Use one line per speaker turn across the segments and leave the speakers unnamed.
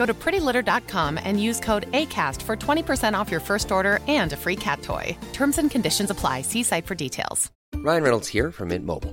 Go to prettylitter.com and use code ACAST for 20% off your first order and a free cat toy. Terms and conditions apply. See site for details.
Ryan Reynolds here from Mint Mobile.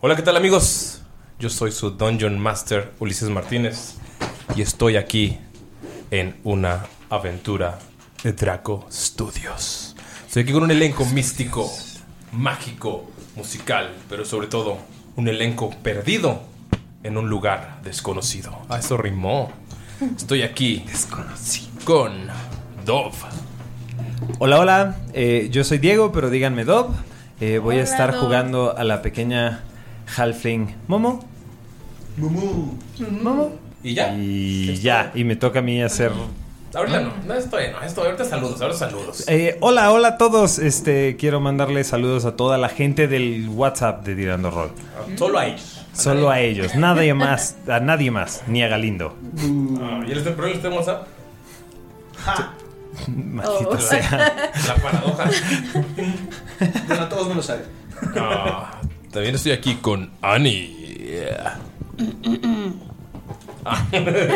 Hola, ¿qué tal amigos? Yo soy su Dungeon Master Ulises Martínez y estoy aquí en una aventura de Draco Studios. Estoy aquí con un elenco místico, mágico, musical, pero sobre todo un elenco perdido en un lugar desconocido. Ah, eso rimó. Estoy aquí con Dove.
Hola, hola. eh, yo soy Diego, pero díganme Dob. Eh, voy a
Hola,
estar
Dob.
jugando a la pequeña Halfling Momo. Momo. Momo.
Y ya.
Y ya. Y me toca a mí hacer.
Ahorita no, no estoy, no, estoy, ahorita saludos, ahora saludos.
Eh, hola, hola a todos. Este, quiero mandarle saludos a toda la gente del WhatsApp de Tirando Roll.
Solo ahí.
Solo a ellos, nadie más, a nadie más, ni a Galindo.
Ah, ¿Y él está, pero él está en WhatsApp?
Oh.
Maldito sea.
La paradoja.
Bueno, todos me lo saben.
Ah, también estoy aquí con Annie. Ah,
Mm.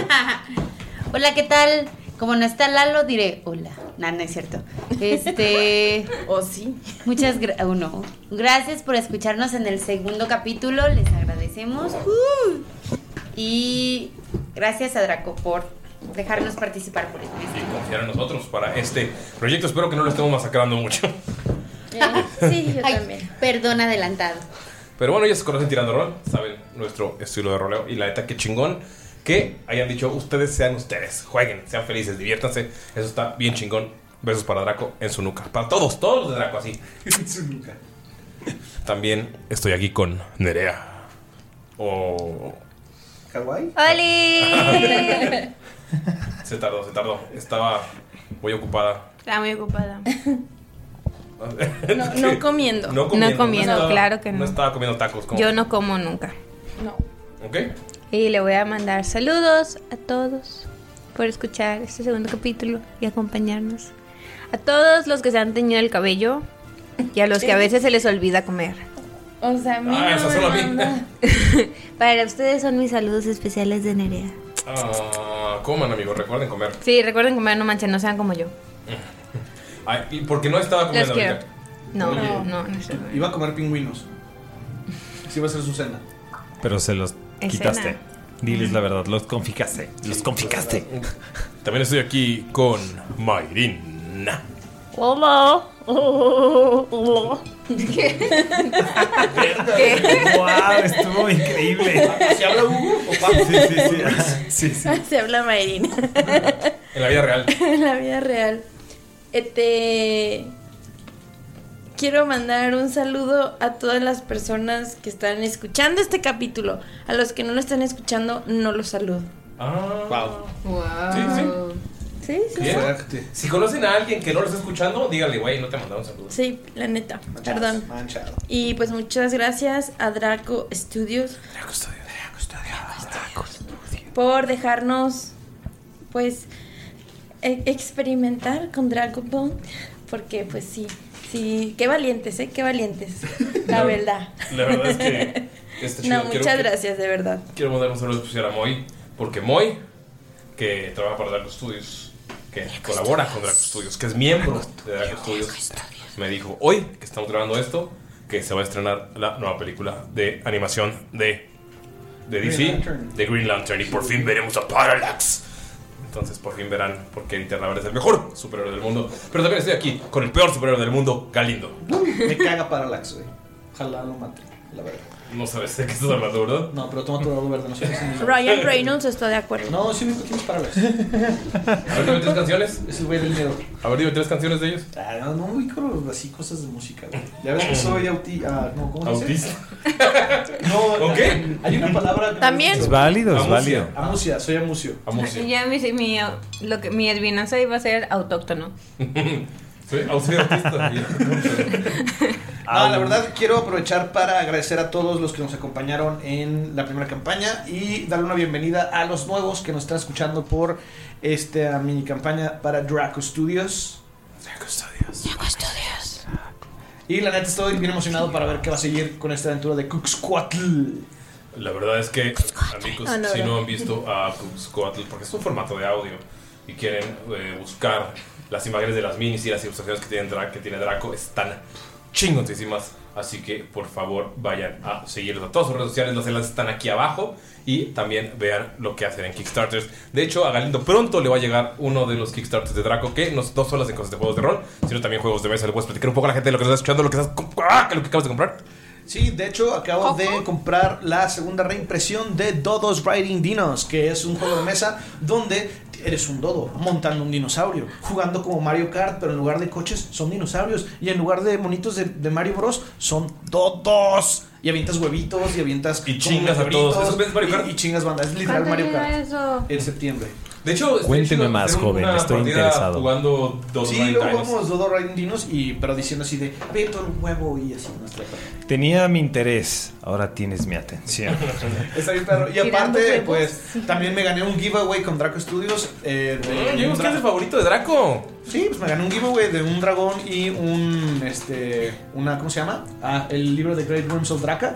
Hola, ¿qué tal? Como no está Lalo, diré hola. No, no es cierto. Este. o sí. Muchas gracias. no. Gracias por escucharnos en el segundo capítulo. Les agradecemos. Uh. Y gracias a Draco por dejarnos participar por este.
y confiar en nosotros para este proyecto. Espero que no lo estemos masacrando mucho.
Sí, yo también. Perdón adelantado.
Pero bueno, ya se conocen tirando rol, saben nuestro estilo de roleo. Y la neta, que chingón que hayan dicho ustedes sean ustedes, jueguen, sean felices, diviértanse. Eso está bien chingón. Besos para Draco en su nuca. Para todos, todos los de Draco así. En su nuca. También estoy aquí con Nerea. O.
¿Hawái?
¡Oli!
Se tardó, se tardó. Estaba muy ocupada.
Estaba muy ocupada.
No,
no comiendo.
No comiendo,
No comiendo,
estaba-
claro que no.
No estaba comiendo tacos. como-
Yo no como nunca. No.
¿Ok?
Y le voy a mandar saludos a todos por escuchar este segundo capítulo y acompañarnos. A todos los que se han teñido el cabello y a los que a veces se les olvida comer.
O sea,
mí
Ah,
no
eso
me
solo a mí.
Para ustedes son mis saludos especiales de Nerea.
Ah, coman, amigos, recuerden comer.
Sí, recuerden comer, no manchen, no sean como yo.
Ay, y porque no estaba
Los
comiendo
quiero.
ahorita.
No,
Oye.
no, no. sé.
Iba a comer pingüinos. Sí, iba a ser su cena.
Pero se los
Escena.
quitaste. Diles la verdad, los conficaste. Los conficaste.
También estoy aquí con Mayrin.
Hola. Hola.
¡Wow! Estuvo increíble.
¿Se habla Hugo o
Sí, sí, sí. sí, sí.
Se habla Mayrin.
En la vida real.
en la vida real. Este. Quiero mandar un saludo a todas las personas que están escuchando este capítulo. A los que no lo están escuchando, no los saludo.
Ah.
Wow.
Wow.
Sí, sí.
Sí, sí.
Bien. ¿eh? Si conocen a alguien que no los está escuchando, díganle, güey, no te mandaron saludos.
Sí, la neta. Perdón. Y pues muchas gracias a Draco Studios. Draco Studios. Por dejarnos, pues, e- experimentar con Dragon Ball. Porque, pues, sí, sí, qué valientes, ¿eh? Qué valientes. La
No.
verdad.
La verdad es que está chido.
No,
Quiero
muchas
que-
gracias, de verdad.
Quiero mandar un saludo especial a Moy, porque Moy, que trabaja para Draco Studios, que colabora con Draco Studios, que es miembro de Draco Studios, me dijo hoy que estamos grabando esto, que se va a estrenar la nueva película de animación de, de
Green
DC,
Lantern.
de Green Lantern, y por fin veremos a Parallax. Entonces por fin verán por qué Interraver es el mejor superhéroe del mundo. Pero también estoy aquí con el peor superhéroe del mundo, Galindo.
Me caga Parallax, güey. Ojalá lo mate, la verdad.
No sabes de qué estás hablando, ¿verdad?
No, pero toma tu lado verde, no sé qué significa.
Ryan Reynolds está de acuerdo.
No, sí, mismo tienes Parallax.
A ver, dime tres canciones.
Es el güey del miedo.
A ver, dime tres canciones de ellos. Mm.
Ah, no, no, muy coro- así cosas de música, güey. Ya ves que soy auti... Ah, no, ¿cómo se dice? no,
¿O qué?
Hay una palabra... que-
También.
Es válido, es válido.
Amusia, soy amucio.
Y Ya mi, mi, lo que, mi adivinanza iba a ser autóctono.
Soy auxilio autista.
No, la verdad quiero aprovechar para agradecer a todos los que nos acompañaron en la primera campaña y darle una bienvenida a los nuevos que nos están escuchando por esta mini campaña para Draco Studios. Draco Studios. Draco Studios. Y la neta estoy bien emocionado para ver qué va a seguir con esta aventura de Cuxquatl.
La verdad es que, amigos,
Ah, no,
si
no.
no han visto a Cuxcoatl, porque es un formato de audio y quieren eh, buscar las imágenes de las minis y las ilustraciones que tiene, Dra- que tiene Draco, están chingoncísimas. Así que, por favor, vayan a seguirlos a todas sus redes sociales. Las enlaces están aquí abajo. Y también vean lo que hacen en Kickstarters. De hecho, a Galindo pronto le va a llegar uno de los Kickstarters de Draco, que no, no solo hacen cosas de juegos de rol, sino también juegos de mesa. Le puedes platicar un poco a la gente de lo que estás escuchando, lo que, estás, comp- ¡Ah! lo que acabas de comprar.
Sí, de hecho acabo de comprar la segunda reimpresión de Dodos Riding Dinos, que es un juego de mesa donde eres un dodo montando un dinosaurio, jugando como Mario Kart, pero en lugar de coches son dinosaurios y en lugar de monitos de, de Mario Bros son dodos. Y avientas huevitos y avientas y
chingas a todos. ¿Eso ves Mario
Y, y chingas banda, es literal Mario Kart. En septiembre.
De hecho,
Cuénteme más,
hacer
joven,
una
estoy
partida
interesado.
Jugando dos
Sí,
Nine
luego
Times.
jugamos Dodo Riding Dinos y pero diciendo así de, ve todo el huevo y así. no sé.
Tenía mi interés, ahora tienes mi atención.
Está bien, perro. Y aparte, pues, también me gané un giveaway con Draco Studios. Eh,
Mm, vimos que es el
favorito de Draco. Sí, pues me gané un giveaway de un dragón y un, este, una, ¿cómo se llama? Ah, el libro de Great Worms of Draca.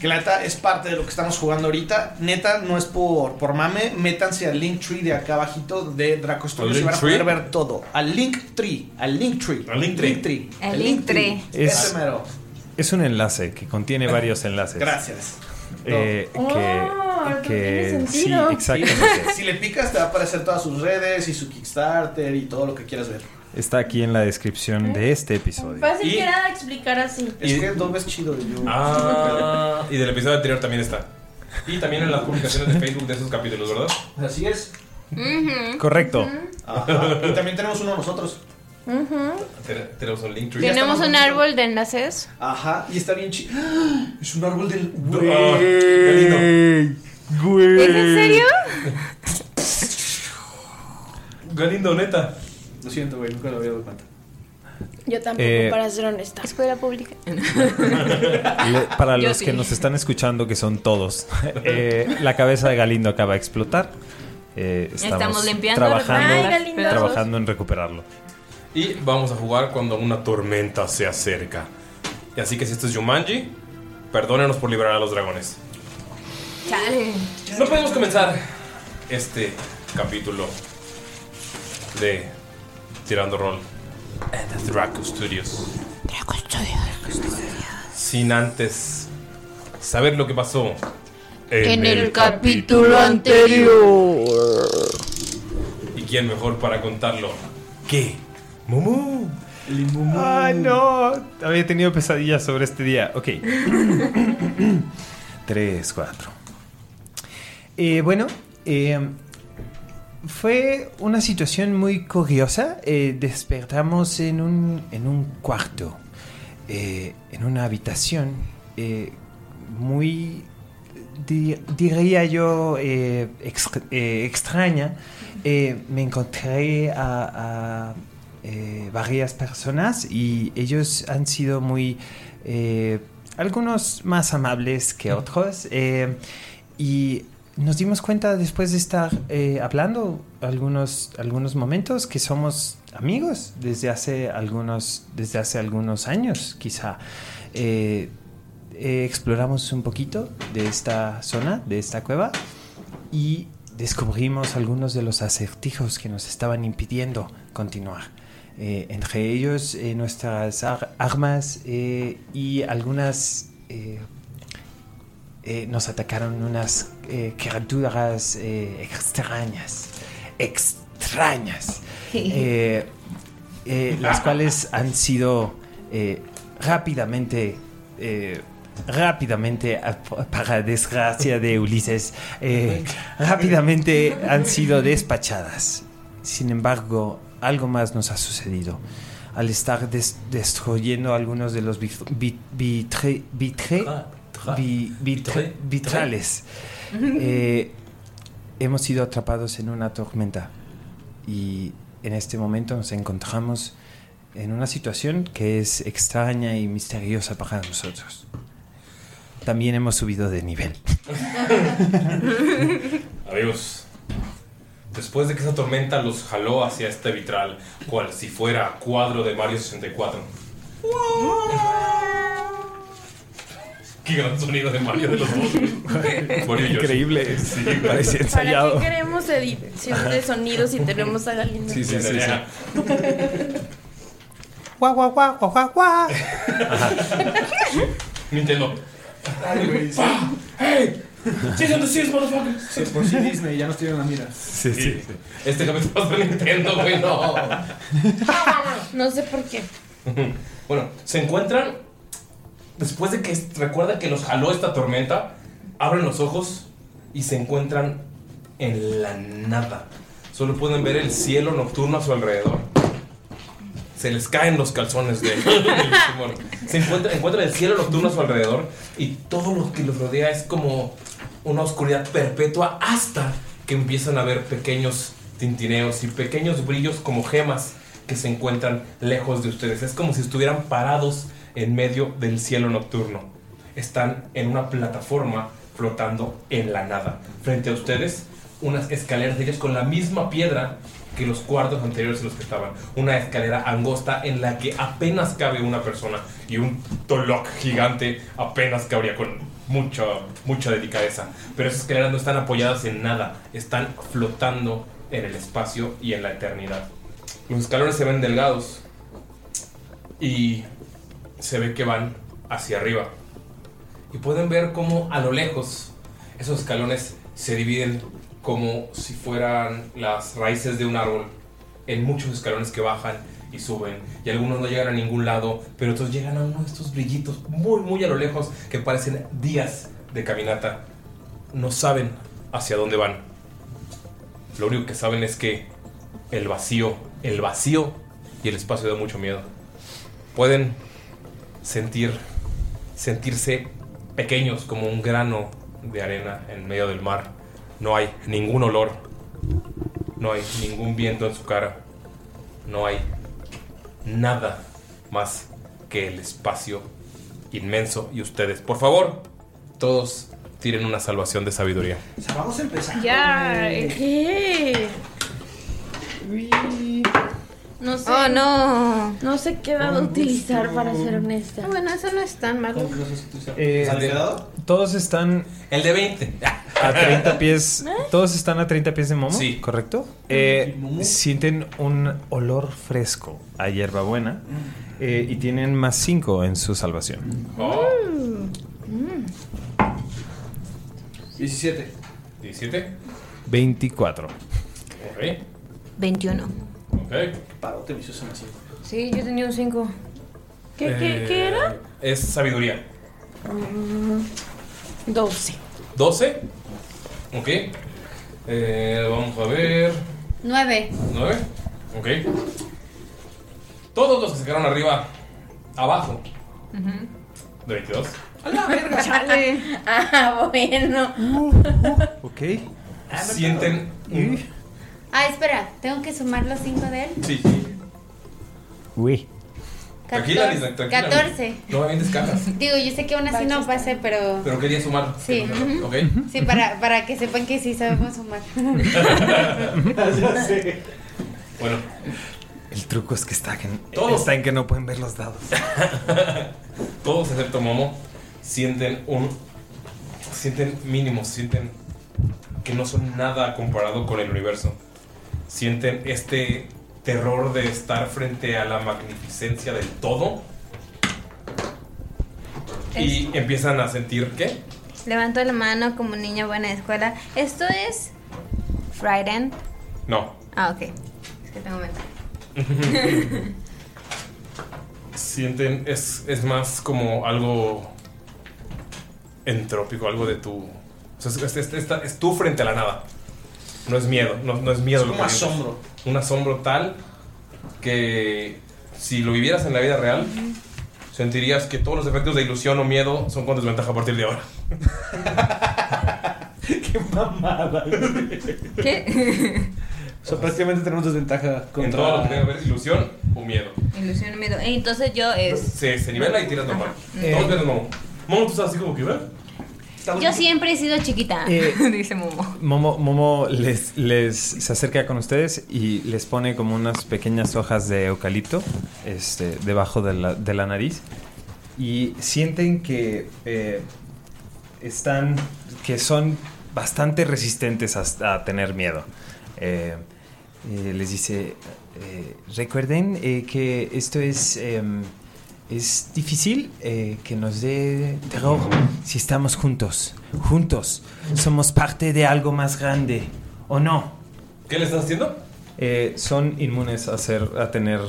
Que la neta es parte de lo que estamos jugando ahorita. Neta, no es por, por mame. Métanse al link tree de acá abajito de Draco Studios y van a
Linktree?
poder ver todo. Al link tree. Al link tree. Al link tree.
El
Al link tree.
Linktree.
Es-
Ese mero.
Es un enlace que contiene varios enlaces.
Gracias.
Eh, que,
Ah,
Oh,
que sí, exactamente.
Si le picas te va a aparecer todas sus redes y su Kickstarter y todo lo que quieras ver.
Está aquí en la descripción de este episodio.
Fácil que era explicar así.
Es que el doble es chido. Yo.
Ah, y del episodio anterior también está. Y también en las publicaciones de Facebook de esos capítulos, ¿verdad?
Así es.
Correcto.
Ajá. Y también tenemos uno nosotros.
Ten- Tenemos un link
Tenemos un árbol de enlaces.
Ajá, y está bien chido. Es un árbol del. Uh,
Ah,
Güey.
Güey.
¿Es en serio?
Galindo, neta.
Lo siento, güey, nunca lo había dado cuenta.
Yo
tampoco, Eh, para
ser honesta.
Escuela pública.
Le- para
Yo
los
sí.
que nos están escuchando, que son todos, eh, la cabeza de Galindo acaba de explotar. Eh, estamos,
Estamos limpiando,
trabajando,
Ay, Galindo.
trabajando en recuperarlo.
Y vamos a jugar cuando una tormenta se acerca. Y así que si esto es Jumanji, perdónenos por liberar a los dragones.
Chale.
No podemos comenzar este capítulo de Tirando Roll en Draco Studios. Draco Studios. Sin antes saber lo que pasó
En el capítulo anterior.
¿Y quién mejor para contarlo? ¿Qué? Mumu.
Ah, no. Había tenido pesadillas sobre este día. Ok. Tres, cuatro. Eh, bueno, eh, fue una situación muy curiosa. Eh, despertamos en un, en un cuarto
eh, en una habitación eh, muy, di- diría yo, eh, ex- eh, extraña, eh, me encontré a, a, eh, varias personas y ellos han sido muy, eh, algunos más amables que otros. eh, y nos dimos cuenta después de estar eh, hablando algunos, algunos momentos que somos amigos desde hace algunos, desde hace algunos años, quizá. Eh, eh, exploramos un poquito de esta zona, de esta cueva, y descubrimos algunos de los acertijos que nos estaban impidiendo continuar. Eh, entre ellos eh, nuestras ar- armas eh, y algunas eh, eh, nos atacaron unas eh, criaturas eh, extrañas. Extrañas. Eh, eh, las cuales han sido eh, rápidamente. eh, rápidamente, a- para desgracia de Ulises, eh, rápidamente han sido despachadas. Sin embargo, algo más nos ha sucedido. Al estar des- destruyendo algunos de los vit- vit- vitre- vitre- vi- vitre- vitrales, eh, hemos sido atrapados en una tormenta y en este momento nos encontramos en una situación que es extraña y misteriosa para nosotros. También hemos subido de nivel.
Amigos, después de que esa tormenta los jaló hacia este vitral, cual si fuera cuadro de Mario 64. Qué gran sonido de Mario de los dos. Mario y Yoshi.
Increíble.
Sí,
Parece
güey.
¿Para qué queremos edición de sonidos si tenemos a Galindo?
Sí, sí, sí, sí.
Guau, guau, guau, guau, guau, guau.
Nintendo. ¡Ah! ¡Pah! ¡Hey! ¡Sí, son the seas, motherfuckers!
Sí, por si Disney ya nos tienen la mira.
Sí, sí. Este capítulo pasó en Nintendo, güey, no.
No sé por qué.
Bueno, se encuentran. Después de que est- recuerda que los jaló esta tormenta, abren los ojos y se encuentran en la nada. Solo pueden ver el cielo nocturno a su alrededor. Se les caen los calzones de. del timón. se encuentran, encuentran el cielo nocturno a su alrededor y todo lo que los rodea es como una oscuridad perpetua hasta que empiezan a ver pequeños tintineos y pequeños brillos como gemas que se encuentran lejos de ustedes. Es como si estuvieran parados en medio del cielo nocturno. Están en una plataforma flotando en la nada. Frente a ustedes, unas escaleras de ellas con la misma piedra que los cuartos anteriores en los que estaban. Una escalera angosta en la que apenas cabe una persona y un toloc gigante apenas cabría con mucha, mucha delicadeza. Pero esas escaleras no están apoyadas en nada, están flotando en el espacio y en la eternidad. Los escalones se ven delgados y se ve que van hacia arriba. Y pueden ver cómo a lo lejos esos escalones se dividen como si fueran las raíces de un árbol en muchos escalones que bajan y suben. Y algunos no llegan a ningún lado, pero otros llegan a uno de estos brillitos muy, muy a lo lejos que parecen días de caminata. No saben hacia dónde van. Lo único que saben es que el vacío, el vacío y el espacio da mucho miedo. Pueden sentir, sentirse pequeños como un grano de arena en medio del mar. No hay ningún olor, no hay ningún viento en su cara, no hay nada más que el espacio inmenso y ustedes. Por favor, todos tiren una salvación de sabiduría.
O sea, vamos a empezar.
Ya.
¿Qué? No sé.
Oh, no.
No sé qué dado utilizar para ser honesta.
Ah, Bueno, eso no es tan malo.
Eh,
¿Sale dado?
todos están.
El de 20.
A 30 pies. Todos están a 30 pies de Momo. Sí. ¿Correcto? Eh, sienten un olor fresco a hierbabuena. eh, y tienen más 5 en su salvación.
Oh.
17.
¿17?
24.
Ok.
21.
Ok.
Paro, te me hizo así.
Sí, yo tenía un 5.
¿Qué,
Eh,
qué, qué era?
Es sabiduría.
Mm.
12.
12. Ok. Eh, vamos a ver.
Nueve.
9. Ok. Todos los que se quedaron arriba, abajo, De 22.
Chale. Ah, bueno.
Ok. Sienten.
Ah, espera, tengo que sumar los 5 de él.
Sí.
Uy.
Tranquila, Lisa, tranquila.
14.
No me mientes cajas.
Digo, yo sé que aún así no pasé, pero.
Pero quería sumar.
Sí. ujú.
¿Ok?
Sí, para, para que sepan que sí sabemos sumar.
Bueno.
El truco es que está, que,
Todos.
está en que no pueden ver los dados.
Todos excepto Momo sienten un. Sienten mínimo, sienten que no son nada comparado con el universo. Sienten este terror de estar frente a la magnificencia del todo. Y empiezan a sentir que.
Levanto la mano como niña buena de escuela. Esto es. Friday.
No.
Ah, ok. Es que tengo mental.
Sienten, es, es más como algo entrópico, algo de tu... o sea, es, es- es- es- es tú frente a la nada. No es miedo, no, no es miedo.
Es
lo
un
que sientes.
asombro.
Un asombro tal que si lo vivieras en la vida real, sentirías que todos los efectos de ilusión o miedo son con desventaja a partir de ahora.
Qué mamada.
¿Qué?
O sea, prácticamente tenemos desventaja contra.
En todo lo que tenga que ver ilusión o miedo.
Ilusión, miedo. Eh, Entonces yo es.
Se, se nivela y tiras normal.
Eh.
Todos tiras normal. Momo, tú estás así como que, ¿verdad?
Yo siempre he sido chiquita, dice Momo.
Momo, Momo les, les se acerca con ustedes y les pone como unas pequeñas hojas de eucalipto este, debajo de la, de la nariz y sienten que eh, están que son bastante resistentes a, a tener miedo. Eh, eh, les dice eh, recuerden eh, que esto es em, es difícil eh, que nos dé terror si estamos juntos. Juntos. Somos parte de algo más grande. ¿O no?
¿Qué le estás haciendo?
Eh, son inmunes a, ser, a tener...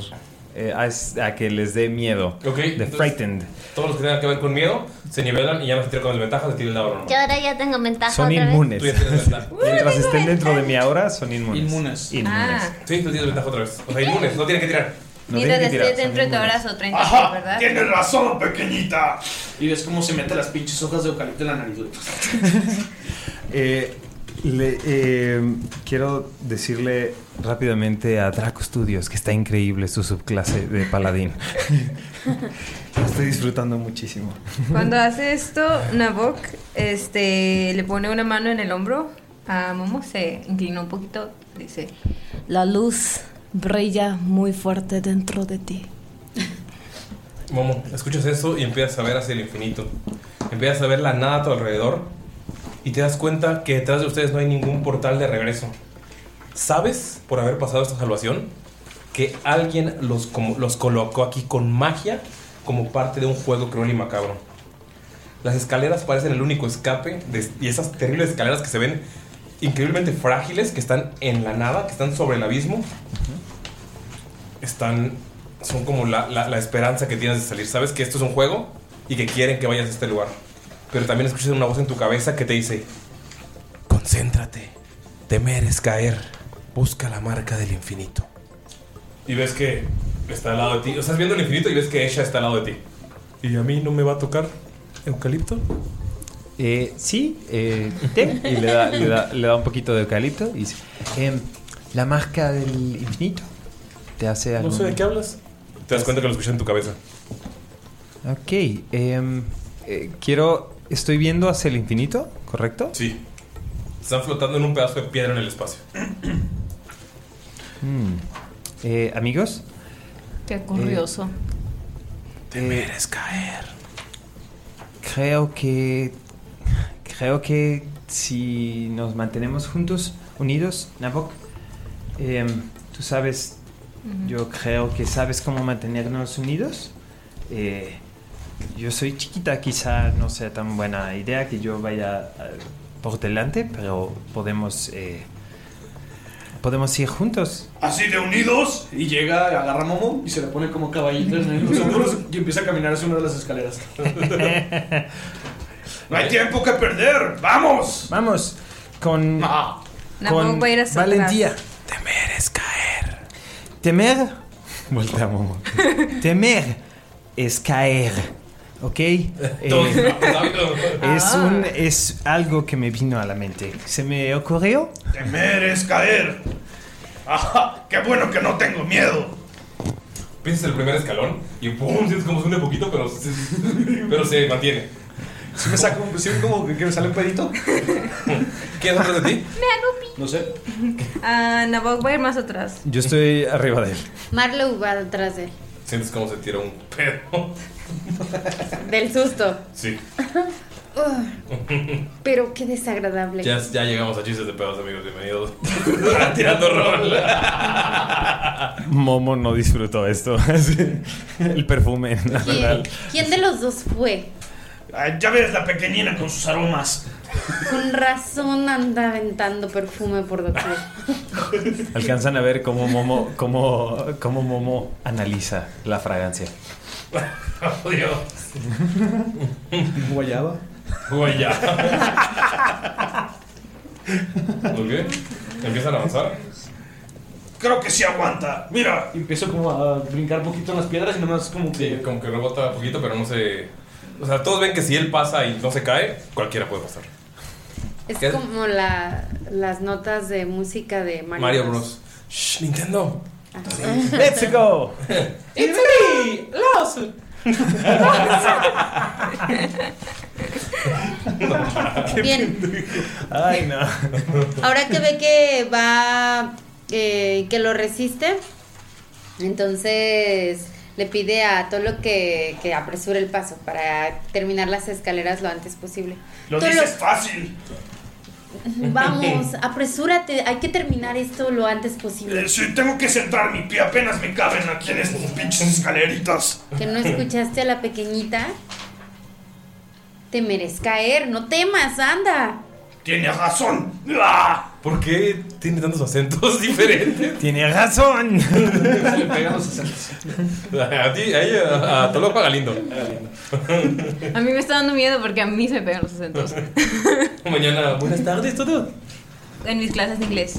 eh, a, es- a que les dé miedo.
Ok,
De
entonces-
frightened.
Todos los que tengan que ver con miedo se nivelan y ya no se tiran con desventaja, se tiran el dado normal.
Yo ahora ya tengo ventaja
Son
otra
inmunes.
Tú ya tienes ventaja.
Mientras estén dentro de mi aura, son inmunes. Inmunes.
Ah.
Sí, tú tienes ventaja otra vez. O sea, inmunes, no tienen que tirar.
Mientras esté dentro de tu abrazo 30, ¿verdad?
razón, pequeñita. Y ves cómo se mete las pinches hojas de eucalipto en la nariz. güey.
Eh, le- eh, quiero decirle rápidamente a Draco Studios que está increíble su subclase de paladín. Lo estoy disfrutando muchísimo.
Cuando hace esto, Nabok este, le pone una mano en el hombro a Momo, se inclinó un poquito, dice,
La luz brilla muy fuerte dentro de ti.
Momo, escuchas eso y empiezas a ver hacia el infinito. Empiezas a ver la nada a tu alrededor y te das cuenta que detrás de ustedes no hay ningún portal de regreso. Sabes, por haber pasado esta salvación, que alguien los, como- los colocó aquí con magia como parte de un juego cruel y macabro. Las escaleras parecen el único escape de- y esas terribles escaleras que se ven increíblemente frágiles, que están en la nada, que están sobre el abismo, están son como la, la- la esperanza que tienes de salir. Sabes que esto es un juego y que quieren que vayas a este lugar. Pero también escuchas una voz en tu cabeza que te dice, concéntrate, temeres caer, busca la marca del infinito. Y ves que está al lado de ti, o estás viendo el infinito y ves que ella está al lado de ti. Y a mí no me va a tocar eucalipto.
Eh, sí, eh, ten. Y le da, le da- le da un poquito de eucalipto y dice: em, La marca del infinito te hace algo.
No sé de qué hablas. Te das cuenta que lo escuchas en tu cabeza.
Ok, em, eh, quiero. Estoy viendo hacia el infinito, ¿correcto?
Sí. Están flotando en un pedazo de piedra en el espacio.
Mm. Eh, amigos,
Qué curioso.
Eh,
Temeres caer.
Eh, creo que. Creo que si nos mantenemos juntos, unidos, Nabok, em, tú sabes,
Ujú.
yo creo que sabes cómo mantenernos unidos. Eh, yo soy chiquita, quizá no sea tan buena idea que yo vaya eh, por delante, pero podemos. eh, podemos ir juntos.
Así de unidos. Y llega, agarra a Momo y se le pone como caballito en los hombros y empieza a caminar hacia una de las escaleras.
No hay tiempo que perder. Vamos. Vamos. Con,
Nabok va a ir hacia atrás.
valentía. Temer es caer. Temer. Voltea, Momo. Temer es caer. ¿ok? Eh,
Todos los hábitos.
es,
Ah.
un, es algo que me vino a la mente. ¿Se me ocurrió?
Temer es caer. Ajá, qué bueno que no tengo miedo.
Pisas el primer escalón y ¡pum! Sientes como suena poquito, pero se, pero se mantiene.
Si me saco un, sí, como que que me sale un pedito.
¿Quién es atrás de ti?
Me
No sé.
Ah, Nabok va a ir más atrás.
Yo estoy arriba de él.
Marlowe va detrás de él.
Sientes como se tira un pedo.
Del susto.
Sí.
Ugh, pero qué desagradable.
Ya, ya llegamos a chistes de pedos, amigos. Bienvenidos. a Tirando rol.
Momo no disfrutó esto. Así, el perfume natural.
¿Quién de los dos fue?
Ah, ya ves la pequeñina con sus aromas.
Con razón anda aventando perfume por doquier.
Alcanzan a ver cómo Momo, cómo, cómo Momo analiza la fragancia.
Oh, Dios.
Guayaba.
Guayaba. Ok. ¿Empiezan a avanzar?
Creo que sí aguanta. Mira.
Y empiezo como a brincar un poquito en las piedras y nomás como
que. como que rebota poquito, pero no se. O sea, todos ven que si él pasa y no se cae, cualquiera puede pasar.
Es
¿Qué?
como la, las notas de música de Mario,
Mario Bros. Shh, Nintendo.
Ajá.
Let's go.
It's
me, Lawson.
Bien,
Ay, no.
ahora que ve que va, eh, que lo resiste, entonces le pide a Tolo que, que apresure el paso para terminar las escaleras lo antes posible.
Lo
Tolo,
dices fácil.
vamos, apresúrate, hay que terminar esto lo antes posible.
Eh, sí, tengo que sentar mi pie. Apenas me caben aquí en estas pinches escaleritas.
Que no escuchaste a la pequeñita. Te merezca caer, no temas, anda.
Tienes razón. ¡Ah!
¿Por qué tiene tantos acentos diferentes?
Tiene razón.
Le pegan los acentos. A ti, a ella, a Toloco, a Galindo.
A mí me está dando miedo porque a mí se me pegan los acentos.
Mañana, buenas tardes, todo.
En mis clases de inglés.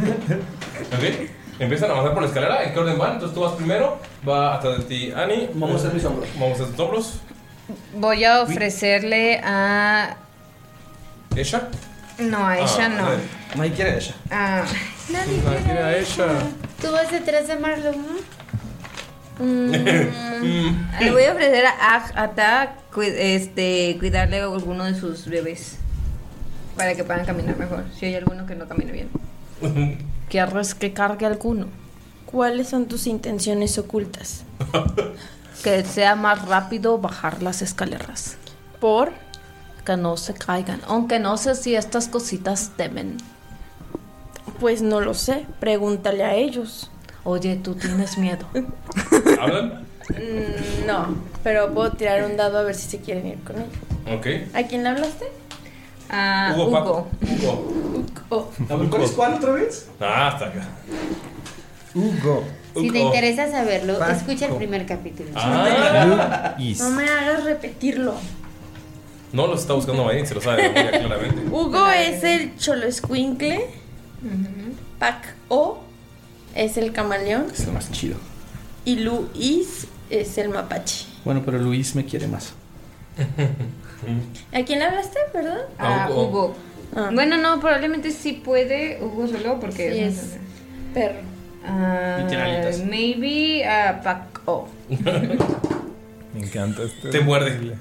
Ok. Empiezan a avanzar por la escalera. ¿En qué orden van? Entonces tú vas primero. Va hasta de ti, Ani. Vamos a mis hombros. Vamos a tus hombros.
Voy a ofrecerle a.
¿Ella?
No, a
Ah,
Ah.
ella no. Ah.
Nadie quiere a ella.
A-
Nadie quiere a ella.
Tú vas detrás de Marlowe, ¿no?
Mm, le voy a ofrecer a Aj- Ata cu- este, cuidarle a alguno de sus bebés para que puedan caminar mejor. Si hay alguno que no camina bien.
Uh,
¿Quieres que cargue alguno?
¿Cuáles son tus intenciones ocultas?
Que sea más rápido bajar las escaleras. ¿Por? Que no se caigan. Aunque no sé si estas cositas temen.
Pues no lo sé, pregúntale a ellos.
Oye, tú tienes miedo.
¿Hablan?
Mm, No, pero puedo tirar un dado a ver si se quieren ir con ellos.
Ok.
¿A quién le hablaste?
A
Hugo, Paco. Hugo.
¿Cuál es cuál otra vez?
Ah, hasta acá.
Hugo.
Si te interesa saberlo,
Paco.
escucha el primer capítulo.
Ah.
No me hagas repetirlo.
No los está buscando Mayrin, se lo sabe muy claramente.
Hugo es el cholo escuincle. Pac O es el camaleón.
Es el más chido.
Y Luis es el mapache.
Bueno, pero Luis me quiere más.
¿A quién le hablaste, verdad?
A Ah, Hugo.
Ah.
Bueno, no, probablemente sí puede Hugo solo porque
Sí, es perro.
Ah,
Y tiene alitas.
maybe ah, a Paco.
Me encanta esto. Te muerde.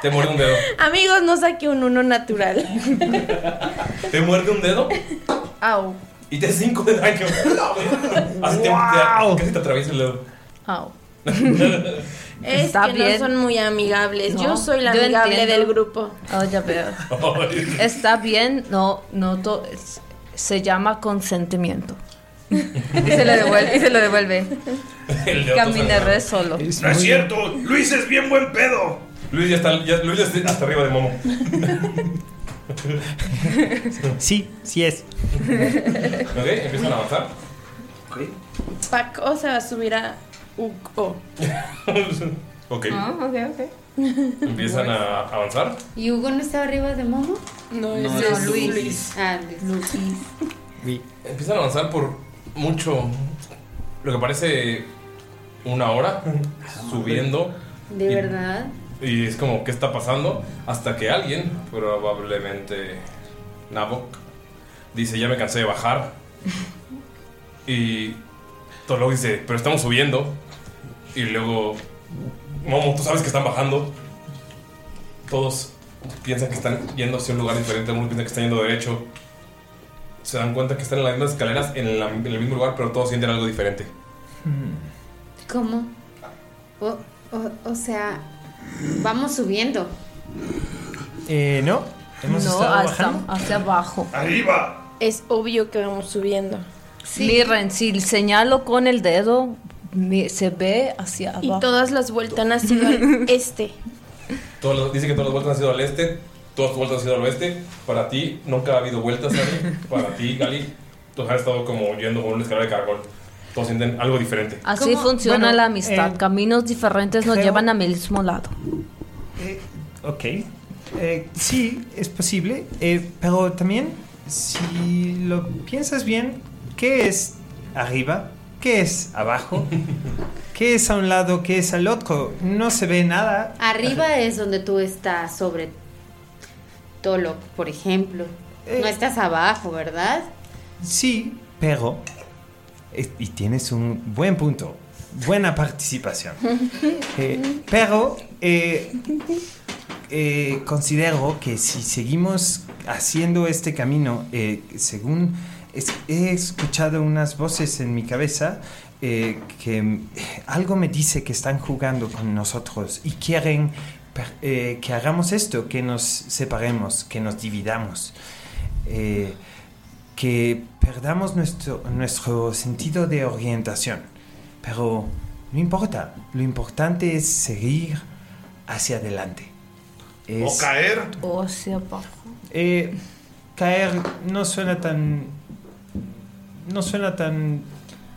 Te muerde un dedo.
Amigos, no saqué un uno natural.
Te muerde un dedo
Au,
y te hace 5 de daño. Así te, te- casi te atraviesa el dedo.
au. Es
Está
que
bien.
no son muy amigables.
No,
Yo soy la
yo
amigable
entiendo.
del grupo.
Oh, ya veo. Está bien, no, no, to- es- se llama consentimiento.
Y se lo devuelve. Y se lo devuelve.
El dedo
Caminaré solo.
No es cierto. Luis es bien buen pedo.
Luis ya está, ya- Luis ya está hasta arriba de Momo.
Sí, sí es.
Ok, empiezan a avanzar.
Paco se va a subir a Hugo.
Ok,
Ah.
Ah, ok,
¿eh?
ok.
empiezan a avanzar.
¿Y Hugo no está arriba de Momo?
No,
No, es es Luis. Luis.
Ah, Luis.
Empiezan a avanzar por mucho, lo que parece una hora, subiendo
¿De verdad?
Y es como, ¿qué está pasando? Hasta que alguien, probablemente Nabok, dice, ya me cansé de bajar. Y Tolog dice, pero estamos subiendo. Y luego, Momo, tú sabes que están bajando. Todos piensan que están yendo hacia un lugar diferente, algunos piensan que están yendo derecho. Se dan cuenta que están en las mismas escaleras, en, la- en el mismo lugar, pero todos sienten algo diferente.
¿Cómo? O, o- o sea, vamos subiendo.
Eh, no. Hemos
No,
estado
hasta-
bajando.
hacia abajo.
¡Arriba!
Es obvio que vamos subiendo. Miren, si señalo con el dedo, mi- se ve hacia abajo.
Y todas las vueltas han sido al este.
Todos los- dice que todas las vueltas han sido al este, todas tus vueltas han sido al oeste. Para ti nunca ha habido vueltas, Dani. Para ti, Gali, tú has estado como yendo por una escalera de caracol. Todos sienten algo diferente.
Así funciona
Bueno,
la amistad.
eh,
Caminos diferentes nos
creo-
llevan al mismo lado.
Ok. Eh, sí, es posible. eh, pero también, si lo piensas bien, ¿qué es arriba? ¿Qué es abajo? ¿Qué es a un lado? ¿Qué es al otro? No se ve nada.
Arriba es donde tú estás sobre Tolo, por ejemplo. No estás abajo, ¿verdad?
Sí, pero... eh, y tienes un buen punto. Buena participación. Eh, pero eh, eh, considero que si seguimos haciendo este camino, eh, según es- he escuchado unas voces en mi cabeza, eh, que eh, algo me dice que están jugando con nosotros y quieren per- eh, que hagamos esto, que nos separemos, que nos dividamos. eh, que perdamos nuestro, nuestro sentido de orientación. Pero no importa, lo importante es seguir hacia adelante. Es-
O caer.
O hacia abajo.
Eh, caer no suena tan... No suena tan...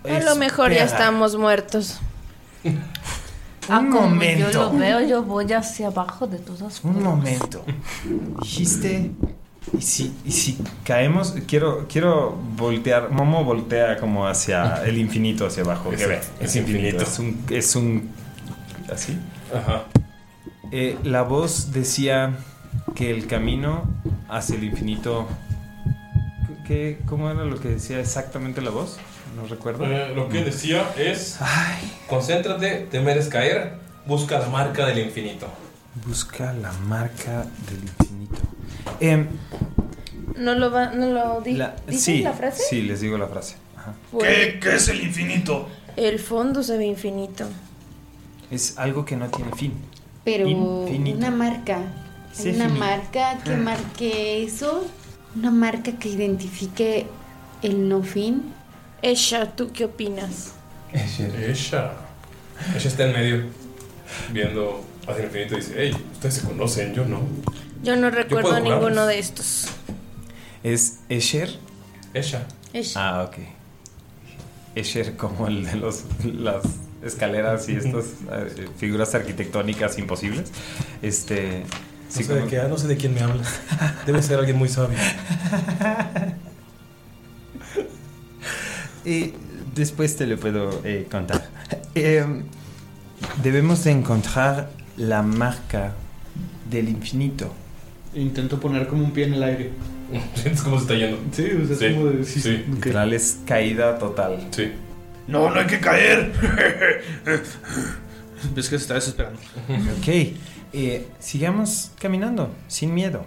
A lo mejor ya
espera.
estamos muertos.
Ah, como
momento.
yo lo veo, yo voy hacia abajo de todas
Un
formas.
momento. Dijiste... Y si, y si caemos, quiero, quiero voltear. Momo voltea como hacia el infinito, hacia abajo.
Es-
¿Qué ve?
es infinito.
Es un, es un. ¿Así?
Ajá.
Eh, la voz decía que el camino hacia el infinito. ¿qué, ¿Cómo era lo que decía exactamente la voz? No recuerdo. Mm.
Eh, lo que decía es: Concéntrate, te mereces caer, busca la marca del infinito.
Busca la marca del infinito. Em,
¿No lo, va, no lo di-
la-
dices
sí,
la frase?
Sí, les digo la frase. Ajá.
Bueno,
¿Qué es el infinito?
El fondo se ve infinito.
Es algo que no tiene fin.
Pero
Infinito.
una marca.
Sí,
una
finito.
marca que
Ah.
marque eso. Una marca que identifique el no fin.
Esha, ¿tú qué opinas?
Ella. Ella está en medio, viendo hacia el infinito y dice: Hey, ustedes se conocen, yo no.
Yo no
Yo puedo
recuerdo
jugar.
ninguno de estos.
¿Es Escher?
Ella.
Esher.
Ah, ok. Escher como el de los, las escaleras y estas eh, figuras arquitectónicas imposibles. Este... sí, como-
no sé de quién me hablas. Debe ser alguien muy sabio.
Y eh, después te lo puedo eh, contar. Em, debemos de encontrar la marca del infinito.
Intento poner como un pie en el aire.
Sientes cómo se está yendo.
Sí, o sea, es como de. Sí, sí.
Literal es caída total.
Sí.
No, no hay que caer.
Ves que se está desesperando.
Ok, eh, sigamos caminando sin miedo.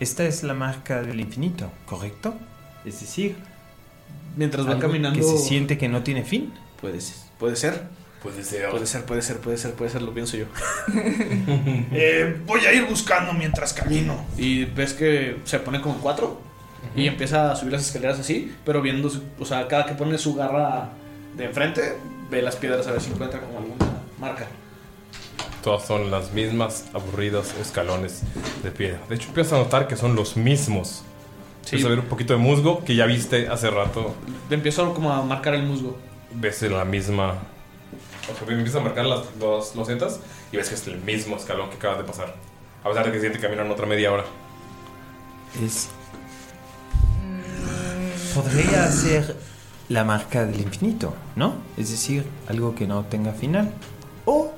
Esta es la marca del infinito, ¿correcto? Es decir,
Mientras va
algo
caminando-
Que se siente que no tiene fin.
Puede ser. Puede ser.
Puede ser.
Puede ser, puede ser, puede ser, puede ser, lo pienso yo.
Eh, voy a ir buscando mientras camino.
Y ves que se pone como en cuatro y empieza a subir las escaleras así, pero viendo, su- o sea, cada que pone su garra de enfrente, ve las piedras a ver si encuentra como alguna marca.
Todas son las mismas aburridas escalones de piedra. De hecho, empiezas a notar que son los mismos.
Sí.
Empiezas a ver un poquito de musgo que ya viste hace rato.
Empiezo como a marcar el musgo.
Ves la misma. O sea, empiezas a marcar las dos losetas y ves que es el mismo escalón que acabas de pasar. A pesar de que siente que caminaron otra media hora.
Es. Podría ser la marca del infinito, ¿no? Es decir, algo que no tenga final. O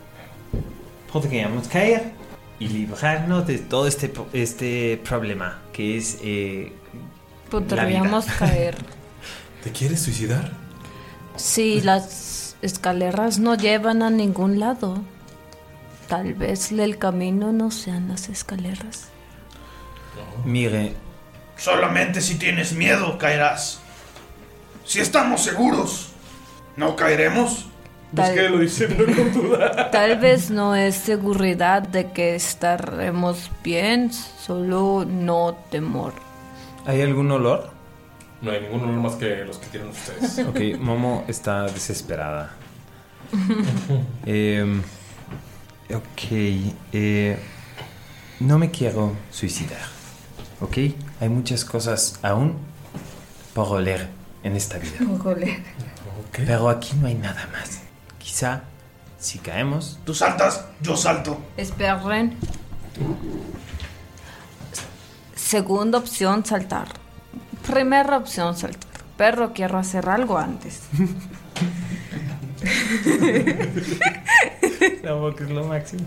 podríamos caer y librarnos de todo este, pro- este problema que es eh,
Podríamos caer.
¿Te quieres suicidar?
Si las escaleras no llevan a ningún lado, tal vez el camino no sean las escaleras.
Mire,
Solamente si tienes miedo caerás. Si estamos seguros, no caeremos.
Tal-
que lo diciendo con duda.
Tal vez no es seguridad de que estaremos bien, solo no temor.
¿hay algún olor?
No hay ningún olor más que los que tienen ustedes.
Ok, Momo está desesperada. Eh, ok, eh, no me quiero suicidar. Ok, hay muchas cosas aún por oler en esta vida. Pero aquí no hay nada más. Quizá si caemos.
Tú saltas, yo salto.
Esperen. Segunda opción, saltar. Primera opción, saltar. Pero quiero hacer algo antes.
La boca es lo máximo.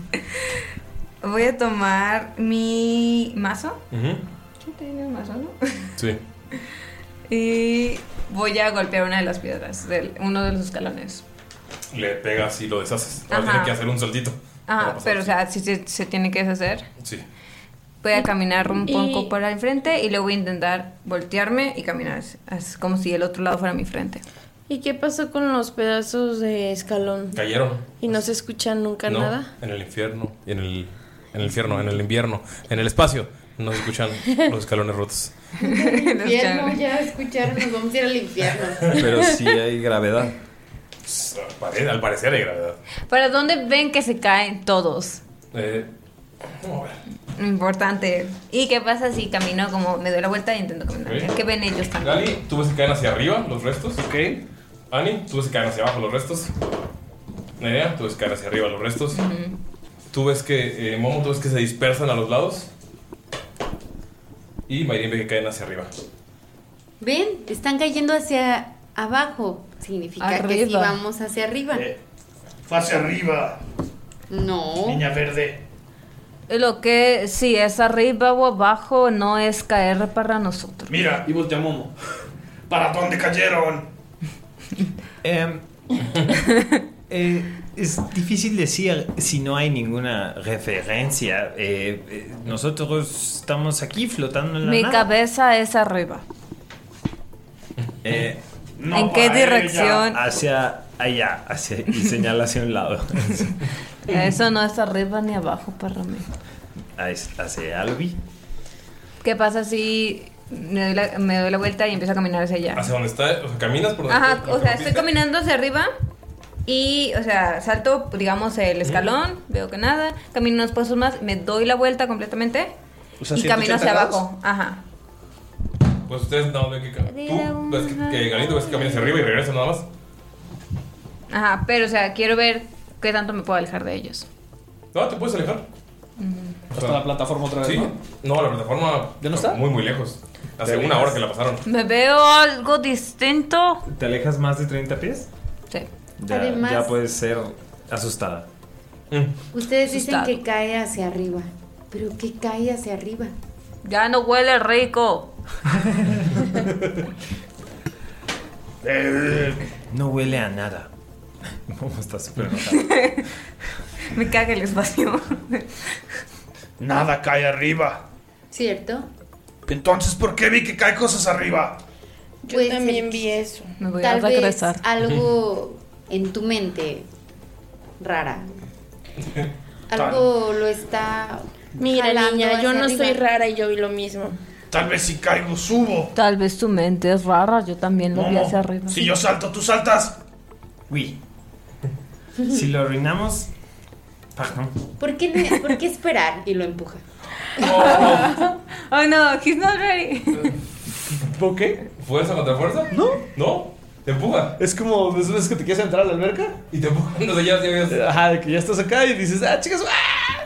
Voy a tomar mi mazo. ¿Qué tiene mazo, no?
Sí.
Y voy a golpear una de las piedras, del, uno de los escalones.
Le pegas y lo deshaces. Ahora
Ajá.
tiene que hacer un saltito.
Ajá,
para pasar.
Ah, pero o sea, si se, se tiene que deshacer.
Sí.
Voy a caminar un Y- poco para el frente y luego voy a intentar voltearme y caminar. así- así como si el otro lado fuera mi frente.
¿Y qué pasó con los pedazos de escalón?
Cayeron.
¿Y no se escucha nunca
pues, No,
nada?
En el infierno. En el, en el infierno, en el invierno, en el espacio. No se escuchan los escalones rotos.
Infierno, ya escucharon, nos vamos a ir al infierno.
Pero sí
hay gravedad.
Pues, Al parecer hay gravedad.
¿Para dónde ven que se caen todos?
Eh,
Importante. ¿Y qué pasa si camino como me doy la vuelta e intento caminar?
Ok.
¿Qué ven ellos también?
Gali, tú ves que caen hacia arriba los restos. Ok. Ani, tú ves que caen hacia abajo los restos. Nerea, tú ves que caen hacia arriba los restos. Tú ves que, eh, Momo, tú ves que se dispersan a los lados. Y Mayrin ve que caen hacia arriba.
Ven, están cayendo hacia abajo. Significa que sí
Arriba.
vamos hacia arriba.
Eh,
Fue hacia arriba,
No.
niña verde.
Lo que si es arriba o abajo no es caer para nosotros.
Mira. Y voltea Momo. ¿Para dónde cayeron?
Em, eh, es difícil decir si no hay ninguna referencia. Eh, eh, nosotros estamos aquí flotando en la
Mi
nada.
cabeza es arriba.
Eh,
no ¿En qué para ella. dirección?
Hacia allá, hacia, y señala hacia un lado.
Eso no es arriba ni abajo para mí.
Ah, es hacia Albi.
¿Qué pasa si me doy, la, me doy la vuelta y empiezo a caminar hacia allá?
Hacia donde está, o sea, caminas por donde
Ajá,
está-
o sea, estoy caminando hacia arriba y, o sea, salto, digamos, el escalón, veo que nada, camino unos pasos más, me doy la vuelta completamente
O sea,
y
180
camino hacia
grados.
abajo. Ajá.
Pues ustedes no ven que ca- Tú ves que, que Galito ves que camina hacia arriba y regresa nada más.
Ajá, pero, o sea, quiero ver qué tanto me puedo alejar de ellos.
No, te puedes alejar.
Hasta la plataforma otra vez.
Sí. No, la plataforma. ¿Ya no está? Muy, muy lejos. Hace
¿Te
una
alejas?
hora que la pasaron.
¿Me veo algo distinto?
¿Te alejas más de 30 pies?
Sí.
Ya,
Además-
ya puedes ser asustada.
Ustedes dicen
Asustado.
que cae hacia arriba. ¿Pero qué cae hacia arriba?
Ya no huele rico.
Eh, No huele a nada. Momo está súper enojada.
Me caga el espacio.
Nada cae arriba.
¿Cierto?
Entonces, ¿por qué vi que cae cosas arriba?
Yo también vi eso.
Me
voy
Tal
a
vez
regresar.
algo en tu mente rara. Algo lo está.
Mira,
jalando
niña, yo
hacia
no
arriba.
soy rara y yo vi lo mismo.
Tal vez si caigo, subo.
Tal vez tu mente es rara, yo también lo vi
Momo,
hacia arriba.
Si yo salto, tú saltas.
Uy. Si lo arruinamos. Perdón.
¿Por qué, ne- por qué esperar? Y lo empuja.
Oh no, he's not ready.
¿Por qué?
¿Fuerza contra fuerza?
No.
¿No? Te empuja.
Es como esas veces que te quieres entrar a la alberca
y te empuja. No sé, ya, ya, ya.
Ajá, de que ya estás acá y dices, ah, chicas, ¡ah!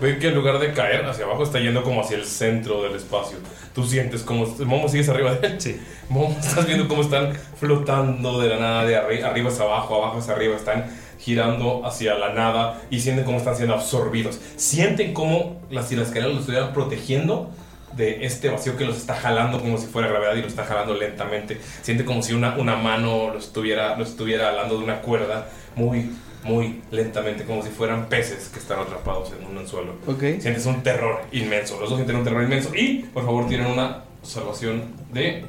Ven que en lugar de caer hacia abajo está yendo como hacia el centro del espacio. Tú sientes como. Momo sigues arriba de él. Sí. Momo, estás viendo cómo están flotando de la nada, de arri- arriba hacia abajo, abajo hacia arriba. Están girando hacia la nada y sienten cómo están siendo absorbidos. Sienten cómo las, si las escaleras los estuvieran protegiendo de este vacío que los está jalando como si fuera gravedad y los está jalando lentamente. Sienten como si una, una mano los estuviera, los estuviera jalando de una cuerda muy, muy lentamente, como si fueran peces que están atrapados en un anzuelo.
Ok.
Sientes un terror inmenso. Los dos sienten un terror inmenso y, por favor, tienen una salvación de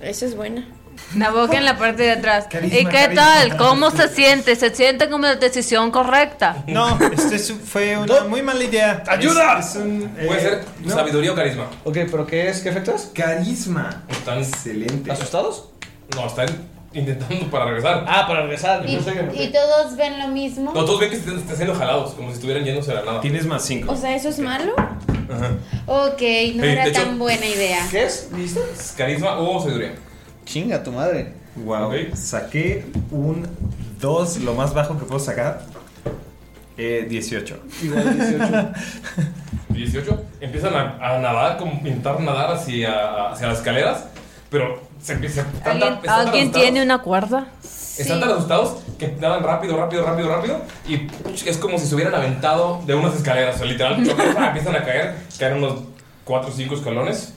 Esa es buena.
La boca en la parte de atrás.
Carisma,
¿Y qué
carisma.
tal? ¿Cómo se siente? ¿Se siente como la decisión correcta?
No, este es- fue una muy mala idea.
¡Ayuda!
Es, es un, eh,
Puede ser
no.
sabiduría o carisma.
Ok, pero ¿qué es? ¿Qué efecto es?
Carisma.
Están
excelente.
¿Asustados? No, están intentando para regresar.
Ah, para regresar.
Y, y todos ven lo mismo.
No, todos ven que se están, están siendo jalados, como si estuvieran yéndose a la nada.
Tienes más 5.
O sea, ¿eso es malo?
Ajá.
Ok, no
Eh,
era
de hecho-
tan buena idea.
¿Qué es? ¿Listo?
Carisma o sabiduría.
Chinga tu madre.
Wow. Saqué un 2, lo más bajo que puedo sacar. Eh, 18.
Igual 18. 18. Empiezan a, a nadar, como intentar nadar hacia, hacia las escaleras, pero se empiezan. Están, tan-
¿Alguien,
están tan
alguien
asustados-
tiene una cuerda?
Están tan asustados que nadan rápido, rápido, rápido, rápido. Y es como si se hubieran aventado de unas escaleras. O sea, literal, chocan, ¡pah! empiezan a caer. Caen unos 4 o 5 escalones.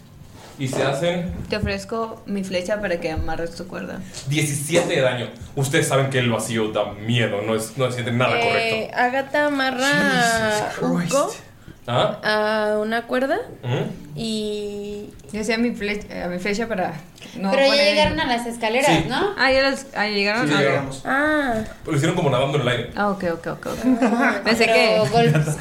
Y se hacen
Te ofrezco mi flecha para que amarres tu cuerda.
17 de daño. Ustedes saben que el vacío da miedo, no, es, no se siente nada correcto.
Eh, Agatha amarra a Urko
¿Ah?
a una cuerda
¿Mm?
y.
Yo hacía mi flecha, eh, mi flecha para. No
Pero ya
poner-
llegaron a las escaleras,
Sí.
¿no?
Ah, ya, las- ah, ya llegaron.
Sí,
Ah,
ya
ok.
llegamos.
Ah.
Lo hicieron como nadando en el aire.
Ah, ok, ok, ok. ok.
Pensé que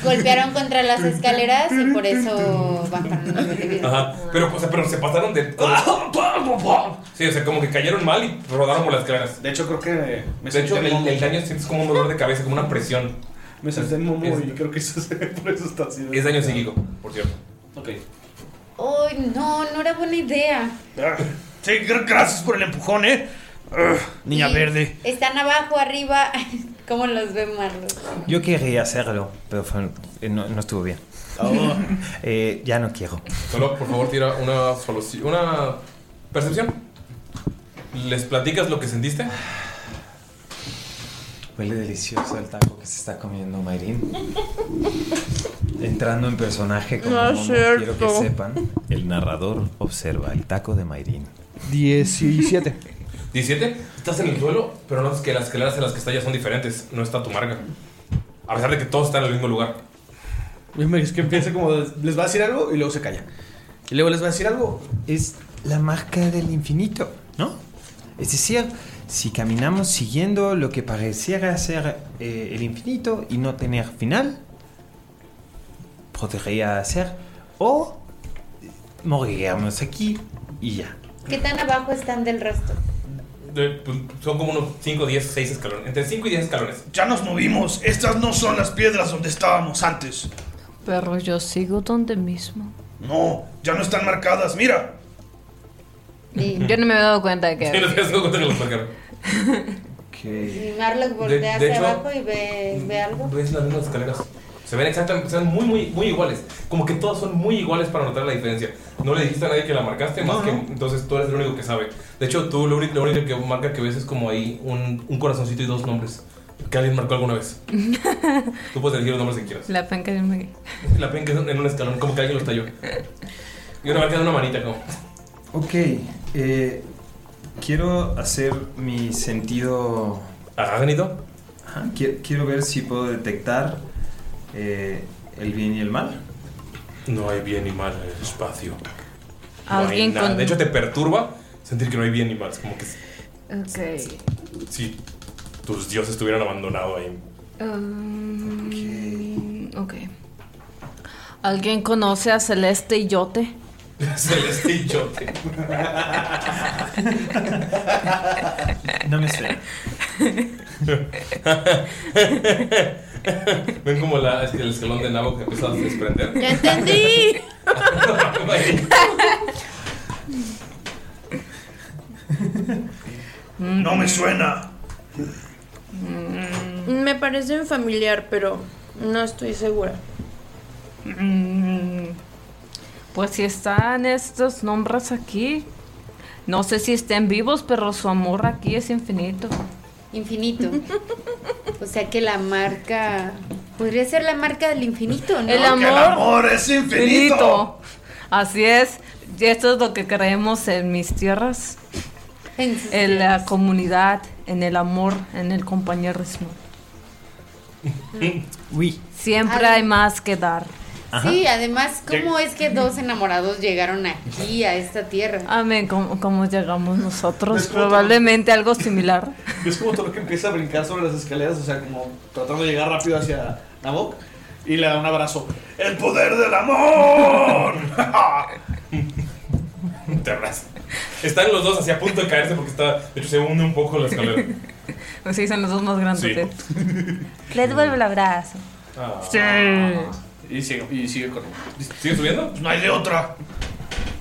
golpearon contra las escaleras y por eso bajaron.
Ajá. Pero, o sea, pero se pasaron de.
Ah,
Sí, o sea, como que cayeron mal y rodaron por las escaleras.
De hecho, creo que.
de hecho, el, el daño sientes como un dolor de cabeza, como una presión.
Me senté en Momo
Es-
y creo que eso se- por eso está así.
Es daño psíquico, por cierto.
Ok.
Ay, no, no era buena idea.
Ah, Sí, gra- gracias por el empujón, eh. Ugh, niña verde.
Están abajo, arriba. ¿Cómo los ve Marlos?
Yo quería hacerlo, pero fue- eh, no, no estuvo bien.
Oh.
Eh, ya no quiero.
Solo, por favor, tira una soluci- una percepción. ¿Les platicas lo que sentiste?
Huele delicioso el taco que se está comiendo Mayrin. Entrando en personaje como
No es
Momo,
cierto.
quiero que sepan, el narrador observa el taco de Mayrin.
17.
17. Estás en el suelo, pero no es que las escaleras en las que estás ya son diferentes. No está tu marca. A pesar de que todos están en el mismo lugar.
Es que empieza como. Les va a decir algo y luego se calla. Y luego les va a decir algo.
Es la marca del infinito, ¿no? Es decir, si caminamos siguiendo lo que pareciera ser eh, el infinito y no tener final, podría ser o moriríamos aquí y ya.
¿Qué tan abajo están del resto?
De- pues, son como unos 5, 10, 6 escalones. Entre 5 y 10 escalones.
Ya nos movimos. Estas no son las piedras donde estábamos antes.
Pero yo sigo donde mismo.
No, ya no están marcadas. Mira.
Yo no me había dado cuenta de
Sí,
que...
los tienes que contar que los marcaron.
Y Marlos
De-
voltea
de
hacia
hecho-
abajo y ve, ve algo.
Ves las mismas escaleras. Se ven exactamente, se ven muy, muy, muy iguales. Como que todas son muy iguales para notar la diferencia. No le dijiste a nadie que la marcaste, más que entonces tú eres el único que sabe. De hecho, tú lo único, lo único que marca que ves es como ahí un, un corazoncito y dos nombres. Que alguien marcó alguna vez. Tú puedes elegir los nombres que quieras.
La penca de un
La penca es en un escalón, como que alguien los talló. Y una marca de una manita, como.
Ok, eh, quiero hacer mi sentido...
¿Agágnito?
Ajá, qui- quiero, ver si puedo detectar eh, el bien y el mal.
No hay bien ni mal en el espacio. No hay
Alguien
nada.
con...
De hecho, te perturba sentir que no hay bien ni mal. Es como que
Ok.
si tus dioses estuvieran abandonado ahí.
Um, ok. ¿Alguien conoce a Celeste y Yote?
Celeste y Yote.
No me sé.
Ven como la- el escalón de nabo que empieza a desprender.
¡Ya entendí!
No me suena.
Mm, Me parece un familiar, pero no estoy segura.
Mm, Pues si están estos nombres aquí, no sé si estén vivos, pero su amor aquí es infinito.
Infinito. O sea que la marca. Podría ser la marca del infinito, ¿no?
El Porque el amor- amor es infinito. infinito. Así es. Y esto es lo que creemos en mis tierras. En, la comunidad, en el amor, en el compañerismo.
Oui.
Siempre
Ah.
hay más que dar.
Sí, además, ¿cómo es que dos enamorados llegaron aquí, a esta tierra?
Amén, como, como llegamos nosotros, probablemente algo similar.
¿Ves como todo lo que empieza a brincar sobre las escaleras? O sea, como tratando de llegar rápido hacia Nabok. Y le da un abrazo. ¡El poder del amor!
Te abrazo. Están los dos hacia a punto de caerse porque está. De hecho, se hunde un poco la escalera.
Pues sí, son los dos más grandes.
Sí.
¿eh? Les vuelvo el abrazo. Ah. Sí.
Ah. Y sigue, y sigue con Pues
¿Sigue subiendo?
No hay de otra.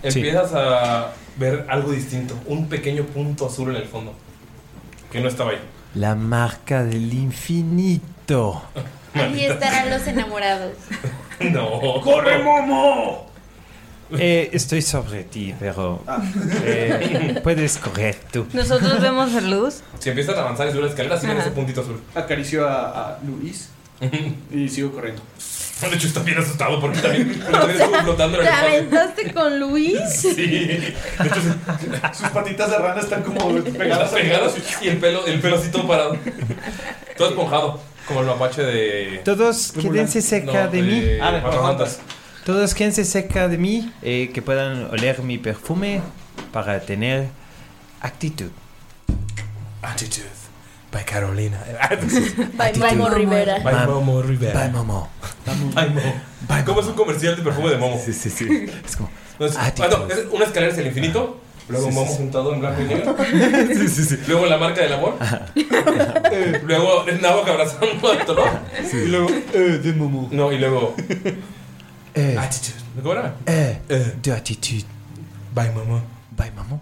Empiezas a ver algo distinto. Un pequeño punto azul en el fondo. Que no estaba ahí.
La marca del infinito.
Ahí estarán los enamorados.
No.
¡Corre, Momo!
Eh, estoy sobre ti, pero eh, puedes correr tú.
Nosotros vemos la luz.
Si empiezas a avanzar y subir la escalera, sí ven
Ajá.
ese puntito azul.
Acaricio a, a Luis. y sigo corriendo.
De hecho, está bien asustado porque también. también estuvo flotando en
¿Te
el espacio.
aventaste con Luis?
Sí.
Sus patitas de rana están como pegadas.
Está pegado y el pelo, el pelo así todo parado. Todo esponjado. Como el mapache de.
Todos quédense cerca
No,
de mí.
Ah, de Cuatro Fantas.
Todos quédense cerca de mí, eh, que puedan oler mi perfume para tener actitud.
Actitud. By Carolina.
By Memo Rivera.
By Momo Rivera.
By Momo.
By Momo. ¿Cómo es un comercial de perfume de Momo? Sí,
sí, sí. "Ah,
Es como. es una escalera hacia el infinito. Luego
Sí, sí,
Momo
sí.
juntado en blanco y negro. Luego la marca del amor. Eh, luego el nabo que abrazando a Toló. Y luego.
Eh, de Momo.
No, y luego.
Eh,
Actitud. ¿Cómo era?
eh, de actitud.
Bye, Momo.
Bye, Momo.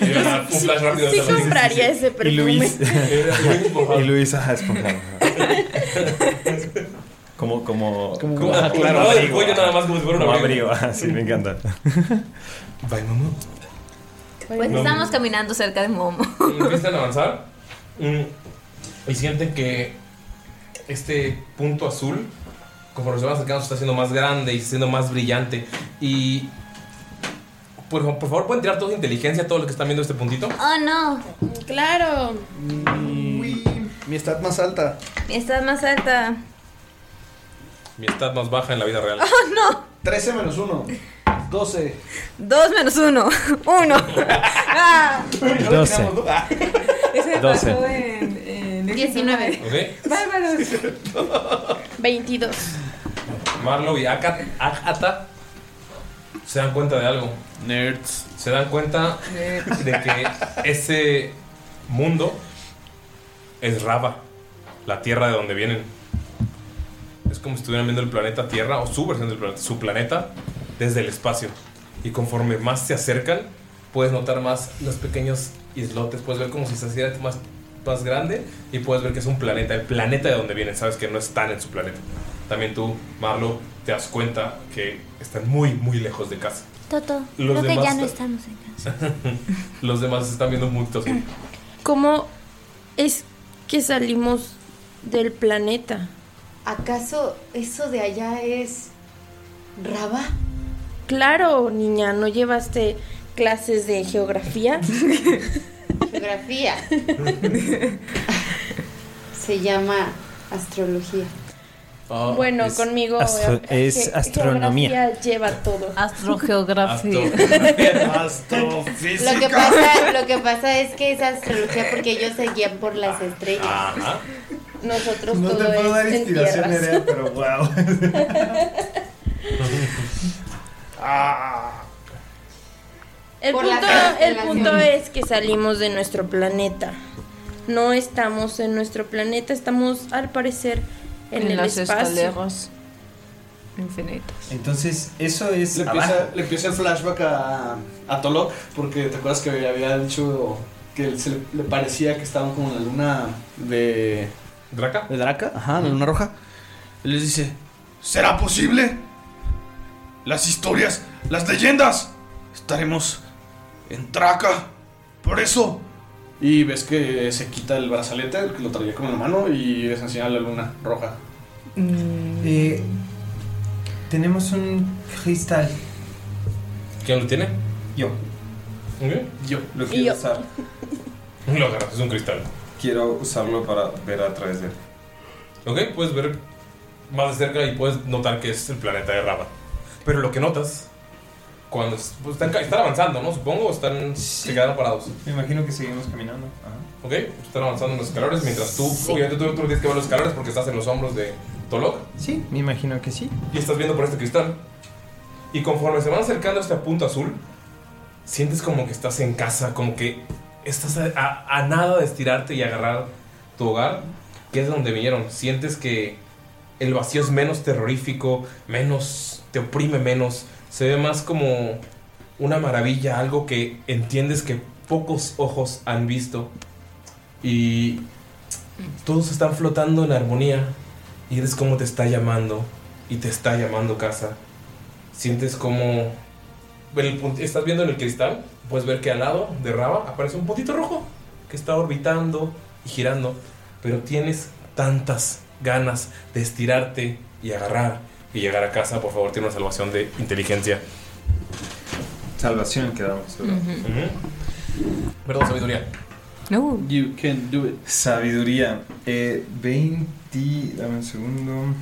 Y era un flash rápido.
Sí
de Toló.
compraría ese
Y
perfume.
Luis.
Pues
y Luis, ajá, esponjado. Como, como, como,
un-
ajá,
como un
abrigo,
cuello nada
ajá.
más, como si fuera un
Como
abrigo.
ajá, sí, me encanta.
Bye, Momo.
Pues
No.
estamos caminando cerca de Momo.
empiezan a avanzar mm, y sienten que este punto azul, conforme se van acercando, se está haciendo más grande y se está haciendo más brillante. Y por, fa- por favor, pueden tirar toda inteligencia, todo lo que están viendo este puntito.
Oh no,
Claro.
Mi stat más alta.
estás más alta.
Mi stat más baja en la vida real.
Oh no,
13 menos 1. 12.
dos menos uno, uno. Ah.
Doce.
Ah.
Ese
Doce.
pasó en, en el
19.
¿Ok?
Bárbaros.
22.
Marlow y Akat, Akata se dan cuenta de algo. Nerds. Se dan cuenta
Nerds.
de que ese mundo es Raba, la tierra de donde vienen. Es como si estuvieran viendo el planeta Tierra o su versión del planeta, su planeta desde el espacio. Y conforme más se acercan, puedes notar más los pequeños islotes, puedes ver como si se hiciera más, más grande y puedes ver que es un planeta, el planeta de donde vienen, sabes que no están en su planeta. También tú, Marlo, te das cuenta que están muy, muy lejos de casa.
Toto,
Los
creo que
demás
ya no
están-
estamos en casa.
Los demás están viendo muchos.
¿Cómo es que salimos del planeta?
¿Acaso eso de allá es Raba?
Claro, niña, ¿no llevaste clases de geografía?
Geografía. Se llama astrología.
Oh,
bueno,
Es
conmigo
astro-
eh,
es
ge-
astronomía.
geografía lleva todo.
Astrogeografía.
Lo que, pasa, lo que pasa es que es astrología porque ellos se guían por las estrellas.
Ah.
Nosotros
No te
todo
puedo
es
dar
en
inspiración,
tierras.
Nerea, pero wow.
Ah,
El
Por la
punto, el
constelación.
punto es que salimos de nuestro planeta. No estamos en nuestro planeta, estamos al parecer en,
En
el
las
espacio.
escaleras. Infinito.
Entonces, eso es.
Le empieza, le empieza el flashback a, a Tolo, porque te acuerdas que había dicho que se le, le parecía que estaban como en la luna de.
¿Draca?
De Draca, ajá, en la luna roja. Y les dice: ¿Será posible?
Las historias, las leyendas. Estaremos en Traca. Por eso
Y ves que se quita el brazalete, que lo traía como en la mano, y les enseña la luna roja.
Eh, tenemos un cristal.
¿Quién lo tiene?
Yo.
Yo
lo
Y yo.
quiero usar.
Lo agarras, es un cristal.
Quiero usarlo para ver a través de él.
Ok, puedes ver más de cerca y puedes notar que es el planeta de Raba. Pero lo que notas, cuando es- pues, están, ca- están avanzando, ¿no? Supongo, o están, se quedaron parados.
Me imagino que seguimos caminando. Ajá.
Ok, pues están avanzando en los escalones mientras tú,
Sí.
obviamente tú, tú tienes que ver los escalones porque estás en los hombros de Tolok
Sí, me imagino que sí.
y estás viendo por este cristal. Y conforme se van acercando a este punto azul, sientes como que estás en casa, como que estás a, a- a nada de estirarte y agarrar tu hogar, que es donde vinieron. Sientes que el vacío es menos terrorífico, menos te oprime menos, se ve más como una maravilla, algo que entiendes que pocos ojos han visto y todos están flotando en armonía y eres como te está llamando y te está llamando casa. Sientes como en el punt- estás viendo en el cristal, puedes ver que al lado de Raba aparece un puntito rojo que está orbitando y girando, pero tienes tantas ganas de estirarte y agarrar y llegar a casa. Por favor, tiene una salvación de inteligencia.
Salvación quedamos. ¿verdad?
Ujú. Perdón, sabiduría.
No. You can do it. Sabiduría. Eh, 20. Dame un segundo.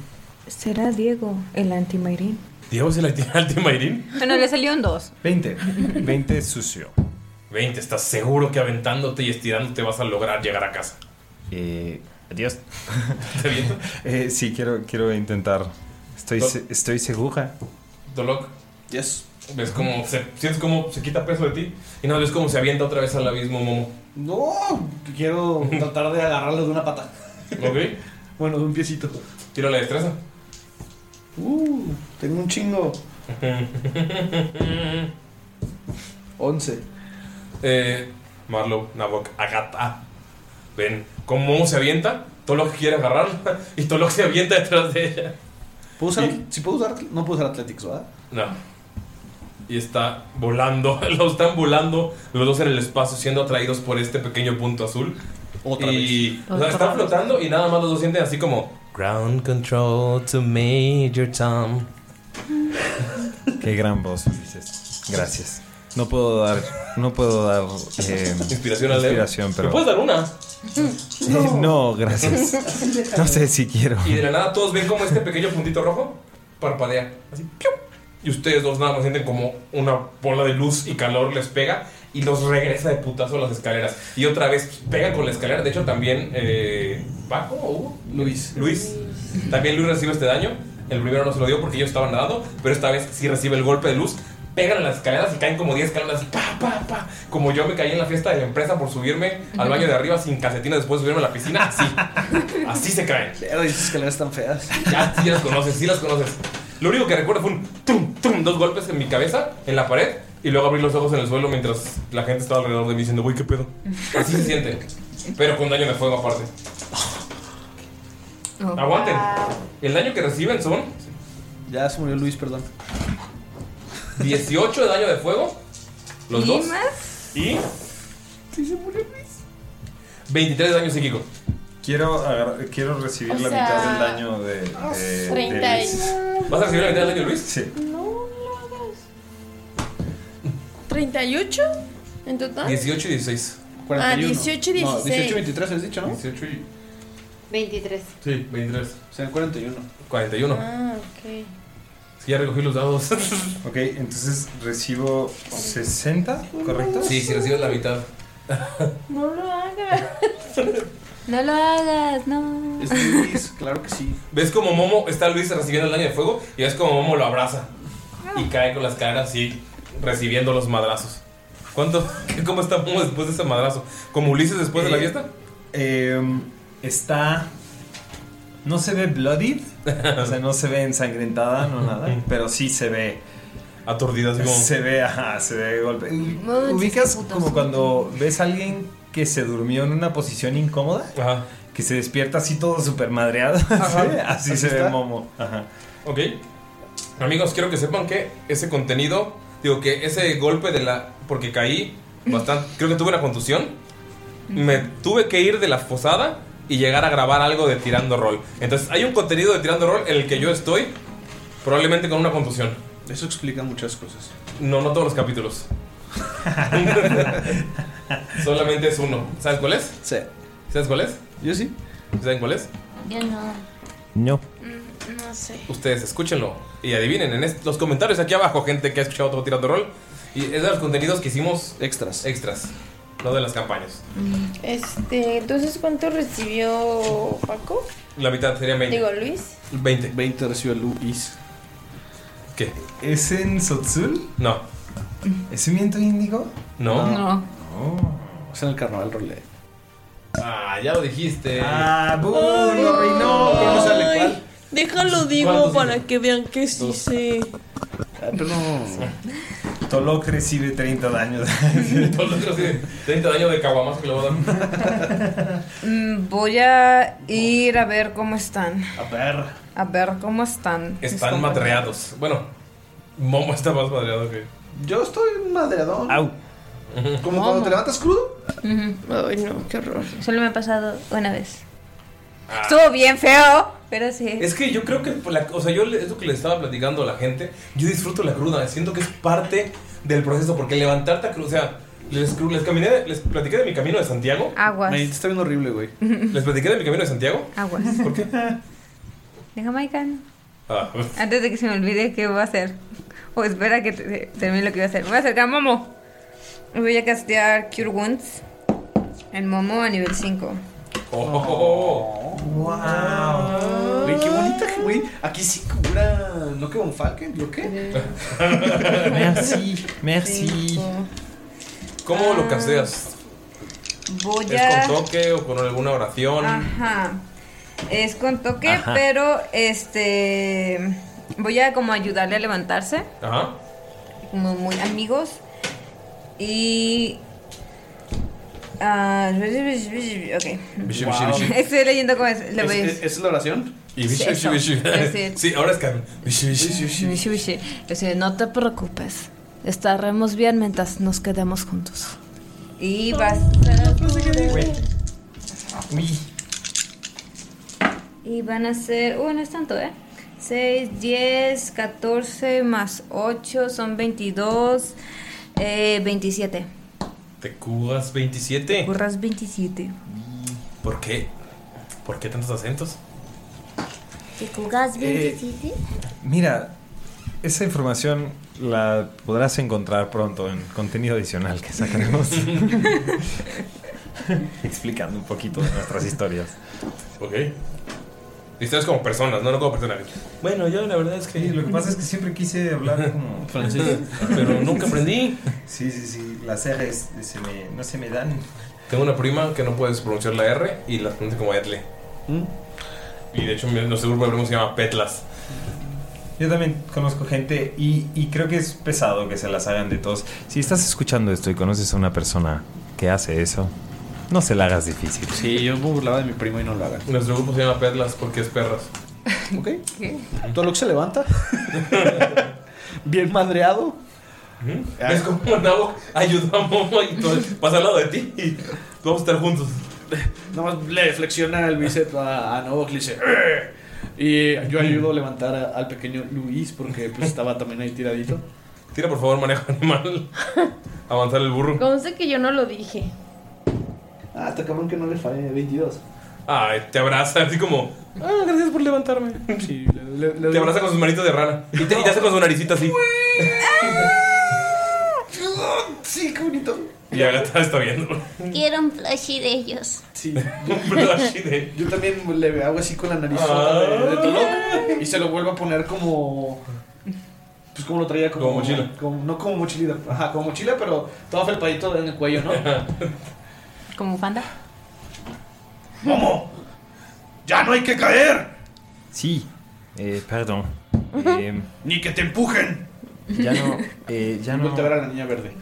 Será Diego, el antimairín.
Diego se la tiene al Timairín.
Bueno, le salió un 2.
20. 20 sucio.
20, estás seguro que aventándote y estirándote vas a lograr llegar a casa.
Eh, adiós.
¿Está bien?
Eh, sí, quiero, quiero intentar. Estoy,
No.
se- estoy segura.
Dolok. Yes. Ves como se, sientes como se quita peso de ti y no ves cómo se avienta otra vez al abismo Momo.
No, quiero tratar de agarrarlo de una pata.
Ok.
bueno, de un piecito.
Tira la destreza.
Uh, tengo un chingo. 11.
Eh, Marlow, Nabok, Agata. Ven cómo Momo se avienta. Tolok quiere agarrarla y Tolok se avienta detrás de ella.
¿Puedo usar, Si puedo usar, no puedo usar Athletics, ¿verdad?
No. Y está volando. Los están volando los dos en el espacio, siendo atraídos por este pequeño punto azul. y o sea,
Otra
están
vez.
flotando y nada más los dos sienten así como. Ground control to Major Tom.
Qué gran voz, Ulises. Gracias. No puedo dar. No puedo dar. eh,
Inspiración al Leo.
inspiración, pero.
¿Me puedes dar una?
Eh, no, gracias. No sé si quiero.
Y de la nada todos ven como este pequeño puntito rojo parpadea. Así, ¡piu! Y ustedes dos nada más sienten como una bola de luz y calor les pega y los regresa de putazo a las escaleras. Y otra vez pegan con la escalera. De hecho, también eh, Paco o Hugo? Luis. Luis. También Luis recibe este daño. El primero no se lo dio porque ellos estaban nadando, pero esta vez sí recibe el golpe de luz. Pegan a las escaleras y caen como 10 escaleras. Pa, pa, pa. Como yo me caí en la fiesta de la empresa por subirme al baño de arriba sin calcetines después de subirme a la piscina. Así. Así se caen.
Esas escaleras tan feas.
Ya, sí las conoces, sí las conoces. Lo único que recuerdo fue un tum, tum, dos golpes en mi cabeza, en la pared, y luego abrí los ojos en el suelo mientras la gente estaba alrededor de mí diciendo, uy, qué pedo. Así se siente. Pero con daño de fuego aparte. Aguanten. El daño que reciben son
Ya se murió Luis, perdón.
18 de daño de fuego. Los
¿Y
dos.
más?
Y 23 de daño psíquico.
Quiero, agarrar- quiero recibir
O
la
sea,
mitad del daño de. de- de
30 y-
Ulises.
Eh, ¿Vas a recibir la mitad del daño de Luis?
Sí.
38 en total.
18 y 16.
41. 18 Ah, y
No, 18
16.
y 23 has dicho, ¿no?
18 y...
23.
Sí, 23.
Sean 41.
41.
Ah, ok.
Sí, ya recogí los dados.
ok, entonces recibo 60, ¿correcto?
Sí, sí, recibes la mitad.
No lo hagas.
No lo hagas, no.
claro que sí.
¿Ves como Momo está Luis recibiendo el daño de fuego? Y ves como Momo lo abraza. Y cae con las caras así, recibiendo los madrazos. ¿Cuánto? qué- ¿Cómo está Momo después de ese madrazo? ¿Como Ulises después de la
Eh,
fiesta?
eh, está. No se ve bloodied, o sea, no se ve ensangrentada, no nada, pero sí se ve.
Atordida, así como-
Se ve, ajá, se ve golpe.
Madre,
Ubicas
putazo.
como cuando ves a alguien que se durmió en una posición incómoda, que se despierta así todo super madreado. así,
Así
se
está.
ve Momo. Ajá.
Ok. Amigos, quiero que sepan que ese contenido, digo que ese golpe de la. Porque caí bastante. Creo que tuve una contusión. me tuve que ir de la posada y llegar a grabar algo de Tirando Roll. Entonces hay un contenido de Tirando Roll en el que yo estoy, probablemente con una contusión.
Eso explica muchas cosas.
No, no todos los capítulos. Solamente es uno. ¿Sabes cuál es?
Sí.
¿Sabes cuál es? Yo sí. ¿Saben cuál es?
Yo no.
No.
No sé.
Ustedes escúchenlo y adivinen en est- los comentarios aquí abajo, gente que ha escuchado todo tirando rol. Y es de los contenidos que hicimos extras. Extras. No de las campañas.
Este, entonces, ¿cuánto recibió Paco?
La mitad sería 20.
Digo, Luis.
20.
20 recibió Luis.
¿Qué?
¿Es en Sotzul?
No.
¿Es un viento índigo? Oh.
No.
No.
No.
Es en el carnaval rolé.
Ah, ya lo dijiste.
Ah, bu,
no
reinó. Pero no sale cuál.
Déjalo, digo,
¿Cuántos
para que vean que sí sé.
Ah, Tolok recibe 30 daños.
Todos los otros tienen 30 daños de caguamas que le voy a dar.
Mm, voy a ir a ver cómo están.
A ver.
A ver cómo están.
Están madreados. Bueno, Momo está más madreado que.
Yo estoy madreadón.
Au.
Como cuando te levantas crudo.
Ay, no, qué horror. Solo me ha pasado una vez.
Ah.
Estuvo bien feo, pero sí.
Es que yo creo que, la- o sea, yo le- es lo que le estaba platicando a la gente. Yo disfruto la cruda, siento que es parte del proceso, porque levantarte a cruda, o sea, les, cru- les caminé, de- les platiqué de mi camino de Santiago.
Aguas.
Me está viendo horrible, güey. Les platiqué de mi camino de Santiago.
Aguas.
¿Por qué?
De jamaicano.
Ah,
Antes de que se me olvide qué voy a hacer. O espera que te- termine lo que voy a hacer. Voy a acercar a Momo. Voy a castear Cure Wounds en Momo a nivel 5.
Oh.
Wow. Güey, qué bonita, güey. Aquí sí cura. No que un Falken, ¿yo qué?
Merci, merci.
¿Cómo lo caseas?
Ah, Voy
¿Es
a.
con toque o con alguna oración?
Ah. Ajá. Es con toque,
Ajá.
pero este. Voy a como ayudarle a levantarse.
Ajá.
como muy amigos. Y. ah, ok.
Bishi, bishi, bishi.
Estoy leyendo cómo es. Le
¿Es,
voy a
es- es la oración?
Y bishi,
Sí, eso.
bishi, bishi.
Sí.
Sí, ahora es can. Bishi, bishi.
Bishi, bishi. Yo sé, no te preocupes. Estaremos bien mientras nos quedemos juntos.
Y vas. Y van a ser. Uh, no es tanto, ¿eh? 6, 10, 14 más 8 son 22, eh, 27.
¿Te curas 27?
Curras 27.
¿Por qué? ¿Por qué tantos acentos?
¿Te jugás
bien, Eh, Mira, esa información la podrás encontrar pronto en contenido adicional que sacaremos. Explicando un poquito de nuestras historias.
Ok. Historias como personas, no, no como personajes. Bueno, yo la verdad es que.
lo que pasa es que siempre quise hablar como
Francés, pero nunca aprendí.
Sí, sí, sí. Las R's se me- no se me dan.
Tengo una prima que no puedes pronunciar la R y la pronuncia como Etle.
¿Mm?
Y de hecho, mi- nuestro grupo de primos se llama Petlas.
Yo también conozco gente y, y creo que es pesado que se las hagan de todos. Si estás escuchando esto y conoces a una persona que hace eso, no se la hagas difícil.
Sí, yo me burlaba de mi primo y no lo haga.
Nuestro grupo se llama Petlas porque es perras.
¿Ok? ¿Todo lo que se levanta? Bien madreado. Ah.
Es como Nabo ayudó a Momo y todo, pasa al lado de ti y vamos a estar juntos.
Nada más le flexiona el bíceps a, a Novak, le dice. "Eh". Y yo ayudo a levantar a- al pequeño Luis porque pues, estaba también ahí tiradito.
Tira por favor manejo animal. Avanzar el burro.
Conste que yo no lo dije.
Ah, está cabrón que no le fallé 22.
Ay, te abraza así como. Ah, gracias por levantarme.
Sí,
Te abraza con sus manitos de rana. Y te, y te hace con su naricita así.
¡Ah! Sí, qué bonito.
Y Agatha está viendo.
Eh,
Quiero un plushie de ellos.
Sí.
plushie de- Ah.
Yo también le hago así con la nariz de, de Tolok y se lo vuelvo a poner como. Pues como lo traía como,
Como mochila.
como- no como mochilita. Ajá, como mochila, pero todo felpadito en el cuello, ¿no?
¿Como panda?
¡Momo! ¡Ya no hay que caer!
Sí, eh, perdón. Eh,
¡Ni que te empujen!
ya no. eh, ya no
Voltea a ver a la niña verde.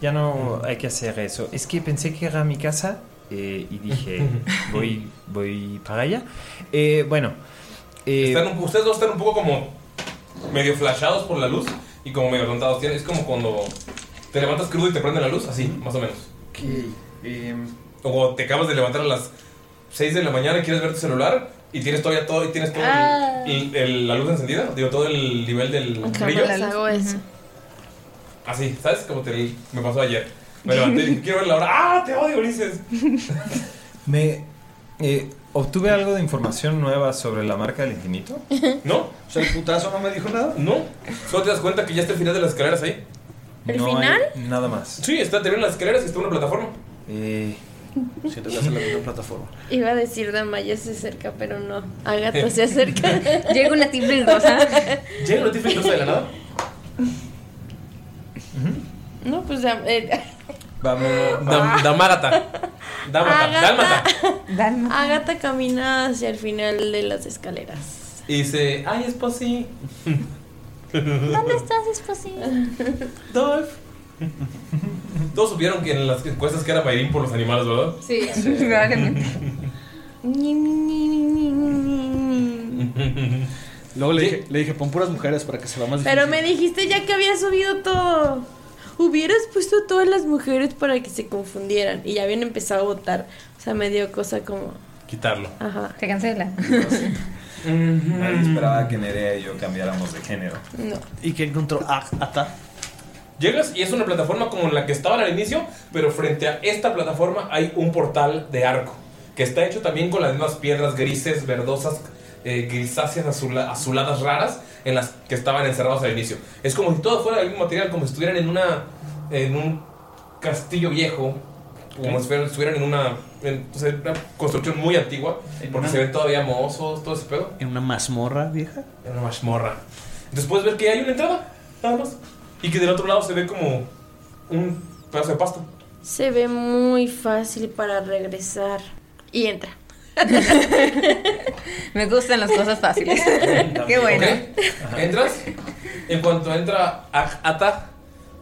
Ya no hay que hacer eso. Es que pensé que era mi casa eh, y dije, voy, voy para allá. Eh, bueno, eh,
Están un- ustedes dos están un poco como medio flashados por la luz y como medio tontados. Es como cuando te levantas crudo y te prende la luz, así, más o menos.
ok, eh,
O cuando te acabas de levantar a las 6 de la mañana y quieres ver tu celular y tienes todavía todo, y tienes todo el-
Ah.
el- el- la luz encendida, digo, todo el nivel del brillo.
hago eso.
Así, ¿sabes? Como te, me pasó ayer. Me levanté y dije, quiero ver la hora. ¡Ah, te odio, Ulises!
Me eh, obtuve algo de información nueva sobre la marca del infinito.
¿No? O sea, el putazo no me dijo nada. No. Solo te das cuenta que ya está el final de las escaleras ahí.
¿El No hay final? nada más.
Sí, está terminando las escaleras y está una plataforma.
Eh.
Siento que hacer la misma plataforma.
Iba a decir Damaya se acerca, pero no. Agatha se acerca.
Llega una tipa y rosa.
Llega una tipa y rosa de la nada.
No, pues Dam- eh,
Vamos.
Dam, damárata. Damata. Dálmata.
Agatha camina hacia el final de las escaleras.
Y dice, ay, es posible.
¿Dónde estás, Esposito?
Dolph. Todos supieron que en las encuestas que era bairín por los animales, ¿verdad?
Sí.
Luego le dije, le dije, pon puras mujeres para que se vea más difícil.
Pero me dijiste ya que había subido todo. Hubieras puesto a todas las mujeres para que se confundieran y ya habían empezado a votar. O sea, me dio cosa como.
Quitarlo.
Ajá.
Se cancela.
Nadie esperaba que Nerea y yo cambiáramos de género.
No.
¿Y que encontró? Ata. Llegas y es una plataforma como la que estaban al inicio, pero frente a esta plataforma hay un portal de arco, que está hecho también con las mismas piedras grises, verdosas, eh, grisáceas, azula- azuladas raras, en las que estaban encerrados al inicio. Es como si todo fuera del mismo material, como si estuvieran en, una, en un castillo viejo, como
Ok.
si fueran- estuvieran en una, en, o sea, una construcción muy antigua, porque
una-
se ven todavía mozos, todo ese pedo.
¿En una mazmorra vieja?
En una mazmorra. Entonces puedes ver que hay una entrada, nada más. Y que del otro lado se ve como un pedazo de pasto.
Ah,
Se ve muy fácil para regresar. Y entra.
Me gustan las cosas fáciles. Qué bueno.
Ok, Entras. En cuanto entra Aj- Ata,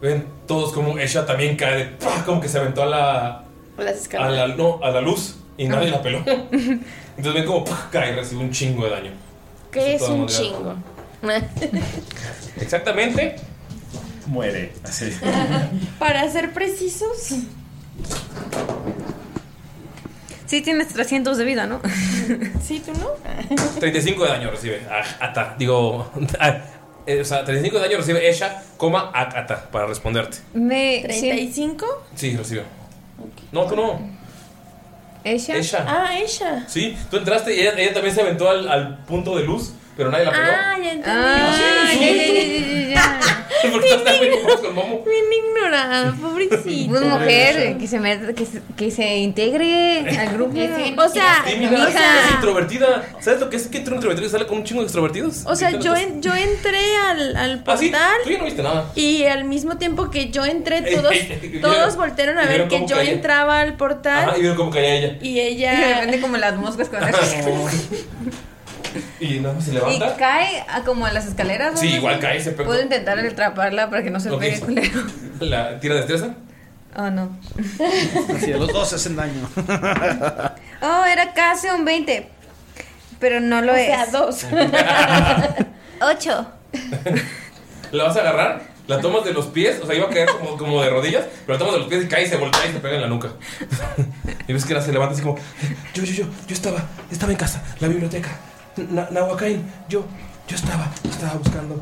ven todos como ella también cae de. ¡pah! Como que se aventó a la,
Las
a
escaleras.
la, no, a la luz y nadie la peló. Entonces ven como ¡pah! cae y recibe un chingo de daño.
Que es
Todo
un
madreado.
chingo.
Exactamente.
Muere. Así.
para ser precisos.
Sí, tienes 300 de vida, ¿no?
Sí, tú no.
35 de daño recibe Aj- Ata. Digo. eh, o sea, 35 de daño recibe ella, coma Aj- Ata, para responderte.
Me.
¿35?
Sí, recibió. No, tú no.
Ella.
Ella.
Ah, ella.
Sí, tú entraste y ella, ella también se aventó al, al punto de luz, pero nadie la pegó.
Ah, ya entendí.
Ah, ya, ya,
Porque tú estás muy cómodo con Momo.
Bien ignorada, pobrecita.
Una mujer eh, que se, meta- que se, que se integre al grupo.
O sea,
Tímida,
Ah, o
es
sea,
introvertida. ¿Sabes lo que es que entra un introvertido y sale con un chingo de extrovertidos?
o sea,
Así te
yo,
notas.
en- yo entré al, al
Ah, sí,
portal
tú ya no viste nada.
y al mismo tiempo que yo entré, todos,
Vieron-
todos voltearon a ver
vieron
que
cómo
yo
caía.
entraba al portal
Ajá, y vieron cómo caía ella.
y ella...
Depende como las moscas con
Y nada más se
Y
levanta.
cae a como a las escaleras.
Sí,
¿no?
igual cae ese peco.
Puedo intentar atraparla para que no se
Ok.
pegue culero.
La tira destreza.
Oh, no.
Así, a los dos hacen daño.
Oh, era casi un 20. Pero no lo
O
es.
sea, dos.
8.
La vas a agarrar, la tomas de los pies, o sea, iba a caer como, como de rodillas, pero la tomas de los pies y cae y se voltea y se pega en la nuca. Y ves que la se levanta así como, yo, yo, yo, yo estaba, estaba en casa, la biblioteca, Na- Nahuacain, yo, yo estaba, estaba buscando,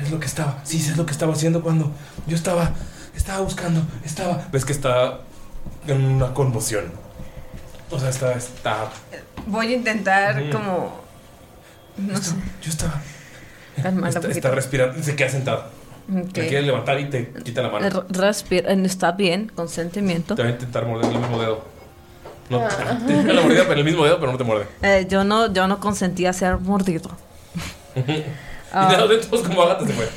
es lo que estaba, sí, sí, es lo que estaba haciendo cuando yo estaba, estaba buscando, estaba. Ves que está en una conmoción. O sea, está, está
Voy a intentar
Mm.
como. No sé.
Yo estaba.
Calmarla un
Está
poquito.
respirando, se queda sentado.
Ok.
Te quiere levantar y te quita la mano.
R- Respira, está bien, consentimiento.
Te va a intentar morder el mismo dedo. No,
Ah.
te pega la mordida pero el mismo dedo, pero no te muerde.
Eh, yo no, yo no consentía ser mordido.
Y
Ah.
de los dedos como agata se fue.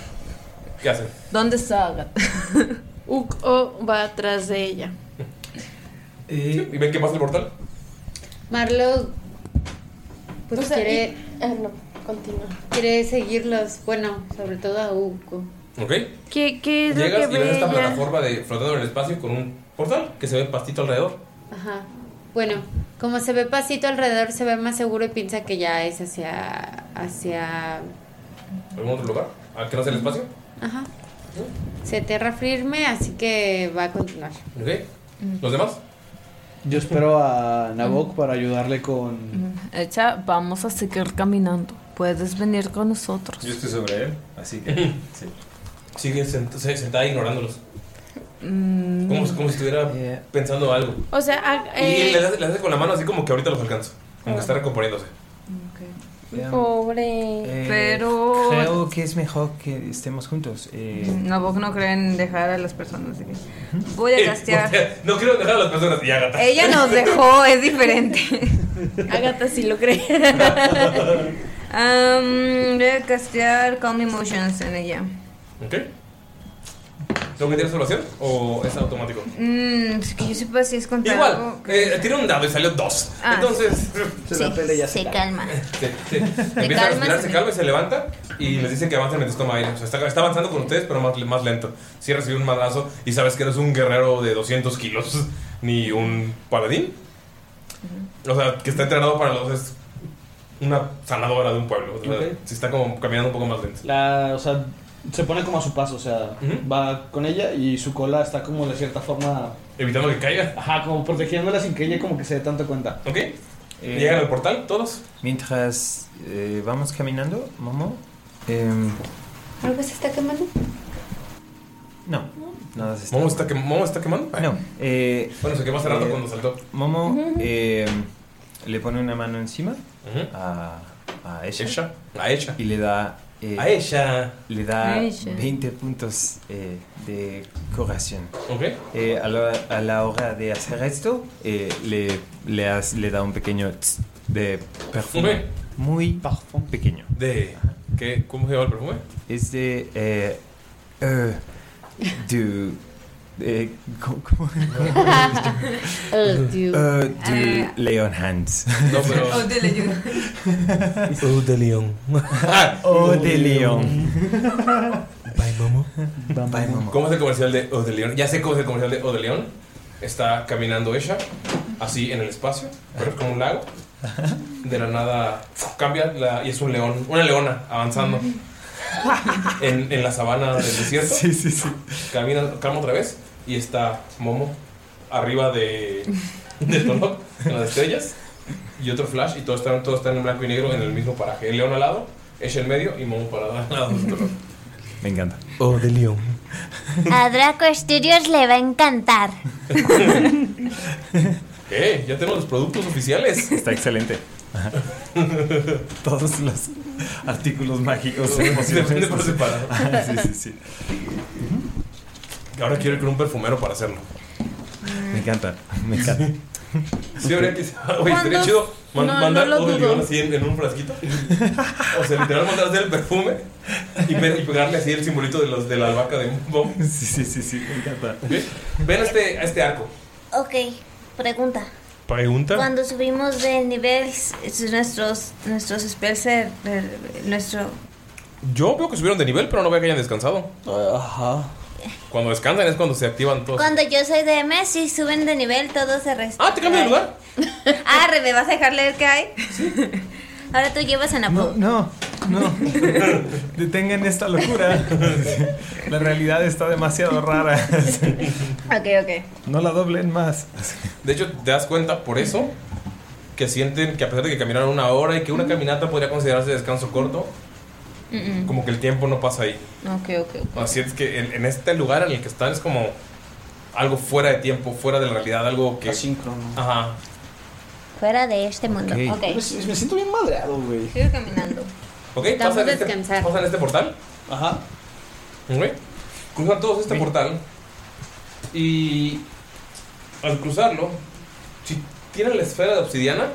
¿Qué hacen?
¿Dónde está Agatha?
Uko va atrás de ella.
Eh.
¿Y ven qué pasa el portal?
Marlo, pues
O sea,
quiere,
y- ah, no, continúa.
quiere seguirlos. Bueno, sobre todo a Uco.
¿Ok?
¿Qué, qué es lo que
Llegas y ves
ve
esta
ella?
plataforma de flotando en el espacio con un portal que se ve pastito alrededor.
Ajá. Bueno, como se ve pasito alrededor, se ve más seguro y piensa que ya es hacia. hacia.
¿Algún otro lugar? ¿Al que no es el espacio?
Ajá. Se tierra firme, así que va a continuar.
¿Ok? ¿Los demás?
Yo espero a Nabok para ayudarle con.
Mm, Echa, vamos a seguir caminando. Puedes venir con nosotros.
Yo estoy sobre él, así que sí.
Sigue sent- se- sentada ignorándolos.
Mm,
Como, si- como si estuviera pensando algo.
O sea, ah,
Y-
eh, Ah.
Y le hace, le hace con la mano así como que ahorita los alcanzo. Como que está recomponiéndose.
pobre.
Eh,
Pero-
Creo que es mejor que estemos juntos. eh,
No, vos no creen dejar a las personas. así que Voy a
Eh,
castear.
voltea. No quiero dejar a las personas. Y Agatha.
Ella nos dejó, es diferente.
Agatha sí lo cree.
Am, voy a castear Calm Emotions en ella.
Ok. ¿Tengo que tirar salvación o es automático?
Mm, es que yo sepa si es contra
Igual,
algo.
eh, tiré un dado y salió dos.
Ah,
Entonces.
sí, se calma.
Se, se- empieza a
calmas,
respirar,
se
se
te-
calma y se levanta. Y les dice que avancen mientras toma aire. O sea, está, está avanzando con ustedes, pero más, más lento. Si recibe un madrazo y sabes que eres un guerrero de 200 kilos, ni un paladín. O sea, que está entrenado para los. Es una sanadora de un pueblo. O sea,
Ok.
sí está como caminando un poco más lento.
La, o sea, se pone como a su paso, o sea, va con ella y su cola está como de cierta forma.
Evitando que caiga.
Ajá, como protegiéndola sin que ella como que se dé tanto cuenta.
Ok.
Llegan
al portal todos?
Eh, Mientras eh, vamos caminando, Momo. em,
¿Algo se está quemando?
no, nada se está.
¿Momo está, quem- Momo está quemando?
No. eh,
Bueno, se quemó hace rato
eh,
cuando saltó.
Momo
Ujú.
em, le pone una mano encima a, a ella.
A ella.
Y le da. eh,
A ella.
Le da
A ella.
20 puntos eh, de corazón.
Ok.
Eh, a, la, a la hora de hacer esto, eh, le, le, hace- le da un pequeño tss de perfume.
Ok.
Muy pequeño.
De. ¿qué, ¿Cómo se llama el perfume?
Es de. Eh, eh, du- eh, ¿Cómo? cómo-
Oh, dude.
Eh, du
Ah.
Leon Hands.
No, pero.
Oh, dile yo.
Oh, de León.
oh, de León.
Bye, Momo. ¿Cómo es el comercial de Odeleon? Ya sé cómo es el comercial de Odeleon. Está caminando ella, así en el espacio, pero es como un lago. De la nada ¡fuf! cambia la- y es un león, una leona avanzando en, en la sabana del desierto. Sí,
sí, sí.
Camina, calma otra vez y está Momo arriba de, de Tolok, en las estrellas. Y otro flash y todo está, todo está en blanco y negro en el mismo paraje. El león al lado, ella en medio y Momo parada al lado de Tolok.
Me encanta.
Oh, de León.
A Draco Studios le va a encantar.
¿Qué? Ya tenemos los productos oficiales.
Está excelente. Todos los artículos mágicos.
Se vende por
emocionantes.
separado.
Ah, sí, sí, sí.
Ahora quiero ir con un perfumero para hacerlo.
Me encanta, me encanta.
Sí, habría que. Oye, sería
¿Cuántos?
chido man-
No, no
mandar
lo
todo el
dudo.
limón así en, en un frasquito. O sea, literal, mandar a hacer el perfume y, pe- y pegarle así el simbolito de, los, de la albahaca de Mom.
Sí, sí, sí, sí, me encanta.
Ven a este, a este arco.
Ok, pregunta.
Pregunta.
Cuando
Cuando subimos de nivel, es nuestros...
Nuestros spells, se- eh, nuestro...
Yo veo que subieron de nivel, pero no veo que hayan descansado.
Ajá.
Cuando descansan es cuando se activan todos.
Cuando yo soy DM, si suben de nivel, todo se resta.
Pues. Ah, te cambias de lugar.
Ah, Rebe, ¿vas a dejar leer qué hay?
Ahora tú llevas a
No,
Napo.
no, no. Detengan esta locura. La realidad está demasiado rara.
Ok, ok.
No la doblen más.
De hecho, te das cuenta por eso que sienten que a pesar de que caminaron una hora y que una caminata podría considerarse descanso corto,
mm, mm.
como que el tiempo no pasa ahí.
Ok, ok, ok.
Así es que en, en este lugar en el que están es como algo fuera de tiempo, fuera de la realidad, algo que. Asíncrono. Ajá.
Fuera de este mundo.
Ok.
Ok.
Pues, me siento bien madreado, güey.
Sigo caminando.
Ok,
Vamos
pasan
a
este,
descansar.
pasan este portal. Ajá. Ok. Cruzan todos este portal. Y al cruzarlo, si tienen la esfera de obsidiana,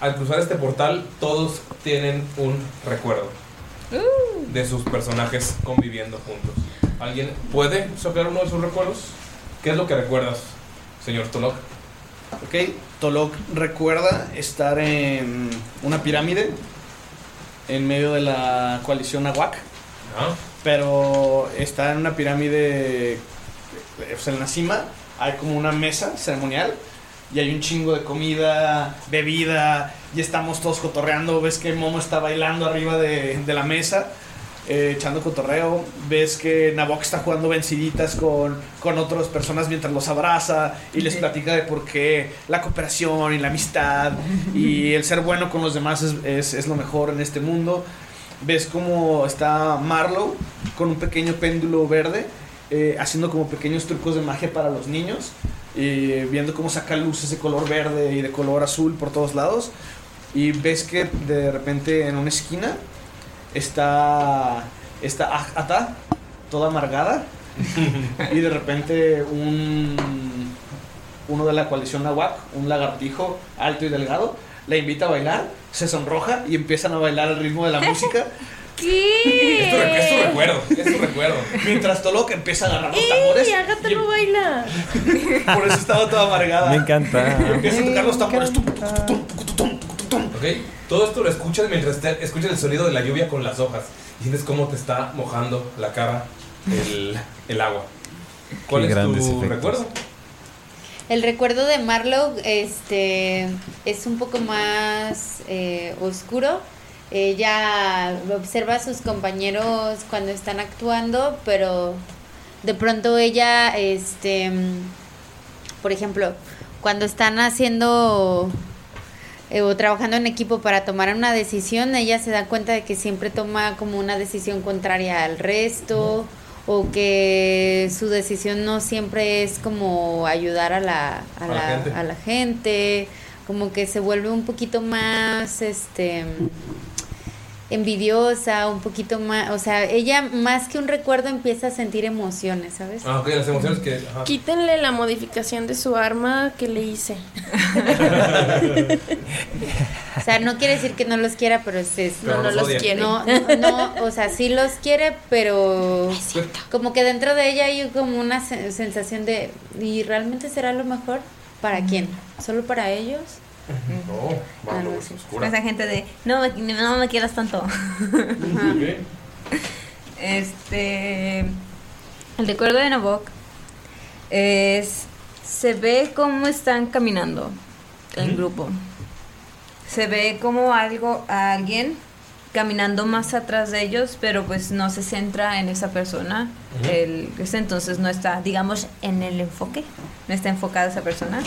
al cruzar este portal, todos tienen un recuerdo de sus personajes conviviendo juntos. ¿Alguien puede sacar uno de sus recuerdos? ¿Qué es lo que recuerdas, señor Tolok?
Ok, Tolok recuerda estar en una pirámide en medio de la coalición Nahuac. Pero está en una pirámide, eh, o sea, en la cima hay como una mesa ceremonial y hay un chingo de comida, bebida y estamos todos cotorreando, ves que Momo está bailando arriba de, de la mesa
eh, echando cotorreo. Ves que Nabok está jugando venciditas con, con otras personas mientras los abraza y les platica de por qué la cooperación y la amistad y el ser bueno con los demás es, es- es lo mejor en este mundo. Ves cómo está Marlow con un pequeño péndulo verde eh, haciendo como pequeños trucos de magia para los niños y viendo cómo saca luces de color verde y de color azul por todos lados. Y ves que de repente en una esquina está, está Ah- Ata, toda amargada. y de repente un, uno de la coalición Nahuac, un lagartijo alto y delgado, la invita a bailar, se sonroja y empiezan a bailar al ritmo de la música.
¿Qué?
recuerdo, es un recuerdo.
Mientras Tolok empieza a agarrar los tambores.
¡Ey! Agatha no baila.
Por eso estaba toda amargada.
Me
Ah,
encanta.
Empieza a tocar los tambores.
Ok, todo esto lo escuchas mientras te- escuchas el sonido de la lluvia con las hojas y sientes cómo te está mojando la cara el, el agua. ¿Cuál
Qué
es tu
grandes efectos.
recuerdo?
El recuerdo de Marlowe este, es un poco más eh, oscuro. Ella Eh, observa a sus compañeros cuando están actuando, pero de pronto ella, este, mm, por ejemplo, cuando están haciendo eh, o trabajando en equipo para tomar una decisión, ella se da cuenta de que siempre toma como una decisión contraria al resto o que su decisión no siempre es como ayudar a la, a
A la
la-
gente.
a la gente, como que se vuelve un poquito más este envidiosa, un poquito más, o sea, ella más que un recuerdo empieza a sentir emociones, ¿sabes?
Ah, ok, las emociones que. ajá.
Quítenle la modificación de su arma que le hice.
O sea, no quiere decir que no los quiera, pero es, es-
Pero No, no los los odia. quiere.
No, no, no, o sea, sí los quiere, pero como que dentro de ella hay como una se- sensación de ¿y realmente será lo mejor para quién? ¿Solo para ellos?
No,
Ah, no,
vamos,
sí.
oscura.
Esa gente de, no, me- no me quieras tanto. Este. El recuerdo de Nabok es. Se ve cómo están caminando el
Ujú.
grupo. Se ve como algo, a alguien caminando más atrás de ellos, pero pues no se centra en esa persona.
Ujú.
El- ese entonces no está, digamos, en el enfoque. No está enfocada esa persona.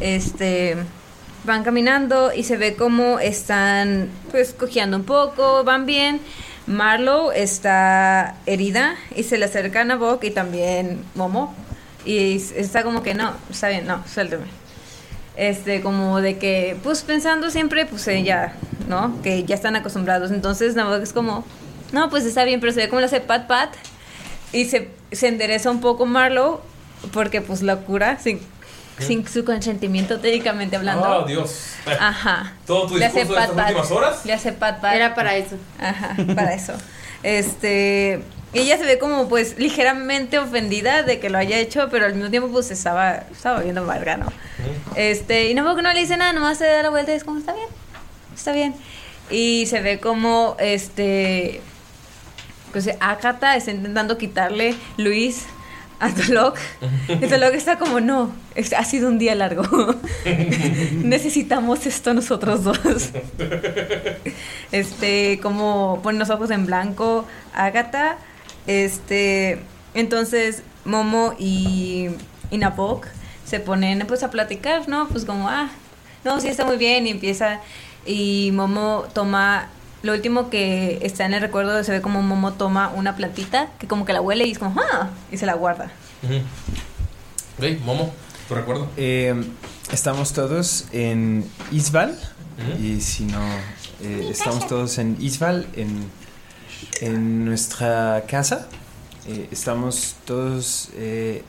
Este van caminando y se ve como están pues cojeando un poco, van bien. Marlow está herida y se le acercan a Bok y también Momo. Y s- está como que no, está bien, no, suélteme. Este, como de que, pues pensando siempre, pues ella, ¿no? Que ya están acostumbrados. Entonces, Nabok es como, no, pues está bien, pero se ve como le hace pat pat. Y se, se endereza un poco Marlow, porque pues la cura sin, sin su consentimiento, técnicamente hablando.
Ah, Dios.
Ajá.
Todo tu discurso de estas últimas horas.
Le hace pat pat.
Era para eso.
Ajá, para eso. Este. Ella se ve como pues ligeramente ofendida de que lo haya hecho, pero al mismo tiempo pues estaba, estaba viendo amarga, ¿no? Este, y no que no le dice nada, nomás se da la vuelta y es como, está bien, está bien. Y se ve como, este, pues Akata está intentando quitarle Luis a Tolok. Y Tolok está como, no, es- ha sido un día largo. Necesitamos esto nosotros dos. este, como pone los ojos en blanco Agatha. Este, entonces Momo y, y Nabok se ponen pues a platicar, ¿no? Pues como, ah, no, sí está muy bien y empieza y Momo toma lo último que está en el recuerdo se ve como Momo toma una plantita que como que la huele y es como, ah, y se la guarda.
Ve, Momo, tu recuerdo.
Eh, estamos todos en Isval. Y si no, eh, estamos todos en Isval, en, en nuestra casa. Eh, estamos todos eh,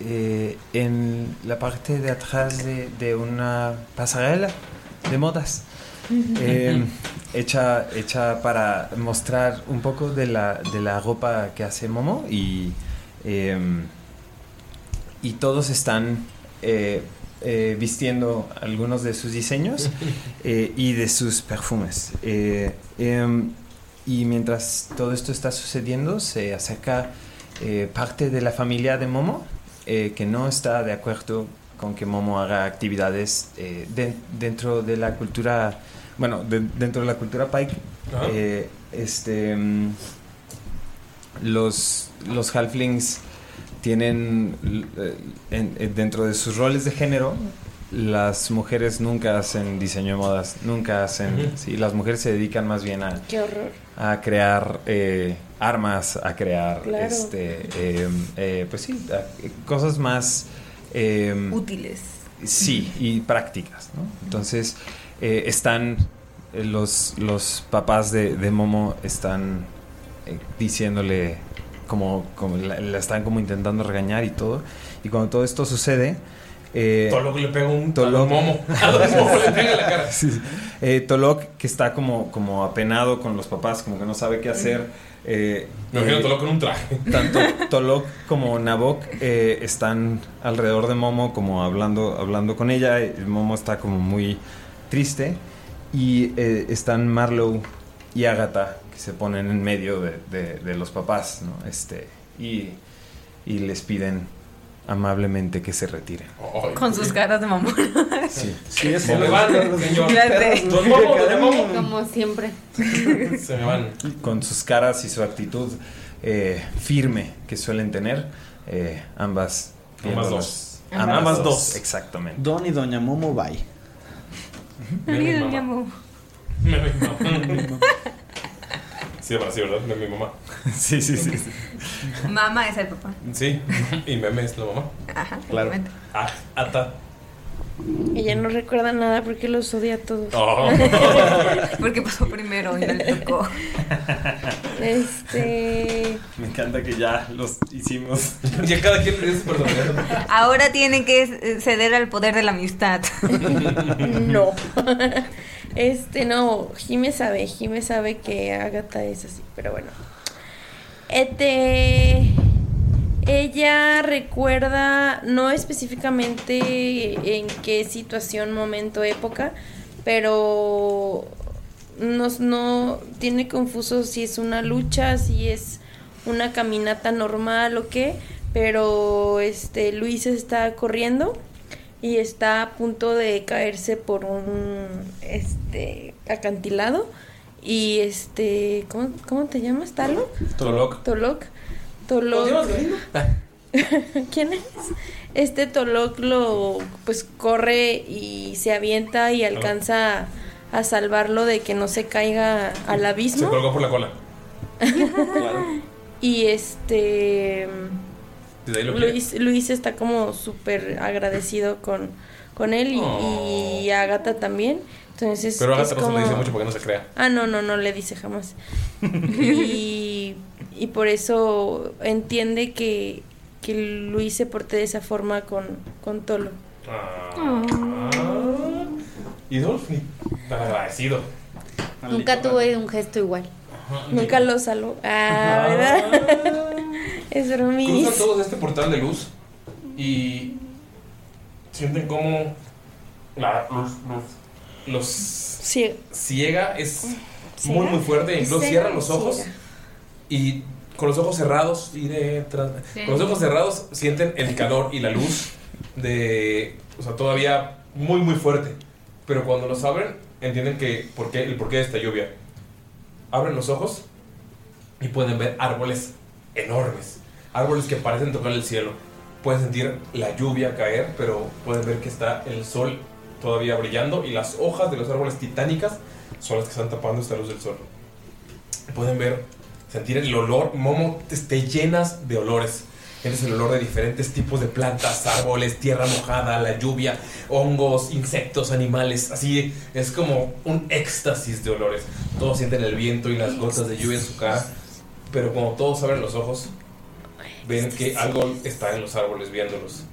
eh, en la parte de atrás de, de una pasarela de modas. Eh, hecha, hecha para mostrar un poco de la, de la ropa que hace Momo y, em, y todos están eh, eh, vistiendo algunos de sus diseños eh, y de sus perfumes. Eh, em, y mientras todo esto está sucediendo, se acerca eh, parte de la familia de Momo eh, que no está de acuerdo con que Momo haga actividades eh, den- dentro de la cultura bueno, de- dentro de la cultura Pike,
Ajá.
eh, este, mm, los, los halflings tienen l- eh, en- eh, dentro de sus roles de género, las mujeres nunca hacen diseño de modas, nunca hacen,
Ujú.
sí, las mujeres se dedican más bien a,
Qué horror.
a crear eh, armas, a crear,
Claro.
este, eh, eh, pues sí, a- cosas más eh,
Útiles.
Sí, y prácticas, ¿no? Entonces, eh, están eh, los, los papás de, de Momo están eh, diciéndole como, como la, la están como intentando regañar y todo. Y cuando todo esto sucede, eh,
Tolok le pega un
Tolok-
a Don Momo. A Don Momo le pega en la cara.
Sí, sí. Eh, Tolok, que está como, como apenado con los papás, como que no sabe qué hacer. eh,
Me imagino
eh,
a Tolok en un traje.
Tanto Tolok como Nabok eh, están alrededor de Momo, como hablando, hablando con ella. eh, Momo está como muy triste. Y eh, están Marlowe y Agatha, que se ponen en medio de, de- de los papás, ¿no? Este, y, y les piden amablemente que se retiren.
Con sus caras de mamón.
Sí.
Sí, es
Se me
van, señor.
Don Momo, don Momo.
Como siempre.
Se me van.
Con sus caras y su actitud eh, firme que suelen tener, eh, ambas.
Ambas dos.
Ah,
Ambas dos.
Exactamente.
Don y Doña Momo, bye.
Ay, doña Mo.
Sí, ahora sí, ¿verdad? Meme y mamá.
Sí, sí, sí.
Mamá es el papá.
Sí, y meme es la mamá.
Ajá.
Claro.
exactamente.
Ah, ata.
Ella no recuerda nada porque los odia a todos.
Oh.
Porque pasó primero y no le tocó.
Este.
Me encanta que ya los hicimos.
ya cada quien le dice su personalidad.
Ahora tienen que eh, ceder al poder de la amistad.
No. Este, no. Jime sabe. Jime sabe que Agatha es así, pero bueno. Este. Ella recuerda, no específicamente en qué situación, momento, época, pero nos, no tiene confuso si es una lucha, si es una caminata normal o qué, pero este Luis está corriendo y está a punto de caerse por un este acantilado y este ¿cómo, cómo te llamas? ¿Talo?
Tolok.
Tolok. Tolok.
¿Cómo te llamas,
¿Quién es? Este Tolok lo pues corre y se avienta y alcanza a salvarlo de que no se caiga al
Se
abismo
colgó por la cola.
y este
Desde ahí lo quiere.
Luis, Luis está como súper agradecido con, con él y,
Oh.
y Agatha también. Entonces
Pero
es
Agatha no se
como-
le dice mucho porque no se crea.
Ah, no, no, no le dice jamás. y, y por eso entiende que, que Luis se porte de esa forma con, con Tolo.
Ah. Y Dolph ni tan agradecido. Ah.
Nunca tuve un gesto igual.
Nunca lo salvo. Ah, ¿verdad? es bromis.
Cruzan todos este portal de luz y sienten como la luz, luz los ciega es muy muy fuerte. Los
Ciega,
cierran los ojos
ciega.
y con los ojos cerrados y de tras-
Sí.
con los ojos cerrados sienten el calor y la luz de o sea todavía muy muy fuerte. Pero cuando los abren entienden que por qué- el porqué de esta lluvia. Abren los ojos y pueden ver árboles enormes, árboles que parecen tocar el cielo. Pueden sentir la lluvia caer, pero pueden ver que está el sol todavía brillando y las hojas de los árboles titánicas son las que están tapando esta luz del sol. Pueden ver, sentir el olor, Momo, este, llenas de olores. Tienes el olor de diferentes tipos de plantas, árboles, tierra mojada, la lluvia, hongos, insectos, animales. Así es como un éxtasis de olores. Todos sienten el viento y las gotas de lluvia en su cara. Pero cuando todos abren los ojos, ven que algo está en los árboles viéndolos.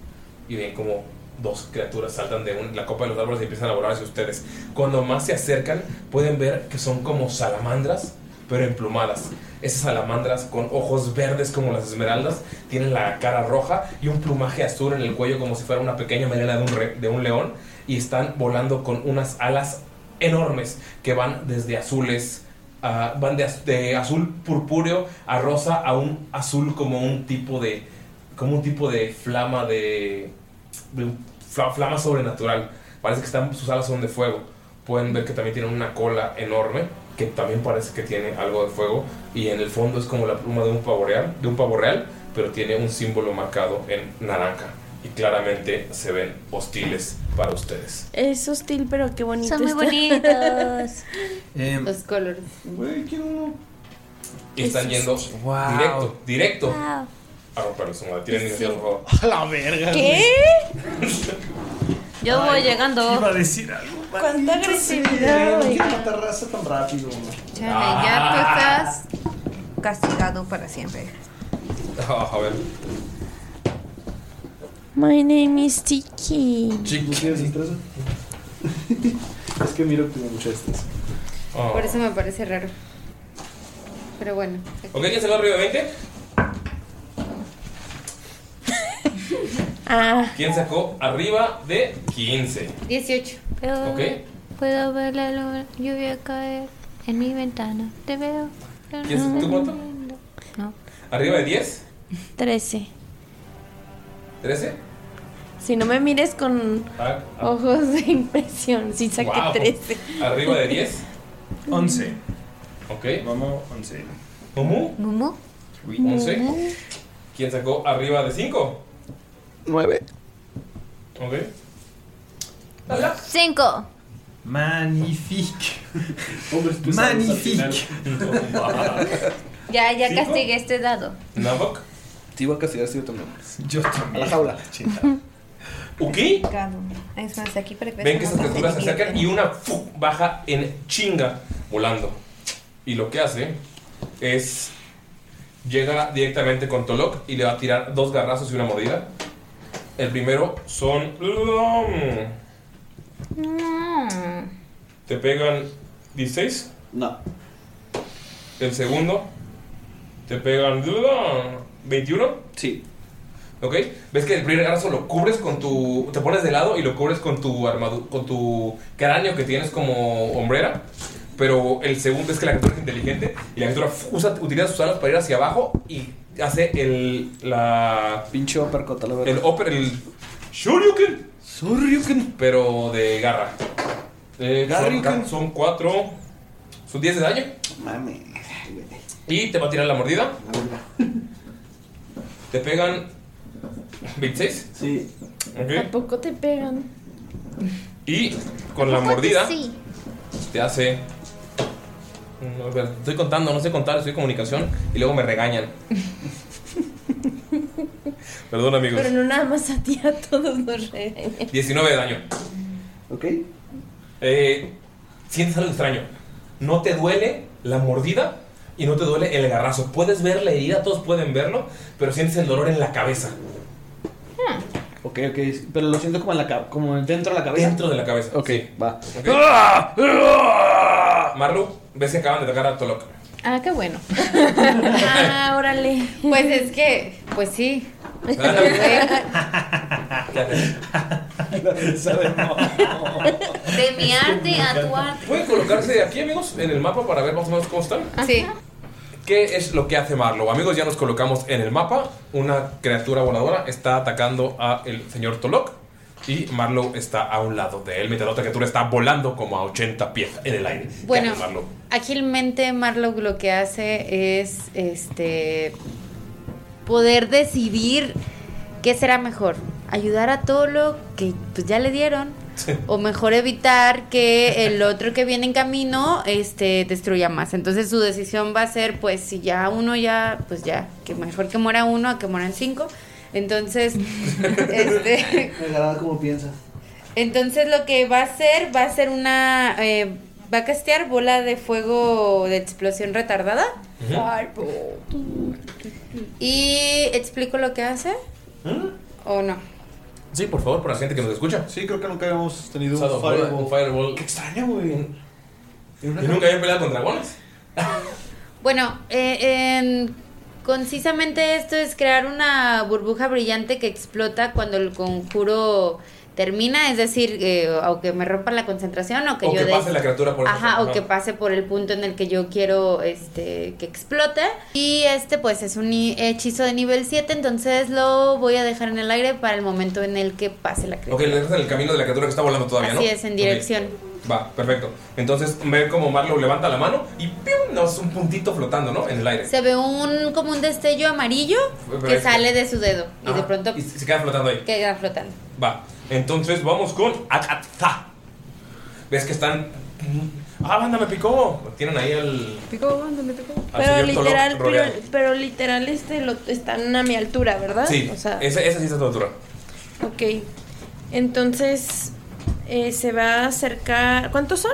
Y ven como dos criaturas saltan de un- la copa de los árboles y empiezan a volar hacia ustedes. Cuando más se acercan, pueden ver que son como salamandras, pero emplumadas. Esas salamandras con ojos verdes como las esmeraldas, tienen la cara roja y un plumaje azul en el cuello como si fuera una pequeña melena de un, re- de un león. Y están volando con unas alas enormes que van desde azules, ah, van de, az- de azul purpúreo a rosa a un azul como un tipo de, como un tipo de flama de, de un- fla- flama sobrenatural. Parece que están, sus alas son de fuego. pueden ver que también tienen una cola enorme que también parece que tiene algo de fuego y en el fondo es como la pluma de un pavo real, de un pavo real pero tiene un símbolo marcado en naranja y claramente se ven hostiles para ustedes.
Es hostil, pero qué bonito.
Son muy
está.
bonitos.
Em,
Los colores.
Y están yendo directo, directo a romperle su madre. Tienen iniciativa, por favor.
A la verga.
¿Qué? Yo
Ay,
voy llegando.
Iba a decir algo.
¿Cuánta
agresividad? No quiero matar raza tan rápido.
Chale,
pues,
Ah.
ya tú estás castigado para siempre.
Ah, a ver.
My name is Tiki.
¿Tienes estrés? es que miro que tengo mucho estrés. Oh.
Por eso me parece raro. Pero bueno.
Ok, ¿quién se va arriba de 20?
Ah.
¿Quién sacó arriba de 15?
18. Puedo,
Ok.
ver, puedo ver la luna, lluvia caer en mi ventana. Te veo. pero
¿Quién
no
sacó tú
me
cuánto?
veo.
¿Arriba de 10?
13.
¿13?
Si no me mires con
Ah, ah.
ojos de impresión, si saqué
Wow.
13.
¿Arriba de 10?
11.
Ok.
Momo, 11.
¿Cómo?
¿Mumu?
Oui. 11. ¿Quién sacó arriba de 5?
9.
Ok.
Cinco.
Magnifique.
sabes al
Magnifique.
Ya, ya
¿Cinco?
castigué este dado.
¿Nabok?
Sí, voy a castigar si yo también.
Yo también.
A la jaula.
¿Ok?
Gado. Es más, aquí para que
Ven
veas
que
cómo
estas criaturas se
castigué.
acercan y una ¡fu! baja en chinga volando. Y lo que hace es. Llega directamente con Tolok y le va a tirar dos garrazos y una mordida. El primero son.
No.
Mm.
¿Te pegan 16?
No.
El segundo. ¿Te pegan 21?
Sí.
¿Ok? ¿Ves que el primer garrazo lo cubres con tu. Te pones de lado y lo cubres con tu armadura. Con tu cráneo que tienes como hombrera. Pero el segundo es que la criatura es inteligente y la criatura fu- usa- utiliza sus alas para ir hacia abajo y hace el. La.
Pinche uppercut, a la
El upper. El. Shoryuken.
Shoryuken.
Pero de garra. Eh, son,
Garryuken.
ca- son cuatro. Son 10 de daño.
Mame.
Y te va a tirar la mordida. Te pegan 26.
Sí.
¿A poco te pegan?
Y con la mordida
Sí.
te hace. No, espera, Estoy contando, no sé contar, estoy en comunicación y luego me regañan. Perdón, amigos.
Pero no nada más a ti, a todos nos regañan.
19 de daño.
Ok.
Eh, sientes algo extraño. No te duele la mordida y no te duele el garrazo. Puedes ver la herida, todos pueden verlo, pero sientes el dolor en la cabeza.
Hmm.
Ok, ok. Pero lo siento como, en la ca- como dentro de la cabeza.
Dentro de la cabeza.
Ok, va.
¿ok? Marlu, ves que acaban de atacar a Tolok.
Ah, qué bueno.
ah, órale.
Pues es que, pues sí.
De mi arte a tu arte.
Pueden colocarse de aquí, amigos, en el mapa para ver más o menos cómo están.
Sí.
¿Qué es lo que hace Marlo? Amigos, ya nos colocamos en el mapa. Una criatura voladora está atacando a el señor Tolok. Y Marlo está a un lado de él, mientras la otra criatura está volando como a 80 pies en el aire. ¿Qué
Bueno.
hace Marlo?
Ágilmente Marlowe lo que hace es este poder decidir qué será mejor, ayudar a todo lo que pues, ya le dieron o mejor evitar que el otro que viene en camino este destruya más. Entonces su decisión va a ser pues si ya uno ya pues ya que mejor que muera uno a que mueran cinco. Entonces este
Me agrada como piensas.
entonces lo que va a hacer va a ser una... eh, va a castear bola de fuego de explosión retardada.
Ujú.
¿Y explico lo que hace? ¿O no?
Sí, por favor, para la gente que nos escucha.
Sí, creo que nunca habíamos tenido
Usado
un
bola-
fireball.
un fireball.
Qué extraño, güey.
Y nunca había peleado con dragones.
Bueno, eh, en- concisamente esto es crear una burbuja brillante que explota cuando el conjuro termina, es decir, eh, o que me rompa la concentración o que
o
yo
que
de-
pase la criatura por el
Ajá, o que pase por el punto en el que yo quiero este que explote. Y este pues es un i- hechizo de nivel 7, entonces lo voy a dejar en el aire para el momento en el que pase la criatura.
Ok, le dejas en el camino de la criatura que está volando todavía, ¿no?
Así es, en
Ok.
dirección.
Va, perfecto. Entonces ve como Marlow levanta la mano y ¡pium! Nos un puntito flotando, ¿no? En el aire.
Se ve un como un destello amarillo que
Perfecto.
sale de su dedo y de
Ajá.
pronto
Y se queda flotando ahí.
queda flotando.
Va. Entonces vamos con Akatha. ¿Ves que están. ¡Ah, banda, me picó! Tienen ahí el. Al
Pero
señor Tolok
literal, pero,
rodeado.
pero literal este lo, están a mi altura, ¿verdad?
Sí,
Ah, O sea,
esa, esa sí está a tu altura.
ok. Entonces eh, se va a acercar. ¿Cuántos son?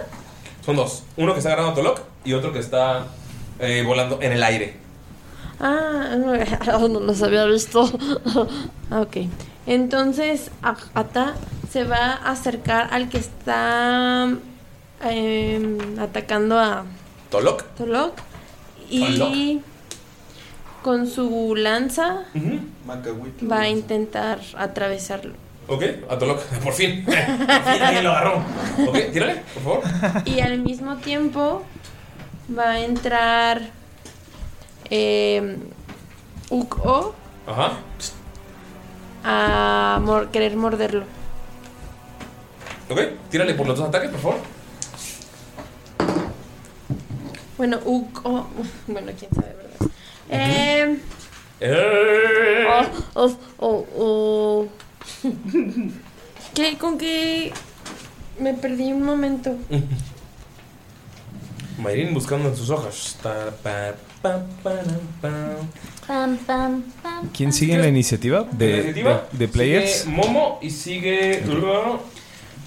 Son dos. Uno que está agarrando a Tolok y otro que está eh, volando en el aire.
Ah, no, no los había visto. Ah, ok. Entonces, A- Ata se va a acercar al que está em, atacando a
¿Tolok?
Tolok. Y
Tolok.
con su lanza
Macahuito.
va a intentar atravesarlo.
Ok, a Tolok. Por fin. Por fin alguien lo agarró. Ok, tírale, por favor.
Y al mismo tiempo va a entrar eh, Uko
Ajá.
a mor- querer morderlo.
Ok, tírale por los dos ataques, por favor.
Bueno, Uko. Bueno, quién sabe, ¿verdad? Eh,
Eh.
oh, oh, oh, oh. ¿Qué? ¿Con qué? Me perdí un momento.
Mayrin buscando en sus hojas. Ta, pa, pa, para, pa.
Pam, pam, pam.
¿Quién sigue en la iniciativa de,
La iniciativa
de- de players?
Sigue Momo y sigue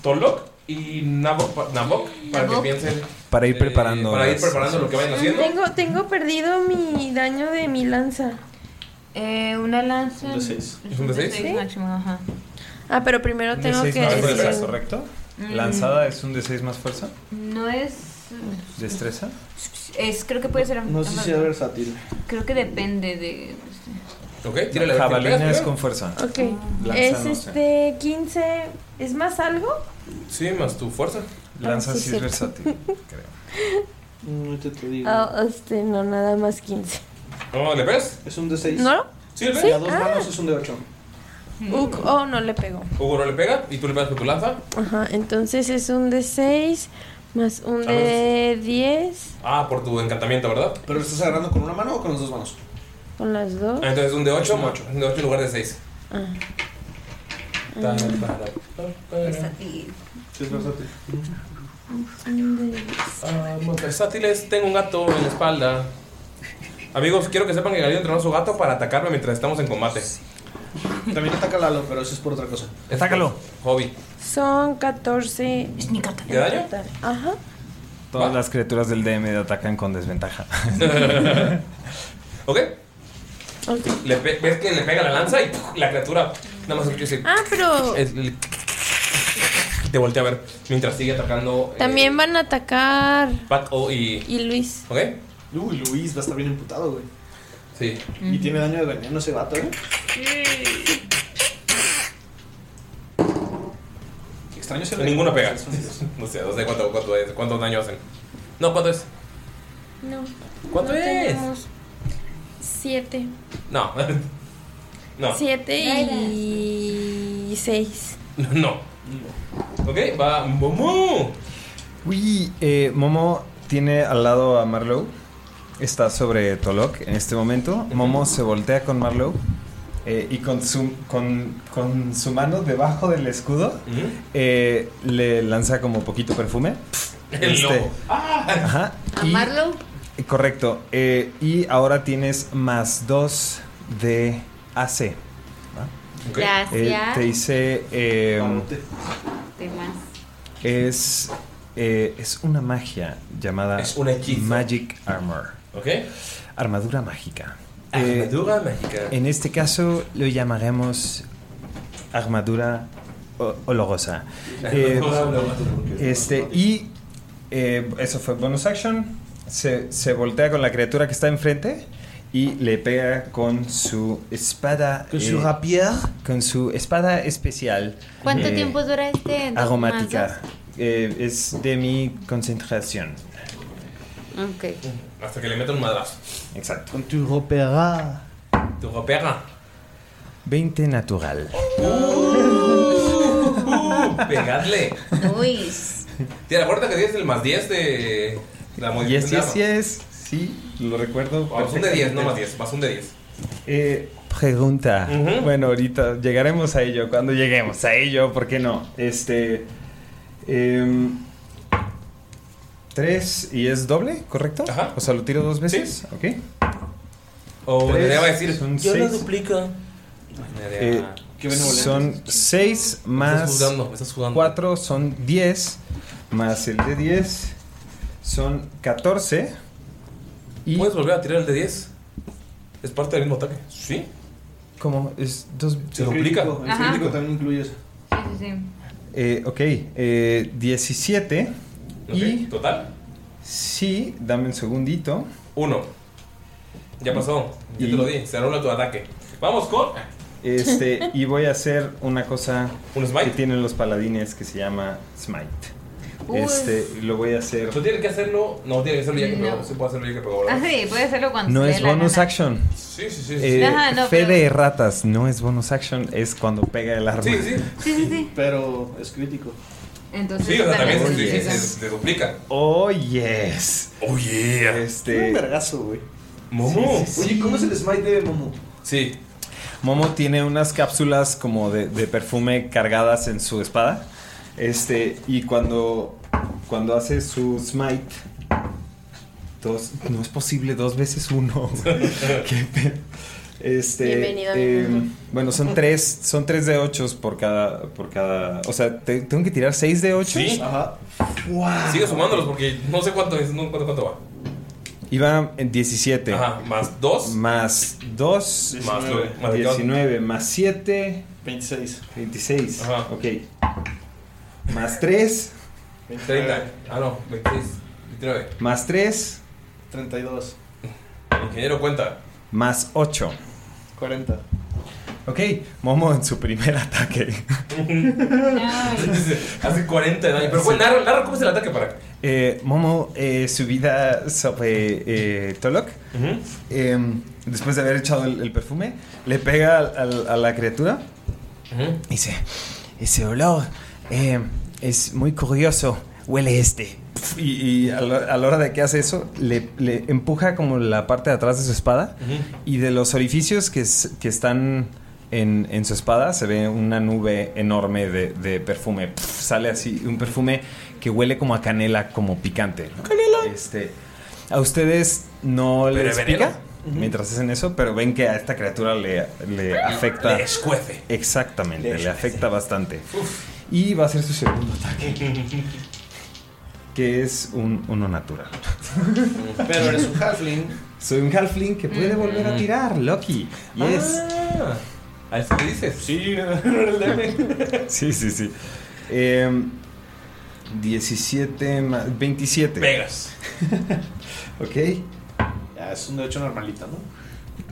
Tolok y Nabok, pa- Nabok, para que
Nabok.
piensen.
Para ir preparando.
Eh, para ir
las-
preparando lo que vayan haciendo.
Tengo, tengo perdido mi daño de mi lanza.
Eh, una lanza.
Un D6. ¿Es un D6?
D6 máximo, ajá.
Ah, pero primero
Un
tengo
D6
que
más
decir-
fuerza, ¿correcto?
Mm.
Lanzada es un D6 más fuerza.
No es.
Destreza.
es creo que puede ser.
No sé
ajá.
si es versátil.
Creo que depende de.
Ok, tírale a ver qué le
Jabalina
pegas,
es
tírale.
con fuerza.
Ok.
Lanza,
es
no sé.
este 15. ¿Es más algo?
Sí, más tu fuerza.
Lanza
Ah, sí, sí es cierto.
versátil.
No Mm, te, te digo.
Ah, este, no, nada más 15.
¿No le pegas?
Es un D6.
¿No? Ah.
Sí, le
Sí,
pegas.
a dos manos es un D8.
Mm.
Uk- oh, no le pegó.
Hugo no le pega y tú le pegas con tu lanza.
Ajá, entonces es un de 6 más un de 10
Ah, por tu encantamiento, ¿verdad?
¿Pero lo estás agarrando con una mano o con las dos manos?
con las dos.
Ah, entonces es un de 8, un de 8 en lugar de 6.
Ah. Mm.
Sí, es versátil.
Somos versátiles, tengo un gato en la espalda. Amigos, quiero que sepan que Galindo entrenó a su gato para atacarme mientras estamos en combate.
También ataca Lalo, pero eso es por otra cosa.
Atácalo. Hobby.
Son 14.
¿De daño?
Ajá.
Todas las criaturas del DM atacan con desventaja.
¿Ok? Le pe- ves que le pega la lanza y ¡puf! la criatura nada más escucha ese-
Ah, pero
es- le- Te voltea a ver mientras sigue atacando
también van a atacar.
Paco y.
Y Luis.
¿Ok?
Uy, Luis va a estar bien emputado, güey.
Sí.
Y tiene daño de veneno ese vato, ¿eh? Extraño se le-
Ninguno pega. No sé, no sé cuánto, cuánto es, cuánto daño hacen. No, ¿cuánto es?
No.
¿Cuánto es?
7.
No. No.
7 y 6.
No. Ok, va. ¡Mumu!
Uy, eh, Momo tiene al lado a Marlow. Está sobre Tolok en este momento. Momo se voltea con Marlow. eh, y con su, con, con su mano debajo del escudo eh, le lanza como poquito perfume.
El lobo.
Ajá. Este, y-
¿Amarlo?
Correcto. eh, y ahora tienes más dos de AC. ¿va?
Ok. Gracias.
Eh, te dice. eh,
Temas.
es, eh, es una magia llamada Magic Armor.
Ok.
Armadura mágica. Eh,
Armadura mágica.
En este caso lo llamaremos armadura o- olorosa. Eh,
Armadura olorosa.
este, y eh, eso fue bonus action. Se, se voltea con la criatura que está enfrente y le pega con su espada.
Con su
rapier. Con su espada especial.
¿Cuánto
eh,
tiempo dura este? ¿Dos
aromática. Eh, es de mi concentración.
más dos? Ok.
Hasta que le meta un madrazo. Ah.
Exacto.
Con tu ropera. Tu ropera.
20 natural.
Pegadle.
Luis.
Tía, la puerta que tienes el más 10 de la
Yes,
modificación.
yes, yes. Sí, lo recuerdo.
Vas un Ah, de 10, no más 10, vas un de 10.
Eh, pregunta. Bueno, ahorita llegaremos a ello. Cuando lleguemos a ello, ¿por qué no? Este. em, tres y es doble, ¿correcto? O sea, lo tiro dos veces. Ok.
O
Tres,
Nerea va a decir,
son
yo lo
seis.
duplico. Nerea.
Eh,
Qué benevolente.
son 6
Me
más
estás juzgando, me estás jugando.
4 son 10 más el de 10 son 14 y
¿Puedes volver a tirar el de 10? Es parte del mismo ataque. Sí.
como es dos
Se duplica.
El
Ajá.
crítico también incluye eso.
Sí, sí, sí.
Eh, ok, eh, 17 y
total
sí, dame un segundito.
1. Ya pasó. Ya te lo di. Se anula tu ataque. Vamos con.
Este, y voy a hacer una cosa
que
tienen los paladines que se llama Smite.
Uy.
Este, lo voy a hacer.
Tú tienes que hacerlo. No, tienes que hacerlo ya que
No.
pegó. Se puede hacerlo ya que pegó, ¿verdad?
Ah, sí, puede hacerlo cuando
No
se
es
dé la
bonus
gana.
action.
Sí, sí, sí.
Eh,
Ajá, no,
fe
pero-
de ratas no es bonus action, es cuando pega el arma.
Sí, sí.
Sí, sí, sí.
Pero es crítico.
Entonces,
Sí, o sea, también
dale.
se, se- se- se duplica.
Oh, yes.
Oh, yeah.
Este...
Un vergazo, güey.
Momo.
Oye, ¿cómo es el smite de Momo?
Sí.
Momo tiene unas cápsulas como de, de perfume cargadas en su espada. Este, y cuando, cuando hace su smite, dos, no es posible dos veces uno. güey. Qué pe- este,
Bienvenido a mi
eh,
mundo.
bueno, son tres, son tres de ocho por cada, por cada, o sea, te- tengo que tirar seis de ocho.
Sí.
Ajá.
Sigue sumándolos porque no sé cuánto es, no, cuánto, cuánto va.
Iba en 17.
Ajá, más 2.
Más 2.
Más nueve, más
19. Más 7. 26. 26. Ajá. Ok. Más 3.
30. Ah, no, 26. 29.
Más 3.
32.
El ingeniero cuenta.
Más 8.
40.
Ok. Momo en su primer ataque.
Hace 40 de daño. Pero fue narra, narra cómo es el ataque para.
Eh, Momo, eh, su vida sobre eh, Tolok, em, después de haber echado el, el perfume, le pega al- al- a la criatura. Dice, ese olor eh, es muy curioso, huele este. Pf, Y, y a, la, a la hora de que hace eso, le, le empuja como la parte de atrás de su espada y de los orificios que, s- que están en, en su espada se ve una nube enorme de, de perfume. Pf, sale así un perfume que huele como a canela, como picante. ¿Canela? Este, a ustedes no
Pero
les
es veneno.
pica mientras hacen eso, pero ven que a esta criatura le, le afecta.
Le escuece.
Exactamente,
Le
le,
escuece.
afecta bastante. Y va a ser su segundo ataque. Que es un uno natural.
Pero eres un halfling. Mm.
Soy un halfling que puede volver a tirar, Loki. Yes.
Ah.
¿A eso te dices?
Sí,
Sí, sí, sí. Em, 17 más 27.
Pegas.
ok,
Ya, es un de 8 normalito, ¿no?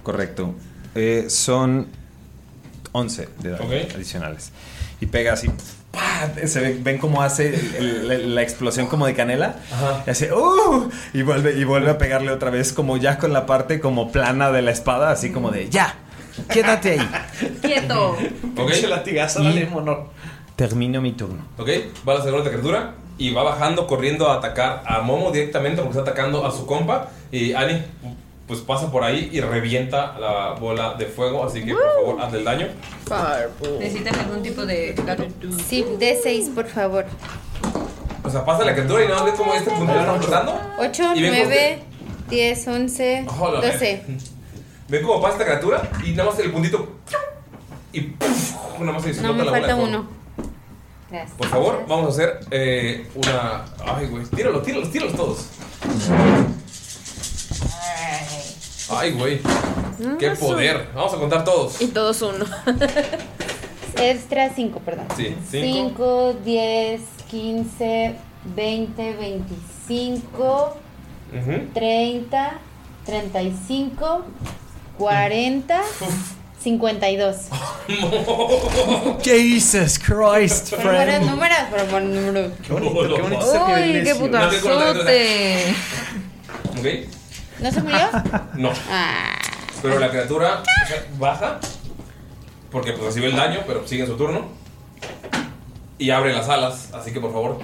correcto. Eh, son 11 de daño
Ok.
adicionales. Y pega así. ¡pa! Se ve- ven cómo hace el- el- la explosión como de canela. Y hace, "Uh", Y vuelve, y vuelve a pegarle otra vez, como ya con la parte como plana de la espada, así como de, ¡ya! ¡Quédate ahí!
Quieto.
Ok.
latigazo, dale, mono.
Termino mi turno.
Ok, va a la segunda criatura y va bajando corriendo a atacar a Momo directamente porque está atacando a su compa. Y Ani, pues pasa por ahí y revienta la bola de fuego. Así que por favor, hazle el daño.
¿Necesitan algún tipo de dado?
Sí, D6, por favor.
O sea, pasa la criatura y nada más ves como este punto está flotando.
8,
Y ven cómo
9, 10, 11,
Ojo, la
12.
Ven cómo pasa esta criatura y nada más el puntito. Y ¡puf! nada más se
No,
explota
me
la bola de
falta
fuego.
uno.
Por favor, vamos a hacer eh, una. Ay, güey, tíralos, tíralos, tíralos todos. Ay, güey, qué
Eso.
poder. Vamos a contar todos.
Y todos uno.
Extra 5, perdón.
Sí, cinco.
5, 10, 15, 20, 25,
Ujú.
30, 35, 40, 52.
Jesus Christ,
Buenos
friend.
números, pero buen número.
Qué bonito, qué bonito
Uy, qué putazote.
¿Ok?
¿No se murió?
No.
Ah.
Pero la criatura o sea, baja porque pues, recibe el daño, pero sigue en su turno. Y abre las alas, así que por favor.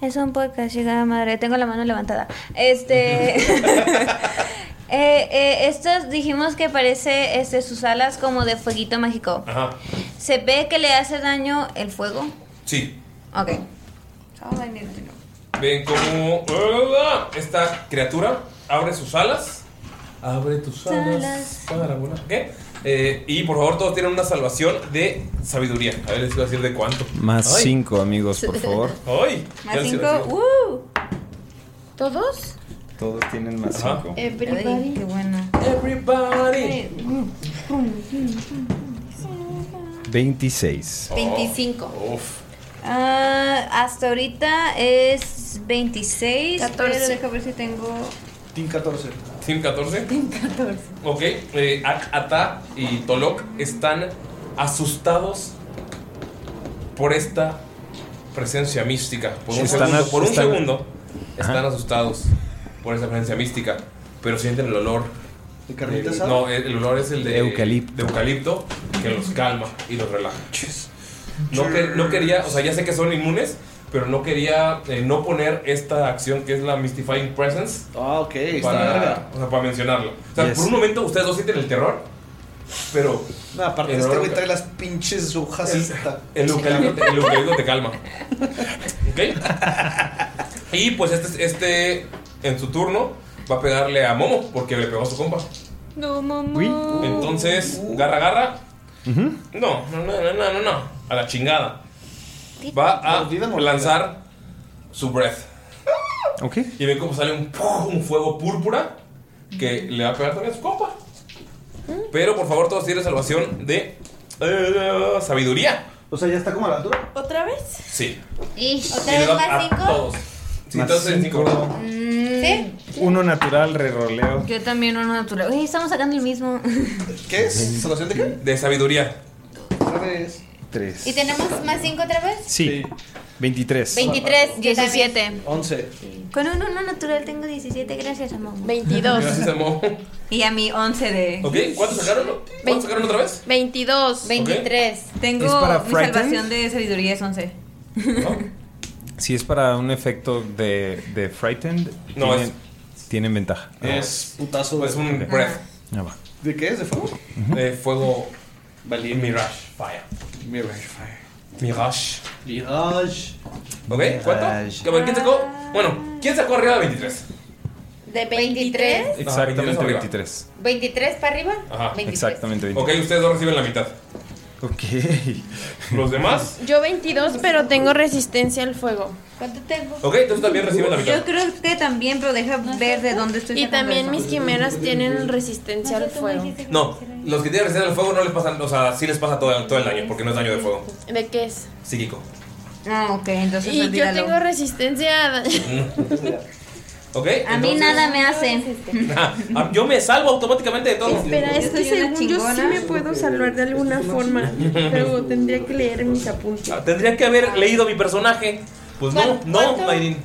Es un podcast, llegada madre. Tengo la mano levantada. Este. eh, eh, estos dijimos que parece este, sus alas como de fueguito mágico.
Ajá.
¿Se ve que le hace daño el fuego?
Sí.
Ok.
Ven cómo ¡Ah! esta criatura abre sus alas. Abre tus
alas
para volar. ¿Qué? Eh, y por favor, todos tienen una salvación de sabiduría. A ver, les voy a decir de cuánto.
Más
Ay.
cinco, amigos, por favor.
¡Ay! Ya
Más
les
cinco.
iba a decir.
¡Uh! ¿Todos?
Todos tienen más
Ajá.
cinco.
Eh, Everybody.
qué bueno. Eh, mm,
Everybody.
26.
25.
Oh.
Ah, hasta ahorita es 26.
14.
Pero deja ver si tengo.
Team 14.
Team 14.
14.
Ok, eh, Ak, Ata y Tolok están asustados por esta presencia mística. Por un
Están
segundo,
a-
por un
están-
segundo
Ajá.
están asustados por esta presencia mística, pero sienten el olor. ¿De
carnita asada?
No, el, el olor es el de
Eucalipto.
de eucalipto, que los calma y los relaja. No, que- no quería, o sea, ya sé que son inmunes, pero no quería eh, no poner esta acción que es la Mystifying Presence.
Ah, ok. está verga.
Para, o sea, para mencionarlo. O sea,
Yes.
por un momento ustedes dos sienten el terror, pero.
No, aparte,
el
este
olor-
güey trae las pinches hojas.
El-
esta.
el eucalipto, te- el eucalipto te calma. ¿Ok? Y pues este, este, en su turno, va a pegarle a Momo, porque le pegó a su compa.
No,
Uy.
mamá.
Entonces, garra, garra. No, no, no, no, no, no, no. A la chingada. Va a lanzar su breath.
Ok.
Y ven cómo sale un, ¡pum! un fuego púrpura que le va a pegar también a su compa. Pero por favor, todos tienen salvación de eh, sabiduría.
O sea, ya está como a la altura.
¿Otra vez?
Sí.
¿Y
Y le da a Todos. Sí,
Más
todos tienen
cinco.
cinco, ¿verdad?
¿Sí?
Uno natural, reroleo.
Mm. Yo también uno natural. Uy, estamos sacando el mismo.
¿Qué es? ¿Salvación de qué? De sabiduría.
Tres.
¿Y tenemos más cinco otra vez?
Sí. 23.
23,
17.
11.
Con un uno natural tengo 17, gracias, amor.
Gracias, Momo.
Y a mí 11 de.
Ok, ¿cuántos sacaron? ¿Cuántos sacaron otra vez?
22.
23.
Tengo
¿Es para
mi
frightened?
salvación de sabiduría es 11.
Si es para un efecto de, de Frightened,
No,
tienen, tienen ventaja.
Es putazo.
Ah. Es un
Ok.
breath.
Ah, va.
¿De qué es? ¿De fuego?
De fuego. Mirage Fire.
Mirage Fire.
Mirage.
Mirage.
¿Ok? ¿Cuánto? A ver, ¿quién sacó? Bueno, ¿quién sacó arriba de Ah, 23?
¿De 23?
Exactamente,
23.
¿23 para arriba?
Ajá.
23.
Exactamente
Ok, ustedes dos reciben la mitad.
Ok.
¿Los demás?
Yo 22, pero tengo resistencia al fuego.
Pues ¿Cuánto tengo?
Ok, entonces también reciben la mitad.
Yo creo que también, pero deja ver de dónde estoy.
Y
sacando
también
eso.
mis quimeras tienen resistencia al fuego.
No, los que tienen resistencia al fuego no les pasan, o sea, sí les pasa todo, todo el daño, porque no es daño de fuego.
¿De qué es?
Psíquico.
Ah, ok, entonces
Y yo
olvídalo.
tengo resistencia a...
¿Ok?
A mí
entonces-
nada me hace.
este?
Ah, yo me salvo automáticamente de todo.
Espera, es que
soy una
según yo sí
chingona.
me puedo salvar de alguna forma, pero tendría que leer mis apuntes.
Tendría que haber leído mi personaje. Pues no,
¿Cuál-
no, Mayrin.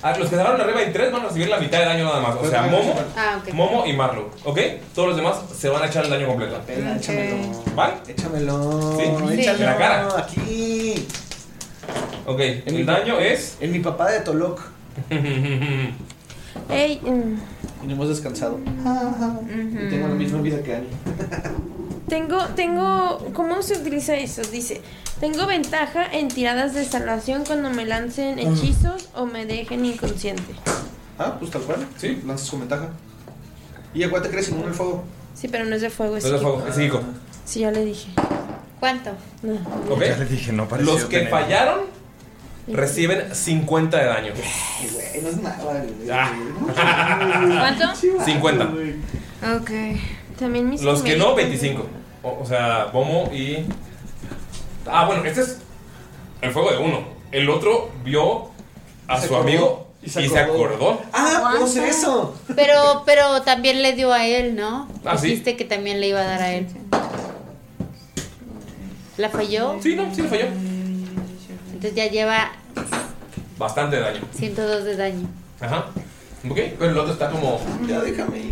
Ah, los que salieron arriba de 3 van a recibir la mitad de daño nada más. O sea, Momo,
Ah, ok.
Momo y Marlo. ¿Ok? Todos los demás se van a echar el daño completo. ¿Vale?
Échamelo.
Sí,
échamelo.
en la cara.
Aquí.
Ok, el daño es.
En mi papá de Tolok.
Ey, mm,
Y no hemos descansado. Y tengo la misma vida que Ani.
tengo, tengo, ¿cómo se utiliza eso? Dice, tengo ventaja en tiradas de salvación cuando me lancen hechizos o me dejen inconsciente.
Ah, pues tal cual.
Sí.
Lanzas con ventaja. Y acuérdate que eres inmune al fuego.
Sí, pero no es de fuego, es
No es de
psíquico.
fuego, es psíquico.
Sí, ya le dije.
¿Cuánto?
No.
¿Ok?
Ya le dije, no pareció
Los que
tener.
fallaron reciben 50 de daño.
Güey, no es nada.
Ah. 50.
Ok.
También mis
Los que
quimeritas.
no, 25. O, o sea, Momo y. Ah, bueno, este es el fuego de uno. El otro vio a
Se
su
acordó.
amigo
Y
y
se
se, acordó.
Ah, puedo hacer eso.
Pero, pero también le dio a él, ¿no?
Ah, sí.
Dijiste que también le iba a dar a él. ¿La falló?
Sí, no, sí la falló.
Entonces ya lleva
Bastante daño.
102 de daño.
Ajá. Ok, pero el otro está como. Ya déjame.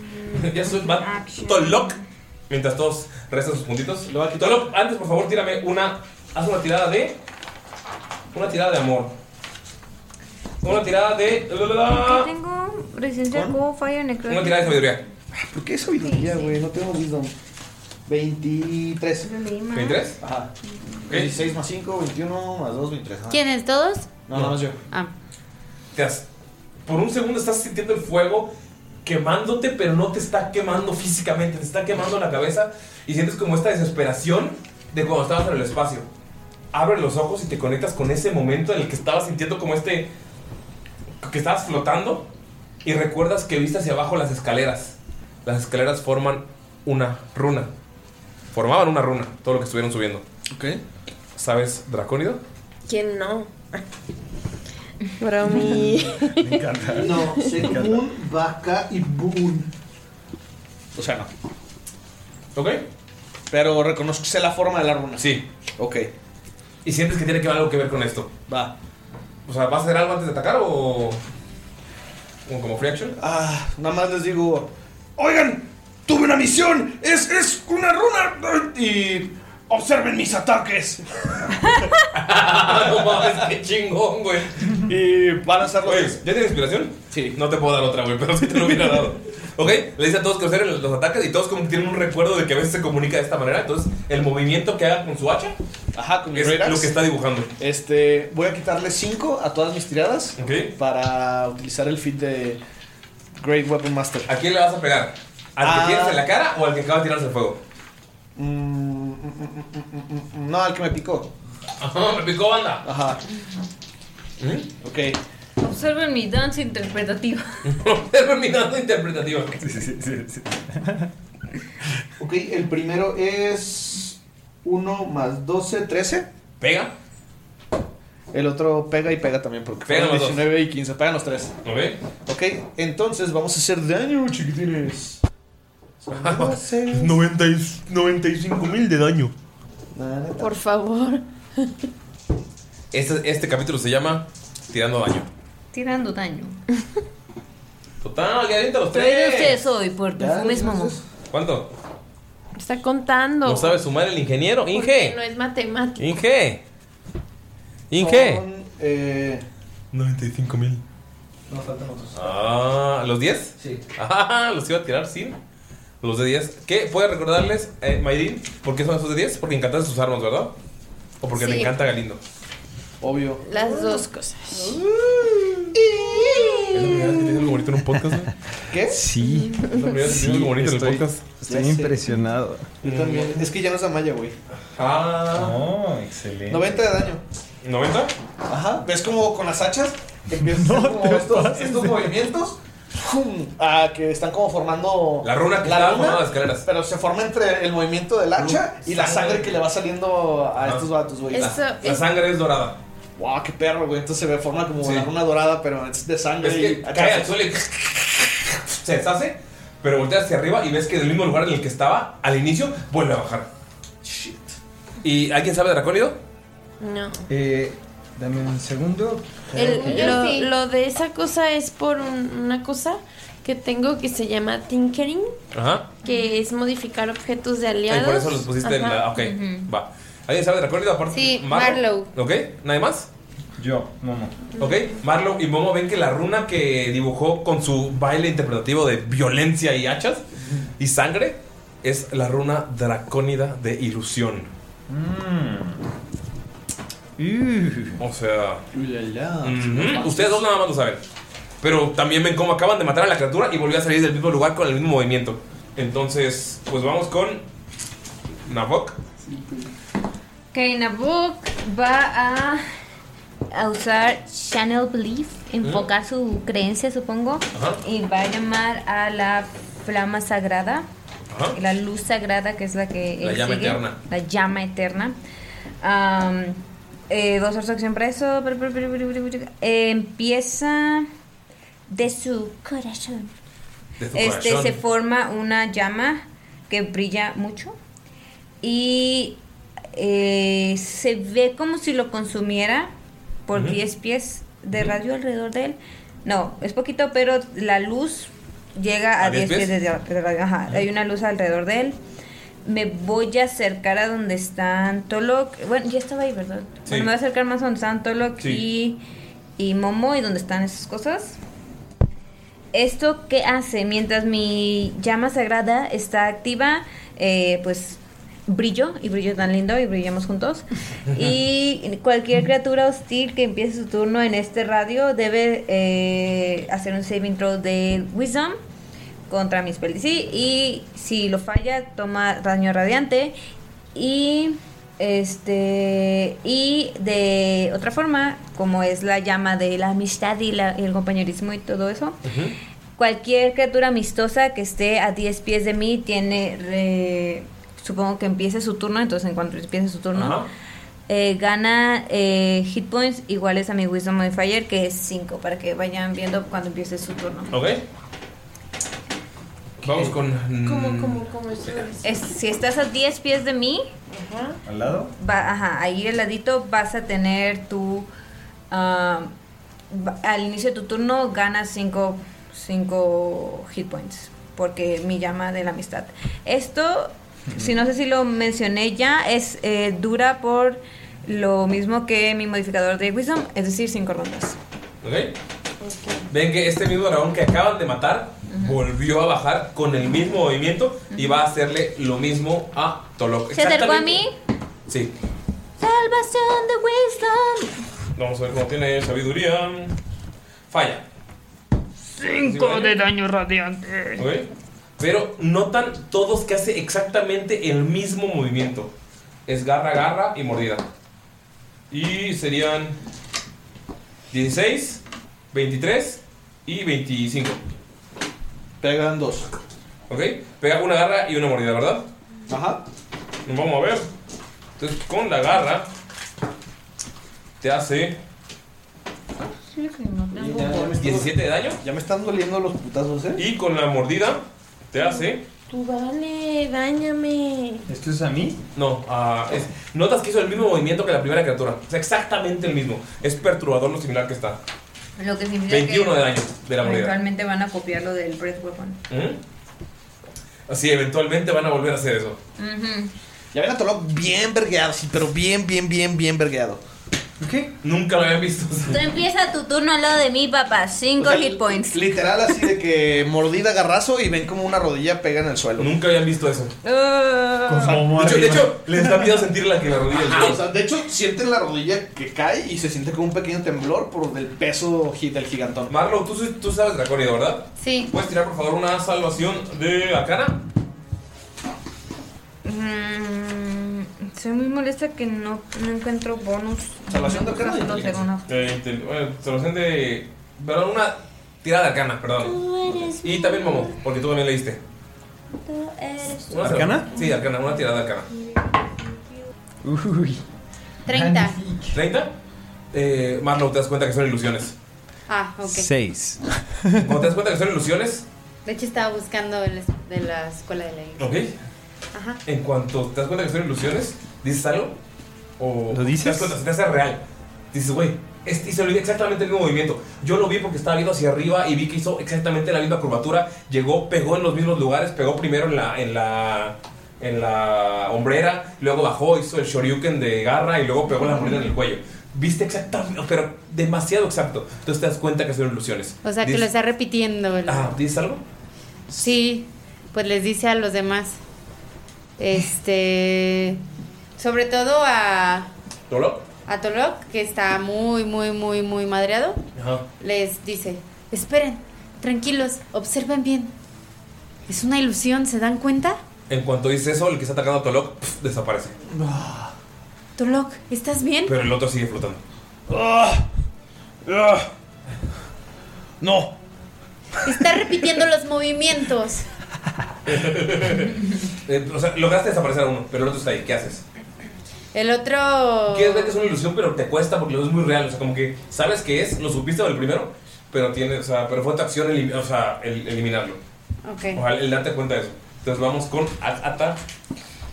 ya soy. Va. Tolok. Mientras todos restan sus puntitos. Lo va a quitar. Tolok, antes por favor, tírame una. Haz una tirada de. Una tirada de amor. Una tirada de.
¿Qué tengo? Resistencia al fuego, fire, necrótico.
Una tirada de sabiduría.
Ah, ¿Por qué sabiduría, güey? No tengo wisdom. 23.
¿23?
Ajá. 16 más 5, 21 más 2, 23. ajá.
¿Quiénes todos?
No, nada más yo.
Ah.
Te has- por un segundo estás sintiendo el fuego quemándote, pero no te está quemando físicamente, te está quemando la cabeza y sientes como esta desesperación de cuando estabas en el espacio. Abres los ojos y te conectas con ese momento en el que estabas sintiendo como este. que estabas flotando y recuerdas que viste hacia abajo las escaleras. Las escaleras forman una runa. Formaban una runa, todo lo que estuvieron subiendo.
Ok.
¿Sabes, Dracónido?
¿Quién no? Bromi.
Me encanta.
No, sé Boon, Vaca Ah, y Boon. O sea, no.
Ok.
Pero reconozco sé la forma de la runa.
Sí.
Ok.
Y sientes que tiene que haber algo que ver con esto.
Va.
O sea, ¿vas a hacer algo antes de atacar o.? o como free action?
Ah, nada más les digo.
Oigan, tuve una misión. Es, es una runa. Y observen mis ataques.
Ah, no mames, qué chingón, güey.
Y van a hacerlo.
Güey, ¿ya tienes inspiración? Sí. No te puedo dar otra, güey, pero si te lo hubiera dado. Ok, le dice a todos que observen los ataques y todos como que tienen un recuerdo de que a veces se comunica de esta manera. Entonces, el movimiento que haga con su hacha
Ajá, con mi
es
Great Axe.
lo que está dibujando.
Este, voy a quitarle 5 a todas mis tiradas
Ok.
para utilizar el feed de Great Weapon Master.
¿A quién le vas a pegar? ¿Al que
Ah.
tienes en la cara o al que acaba de tirarse el fuego?
Mm, mm, mm, mm, mm, mm, mm, no, al que me picó.
Ajá, me picó banda.
Ajá.
¿Mm?
Ok.
Observen mi danza interpretativa.
Terminando interpretativa.
Ok, el primero es 1 más 12, 13.
Pega.
El otro pega y pega también porque
Pegan
fueron
los dos.
19 y 15. Pegan los tres.
Ok.
Ok, entonces vamos a hacer daño, chiquitines. Son 12.
95 mil de daño.
Por favor.
Este, este capítulo se llama Tirando Daño.
Tirando daño.
Total, ya avienta los
Pero
tres.
ustedes hoy por perfumes momo.
¿Cuánto?
Está contando.
¿No sabe sumar el ingeniero?
Porque
Inge.
No es matemática.
Inge. Inge.
Son, eh,
95 mil.
Nos faltan otros.
Ah, ¿los 10?
Sí.
Ah, los iba a tirar sin. Los de 10. ¿Qué? ¿Puedes recordarles, eh, Mayrin, por qué son esos de 10? Porque encantaste sus armas, ¿verdad? ¿O porque le
Sí.
encanta Galindo?
Obvio. Ah.
Las dos cosas.
Mm. ¿Es la primera vez que tienes algo bonito en un podcast? güey?
¿Qué?
Sí.
Es la primera vez que tienes algo bonito en el
estoy,
podcast.
estoy
Ya sé.
impresionado.
Yo también. Es que ya no es Amaya, güey.
Ah.
Oh, excelente.
90 de daño.
¿90?
Ajá. ¿Ves como con las hachas? Empiezas a hacer como estos, estos movimientos. ¡pum! Ah, que están como formando
La runa que estaba formando las escaleras.
Pero se forma entre el movimiento del hacha y la sangre que le va saliendo a
Ah.
estos vatos, güey.
La- Eso la es- sangre es dorada.
Wow, qué perro, güey. Entonces se forma como
Sí.
la runa dorada, pero es de sangre.
Es
y
que cae al suelo y se deshace, pero voltea hacia arriba y ves que del mismo lugar en el que estaba al inicio vuelve a bajar. Shit. ¿Y alguien sabe de Dracónido?
No.
Eh, dame un segundo.
El- lo, lo de esa cosa es por un- una cosa que tengo que se llama tinkering,
Ajá.
que es modificar objetos de
Y
aliados.
por eso los pusiste en
Ajá.
la. Ok, va. ¿Alguien sabe de Dracónido aparte?
Sí,
¿Ok? ¿Nadie más?
Yo, Momo.
Ok, Marlow y Momo ven que la runa que dibujó con su baile interpretativo de violencia y hachas y sangre es la runa dracónida de ilusión.
Mm.
O sea. Ujú, Ustedes dos nada más lo saben. Pero también ven cómo acaban de matar a la criatura y volvió a salir del mismo lugar con el mismo movimiento. Entonces, pues vamos con Nabok.
Ok, Nabok va a, a usar Channel Belief, enfocar su creencia, supongo,
Mm. Ajá.
y va a llamar a la flama sagrada,
Ajá.
la luz sagrada, que es la que
La
él
llama
sigue,
eterna.
La llama eterna. Am, eh, dos horas de acción para eso. bru, bru, bru, bru, bru, bru. Eh, empieza de su corazón.
De su
Este,
corazón.
se forma una llama que brilla mucho y eh, se ve como si lo consumiera por
Ujú.
10 pies de radio alrededor de él. No, es poquito, pero la luz llega a,
¿A
10
10
pies,
pies?
de, de radio. Ajá,
Ujú.
hay una luz alrededor de él. Me voy a acercar a donde están Tolok. Bueno, ya estaba ahí, ¿verdad?
Sí.
Bueno, me voy a acercar más a donde están Tolok
Sí.
y y Momo y donde están esas cosas. Esto que hace mientras mi llama sagrada está activa, eh, pues brillo y brillo tan lindo y brillamos juntos. Y cualquier criatura hostil que empiece su turno en este radio debe eh, hacer un saving throw de Wisdom contra mi spell DC y si lo falla toma daño radiante y este y de otra forma como es la llama de la amistad y la- y el compañerismo y todo eso Cualquier criatura amistosa que esté a 10 pies de mí tiene, re- supongo que empiece su turno, entonces en cuanto empiece su turno,
Ajá.
eh, gana eh, hit points iguales a mi Wisdom Modifier, que es 5, para que vayan viendo cuando empiece su turno.
Ok. Vamos con. mm,
Es- si estás a 10 pies de mí,
¿Al lado?
va- ajá, ahí al ladito vas a tener tu... ah, va- al inicio de tu turno ganas 5 cinco hit points, porque mi llama de la amistad. Esto, si no sé si lo mencioné ya, es eh, dura por lo mismo que mi modificador de Wisdom, es decir, 5 rondas.
Ok. Ven que este mismo dragón que acaban de matar volvió a bajar con el mismo movimiento y va a hacerle lo mismo a Tolok.
Se acercó a
Exactamente-
mí.
Sí.
Salvación de Wisdom.
Vamos a ver cómo tiene sabiduría. Falla.
5 de daño radiante.
Ok. Pero notan todos que hace exactamente el mismo movimiento. Es garra, garra y mordida. Y serían 16, 23 y 25. Pegan dos. Ok, pega una garra y una mordida, ¿verdad? Ajá. Vamos a ver. Entonces con la garra te hace 17 de daño. Ya me están doliendo los putazos, ¿eh? Y con la mordida te hace
Tú vale, bañame.
¿Esto es a mí? No, a- es- notas que hizo el mismo movimiento que la primera criatura. O sea, exactamente el mismo. Es perturbador lo similar que está.
Lo que significa
21
que
de daño de la moneda.
eventualmente van a copiar lo del Breath Weapon.
¿Mm? Así, eventualmente van a volver a hacer eso.
Ujú.
Ya ven a Tolok bien vergueado, sí, pero bien, bien, bien, bien vergueado.
¿Qué? Nunca lo había visto. así.
Tú empieza tu turno al lado de mí, papá. 5
O sea,
hit points.
Literal así de que mordida garrazo y ven como una rodilla pega en el suelo.
Nunca habían visto eso.
Uh.
Ah.
de, hecho, de hecho,
les da miedo sentir la que la rodilla.
Ajá, o sea, de hecho, sienten la rodilla que cae y se siente como un pequeño temblor por del peso gi- del gigantón.
Marlo, tú, sí- tú sabes dracónido, ¿verdad?
Sí.
¿Puedes tirar, por favor, una salvación de Arcana?
Mm, soy muy molesta que no, no encuentro bonus.
Salvación de
No,
Arcana.
no tengo una-
Eh, inte- bueno, salvación de... Perdón, una tirada de Arcana, perdón. Y también Momo, porque tú también leíste. Una sal-
¿Arcana?
Sí, Arcana, una tirada de Arcana.
Uy.
30.
30. Eh, Marlo, te das cuenta que son ilusiones.
Ah, ok.
Cuando te das cuenta que son ilusiones,
De hecho, estaba buscando el es- de la escuela de ley.
ok.
Ajá.
En cuanto te das cuenta que son ilusiones, dices algo. O
¿Lo dices?
Te das cuenta, se te hace real. Dices, güey, este hizo el- exactamente el mismo movimiento. Yo lo vi porque estaba viendo hacia arriba y vi que hizo exactamente la misma curvatura. Llegó, pegó en los mismos lugares, pegó primero en la. En la en la hombrera, luego bajó, hizo el shoryuken de garra y luego pegó la moneda en el cuello. Viste exactamente, pero demasiado exacto. Entonces te das cuenta que son ilusiones.
O sea, que
Dices-
lo está repitiendo. el-
Ah, ¿dices algo?
Sí, pues les dice a los demás. Este. Sobre todo a,
¿Tolo?
a Tolok, que está muy, muy, muy, muy madreado.
Ajá.
Les dice: Esperen, tranquilos, observen bien. Es una ilusión, ¿se dan cuenta?
En cuanto dice eso, el que está atacando a Tolok pf, desaparece. Ah.
Tolok, ¿estás bien?
Pero el otro sigue flotando.
Ah, ah. No.
Está repitiendo los movimientos.
Eh, o sea, lograste desaparecer a uno, pero el otro está ahí. ¿Qué haces?
El otro.
Quieres ver que es una ilusión, pero te cuesta porque lo es muy real. O sea, como que sabes que es, lo supiste del primero, pero tiene, o sea, pero fue tu acción elim- o sea, el- eliminarlo.
Ok.
Ojalá el darte cuenta de eso. Entonces vamos con Ata.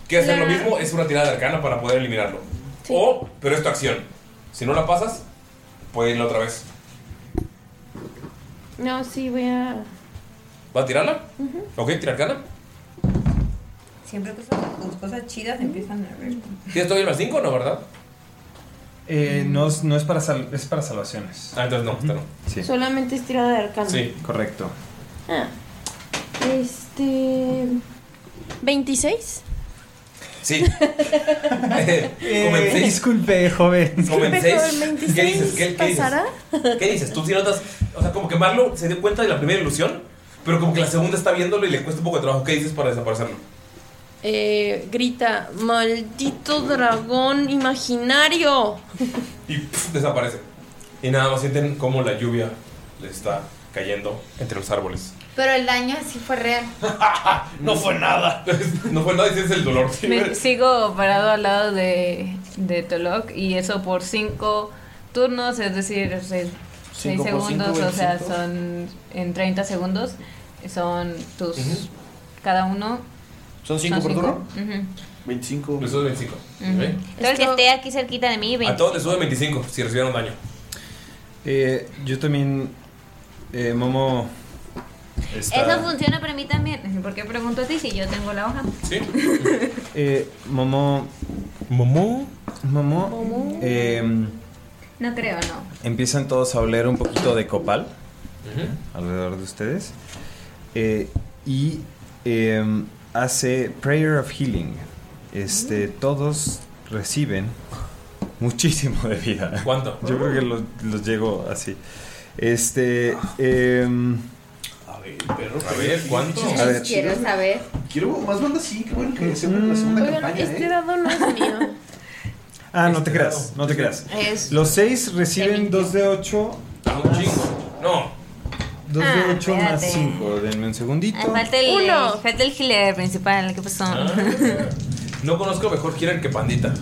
Que hacer lo
La-
mismo es una tirada de arcana para poder eliminarlo. O, pero es tu acción. Si no la pasas, puede irla otra vez.
No, sí, voy a.
¿Va a tirarla? Ok, tira arcana.
Siempre cosas, cosas chidas empiezan a ver.
¿Tienes todavía el más 5 no, verdad?
Eh, no, es- no es para sal- es para salvaciones.
Ah, entonces no,
Sí.
Solamente es tirada de arcano.
Sí.
Correcto.
Ah. Este. 26.
Sí. Comencé.
Eh, disculpe, joven.
Comencé.
Pero el 26
¿Qué dices? ¿Qué, qué dices?
¿Pasará?
¿Qué dices? Tú sí notas. O sea, como que Marlo se dio cuenta de la primera ilusión, pero como que la segunda está viéndolo y le cuesta un poco de trabajo. ¿Qué dices para desaparecerlo?
Eh, grita, maldito dragón imaginario.
Y pf, desaparece. Y nada más sienten como la lluvia le está cayendo entre los árboles.
Pero el daño sí fue real.
No fue nada. no fue nada y sientes el dolor.
Me sigo parado al lado de, de Tolok y eso por cinco turnos, es decir, seis, seis
Cinco por cinco,
segundos, o sea,
25.
son en 30 segundos, son tus,
Ujú.
cada uno.
¿Son cinco por turno?
Ujú.
25.
Le sube 25.
Ujú.
¿ok?
Todo el que esté aquí cerquita de mí,
A todos les sube 25 si recibieron daño.
Eh, yo también. eh, Momo. está-
Eso funciona para mí también. ¿Por qué pregunto a ti si yo tengo la hoja?
Sí.
Eh, Momo.
Momo.
Momo.
Momo.
eh,
No creo, no.
empiezan todos a oler un poquito de copal
Ujú.
alrededor de ustedes. Eh, y eh, hace Prayer of Healing. Este, todos reciben muchísimo de vida.
¿Cuánto?
Yo creo que los, los llego así. Este. em,
A ver, ¿cuánto?
A ver.
Quiero saber.
Quiero más bandas, sí, qué bueno que sea
Mm.
una- la segunda campaña.
este
eh.
dado no es mío.
Ah, no te creas, no te creas.
Es-
Los seis reciben 2 de 8.
Ah, un chingo. No.
2
Ah,
de 8 más
espérate.
5. Denme un segundito.
Ah, Falta el,
Uno.
falta el pues healer principal, ¿qué pasó?
Ah. No conozco mejor Kieran que Pandita.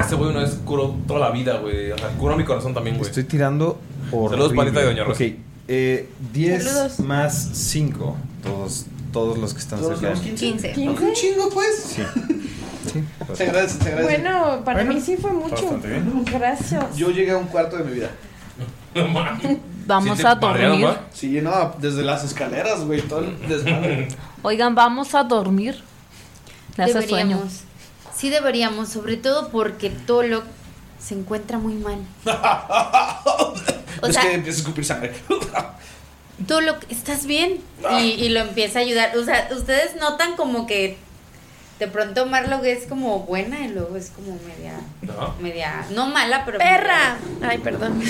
Este güey una vez curó toda la vida, güey. O sea, curó mi corazón también, güey.
Estoy tirando horrible.
Saludos, palita de Doña Rosa.
Ok, eh, 10
Saludos.
más 5. Todos, todos los que están
Todos
cerca.
somos
de mí.
15. Un chingo, pues.
Sí.
Se agradece, se agradece.
Bueno, para mí sí fue mucho.
bastante bien.
Gracias.
Yo llegué a un cuarto de mi vida.
Vamos a dormir.
Sí, no, desde las escaleras, güey, todo el desmadre.
Oigan, vamos a dormir. Me hace sueño.
Deberíamos. Sí deberíamos, sobre todo porque Tolo se encuentra muy mal. O
es
sea-
que empieza a escupir sangre.
Tolo, ¿estás bien? Y, y lo empieza a ayudar. O sea, ustedes notan como que de pronto Marlo es como buena y luego es como media,
No.
media, no mala, pero...
Perra. Ay, perdón.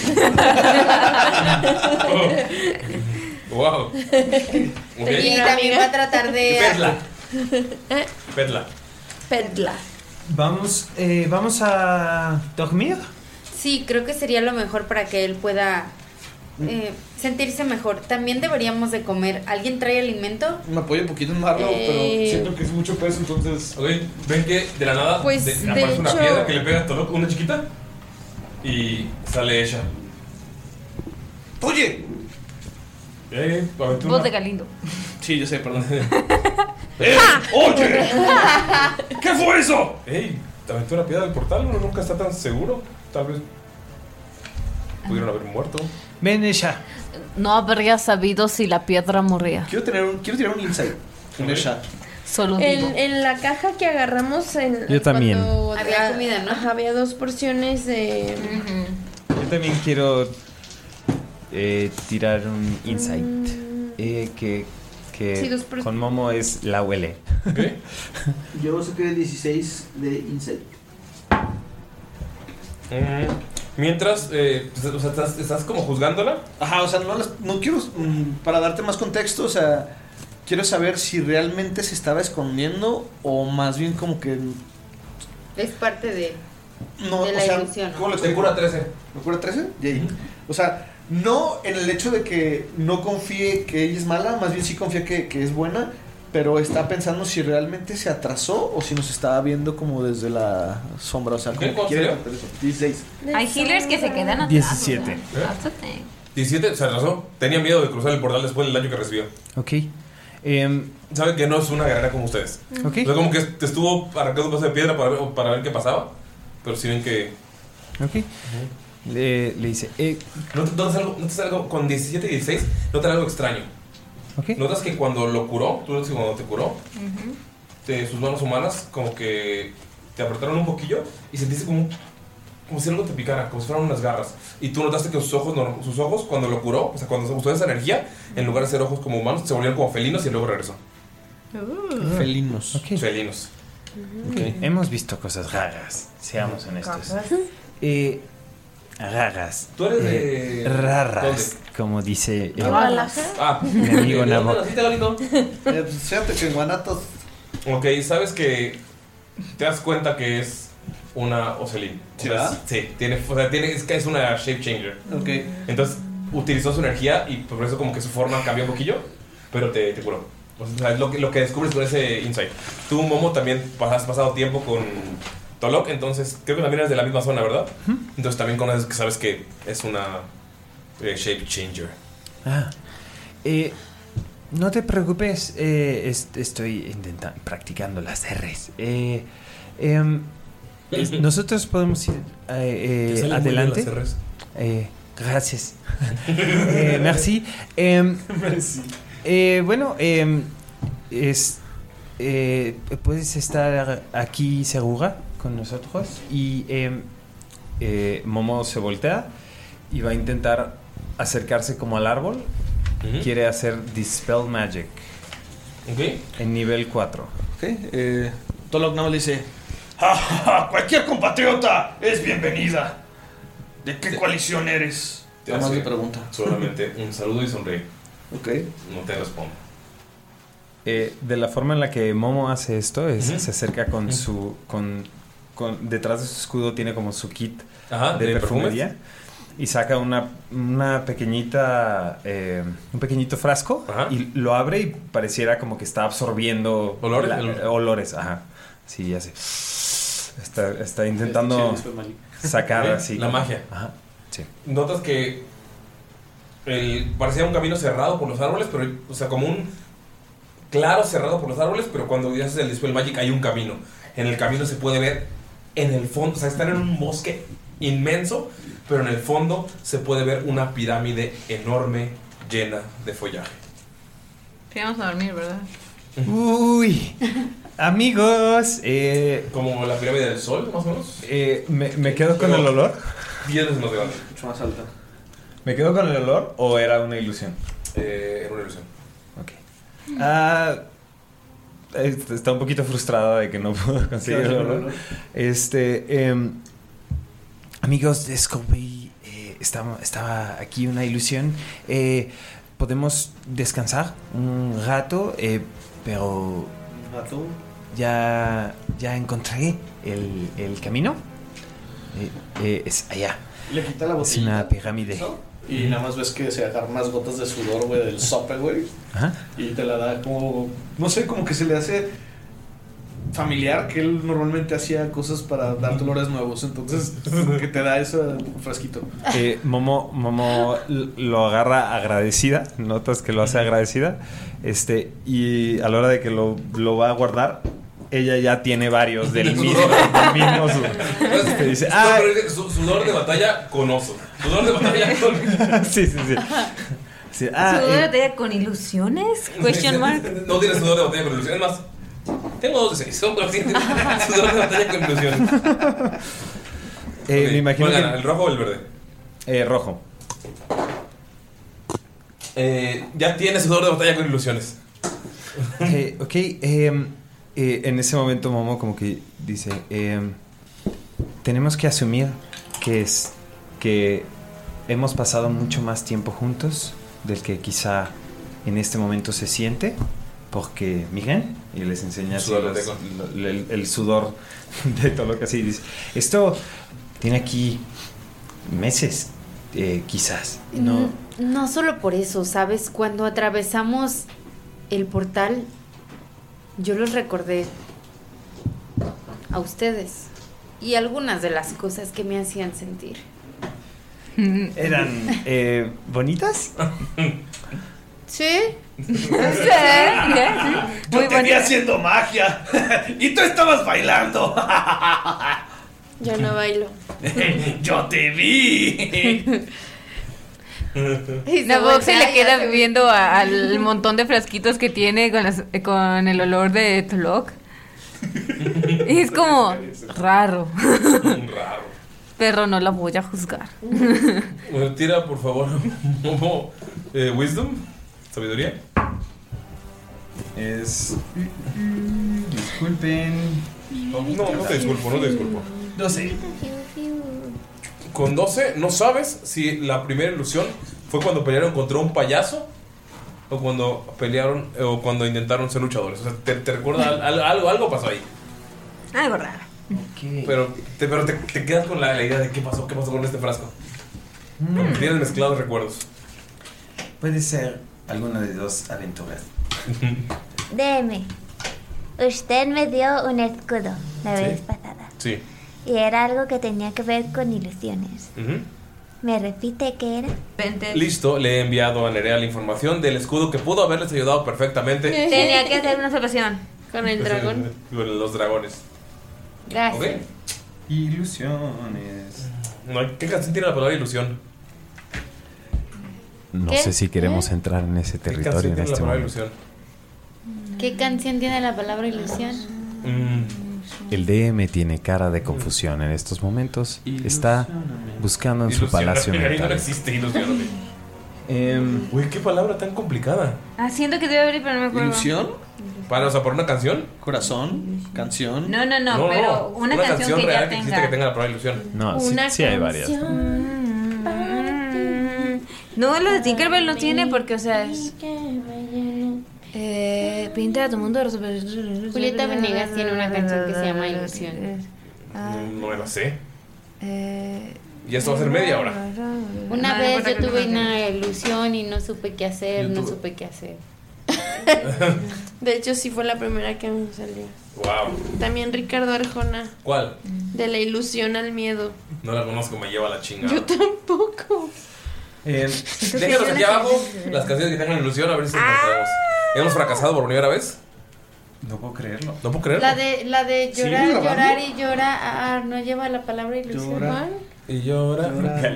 Oh,
Wow. Ok.
Y también va a tratar de...
Perla. Perla.
Perla.
Vamos, eh, vamos a dormir.
Sí, creo que sería lo mejor para que él pueda eh, sentirse mejor. También deberíamos de comer. ¿Alguien trae alimento?
Me apoyo un poquito en Marlo,
Eh.
pero siento que es mucho peso, entonces.
Ok, ven que de la nada
Pues,
de-
de
aparece una
hecho-
piedra que le pega a Tolok, una chiquita, y sale ella.
¡Oye!
Eh, aventura.
Voz de Galindo.
Sí, yo sé, perdón.
¡Eh!
¡Oye! ¿Qué fue eso?
¡Ey! Aventó una piedra del portal, uno nunca está tan seguro. Tal vez pudieron haber muerto.
Ven ella.
No habría sabido si la piedra moría.
Quiero, tener un, quiero tirar un insight con ella.
Solo digo.
En, en la caja que agarramos en
Yo también.
había comida, ¿no? había dos porciones de
Yo también quiero eh, tirar un insight. eh, que que
Sí, dos por-
con Momo es la huele.
Yo saqué 16 de insight.
Mm, Mientras, eh, pues, o sea, estás, estás como juzgándola.
Ajá, o sea, no, las- no quiero. mm, Para darte más contexto, o sea, quiero saber si realmente se estaba escondiendo o más bien como que.
Es parte de...
No,
De
o
la
sea,
ilusión.
¿cómo lo
Te cura 13.
¿Me cura 13? Yay. O sea, no en el hecho de que no confíe que ella es mala, más bien sí confía que, que es buena, pero está pensando si realmente se atrasó o si nos estaba viendo como desde la sombra. O sea, como
¿Cuánto
que quiere
salió?
tratar eso. 16.
Hay healers que se quedan ¿Eh? atrás.
17.
o sea, lázate.
17, ¿Eh? se atrasó. Tenía miedo de cruzar el portal después del daño que recibió.
Ok. Em,
Saben que no es una guerrera como ustedes.
Ok.
O sea, como que te estuvo arrancando un paso de piedra para ver, para ver qué pasaba. Pero si ven que.
ok. Le, le dice, eh,
¿No te, notas algo, notas algo- con 17 y 16, notas algo extraño. Notas que cuando lo curó, tú notas que cuando te curó, te- sus manos humanas como que te apretaron un poquillo y sentiste como un como si algo te picara, como si fueran unas garras. Y tú notaste que sus ojos, norm- sus ojos cuando lo curó, o sea, cuando usó esa energía, en lugar de ser ojos como humanos, se volvieron como felinos y luego regresó. Uh.
Felinos.
Felinos.
Ok, Ah, Hemos visto cosas raras, seamos honestos.
¿Raras?
Eh, raras.
Tú eres
Eh,
de-
Raras,
¿dónde?
como dice eh,
Guadalajara. Ah.
mi amigo
¿De
Nabo.
dónde naciste, Galito?
Eh, pues, Fíjate que en Guanatos.
Ok, sabes que te das cuenta que es una Ocelin.
¿Sí,
O sea,
verdad?
sí, tiene, o sea, tiene- es que es una shape changer.
Ok.
Entonces utilizó su energía y por eso como que su forma cambió un poquillo, pero te, te curó. O sea, es lo, que- lo que descubres con ese insight. Tú, Momo, también pas- has pasado tiempo con Tolok, entonces creo que también eres de la misma zona, ¿verdad? Entonces también conoces que sabes que es una eh, shape changer.
Ah, eh, no te preocupes, eh, es- estoy intentando, practicando las R's. Eh, em, es- nosotros podemos ir eh, eh,
Te salen muy bien
adelante.
las R's.
Eh, gracias. Eh, merci. Em, eh, bueno, em, es, eh, puedes estar aquí segura con nosotros. Y em, eh, Momo se voltea y va a intentar acercarse como al árbol.
Ujú.
Quiere hacer Dispel Magic. En nivel 4.
eh, Tolok Nabo le dice:
¡Ja, ja, ja! Cualquier compatriota es bienvenida. ¿De qué coalición eres?
Te hace Solamente un saludo y sonríe.
Ok.
No te respondo.
Eh, de la forma en la que Momo hace esto es se acerca con
Ujú.
su con, con- detrás de su escudo tiene como su kit
Ajá,
de,
de perfumes.
perfumería y saca una, una pequeñita eh, un pequeñito frasco y lo abre y pareciera como que está absorbiendo
Olores,
la-
el-
olores, ajá. Sí, ya sé. Está, está intentando
Sí, después Malik.
sacar
Eh,
así
la
como-
magia.
Ajá. Sí.
Notas que el, parecía un camino cerrado por los árboles, pero, o sea, como un claro cerrado por los árboles, pero cuando ya haces el Dispel Magic hay un camino. En el camino se puede ver en el fondo, o sea, están en un bosque inmenso, pero en el fondo se puede ver una pirámide enorme llena de follaje.
Queríamos a dormir, ¿verdad?
Uy, amigos. eh,
Como la pirámide del sol, más o menos.
me, me quedo con el olor.
10 veces más grande.
Mucho más alta.
¿Me quedo con el olor o era una ilusión?
Eh, era una ilusión.
Ah, est- está un poquito frustrada de que no pudo conseguir el
Claro,
olor.
no, no.
Este, em, amigos, descubrí, eh, estaba, estaba aquí una ilusión. Eh, podemos descansar un rato, eh, pero
Gato.
ya, ya encontré el, el camino. Eh, eh, es allá.
Le quita la
Es
botella.
una pirámide.
Y nada más ves que se agarran unas gotas de sudor, güey, del sope, güey.
Ajá.
Y te la da como. No sé, como que se le hace familiar que él normalmente hacía cosas para dar dolores nuevos. Entonces, como que te da ese fresquito.
Eh, Momo, Momo l- lo agarra agradecida, notas que lo hace agradecida, este, y a la hora de que lo, lo va a guardar, ella ya tiene varios del mismo. del mismo su- este, dice,
No,
"Ah,
pero es de- su- sudor de batalla con oso. Sudor de batalla con.
sí, sí, sí. Sí, ah,
¿Seguro
eh,
que te- con ilusiones? Question mark.
No tienes sudor de batalla con ilusión. Es más, tengo dos de seis. Son pero sí, sudor de batalla con ilusión.
eh, me imagino
¿Cuál
que-
gana, el rojo o el verde?
Eh, rojo.
Eh, ya tienes sudor de batalla con ilusiones.
Eh, ok, em, eh, en ese momento Momo como que dice, em, tenemos que asumir que es que hemos pasado mucho más tiempo juntos del que quizá en este momento se siente, porque miren, y les enseña
El
así
sudor de
los-
Teco.
lo- el, el sudor de todo lo que así dice, esto tiene aquí meses, eh, quizás, no,
No. Mm, no solo por eso, ¿sabes? Cuando atravesamos el portal, yo los recordé a ustedes y algunas de las cosas que me hacían sentir.
eran eh, bonitas.
¿Sí?
Yo te vi haciendo magia y tú estabas bailando.
Yo no bailo.
Yo te vi.
Nabok se le queda viendo a- al montón de frasquitos que tiene con, las- eh, con el olor de Tolok. Y es como raro.
Raro.
pero no la voy a juzgar.
Bueno, Tira, por favor, Momo, eh, Wisdom, Sabiduría.
Es. Disculpen.
No, no te disculpo, no te disculpo.
12.
Con 12, no sabes si la primera ilusión fue cuando pelearon contra un payaso o cuando pelearon eh, o cuando intentaron ser luchadores. O sea, te, te recuerda al- al- algo, algo pasó ahí.
Algo raro.
Pero, te, pero te, te quedas con la, la idea de qué pasó, qué pasó con este frasco. Tienes mezclados recuerdos.
Puede ser alguna de dos aventuras.
Deme. Usted me dio un escudo la vez pasada.
Sí.
Y era algo que tenía que ver con ilusiones.
Ujú.
¿Me repite qué era?
Eh.
Listo, le he enviado a Nerea la información del escudo que pudo haberles ayudado perfectamente.
Tenía que hacer una observación.
Con
Con los dragones.
Gracias.
Ok.
Ilusiones.
No, ¿Qué canción tiene la palabra ilusión?
No
¿Qué?
sé si queremos entrar en ese
¿Qué
territorio
canción
en
tiene la
este
palabra
momento.
ilusión?
¿Qué canción tiene la palabra ilusión?
Mm.
El DM tiene cara de confusión en estos momentos. Está buscando en su palacio
Ilusión, ahí no
mental.
existe ilusión. Uy, qué palabra tan complicada.
Ah, siento que debe abrir, pero no me acuerdo.
¿Para, o sea, por una canción?
Corazón, canción.
No, no, no, pero una, canción, que ya tenga.
la palabra ilusión.
No, sí,
Una
sí hay varias.
Mm,
No, lo de Tinkerbell no tiene porque, o sea, es. Eh, pinta a tu mundo de los
Julieta Venegas tiene una canción que se llama Ilusión.
Mm, No me la sé.
Eh,
Y esto va a ser media hora.
Una
Ah,
vez
bueno,
yo
que
tuve
no.
una ilusión y no supe qué hacer, no
YouTube.
supe qué hacer.
De hecho, sí fue la primera que me salió.
Wow.
También Ricardo Arjona,
¿Cuál?
de la ilusión al miedo.
No la conozco, me lleva la chingada.
Yo tampoco.
Eh, déjanos aquí abajo las canciones que tengan ilusión, a ver si
Ah.
nos sabemos. ¿Hemos fracasado por primera vez?
No puedo creerlo.
No puedo creerlo.
La de, la de
¿Sigue
llorar,
grabando?
llorar y llorar, ah, no lleva la palabra ilusión.
Llora. Y llora,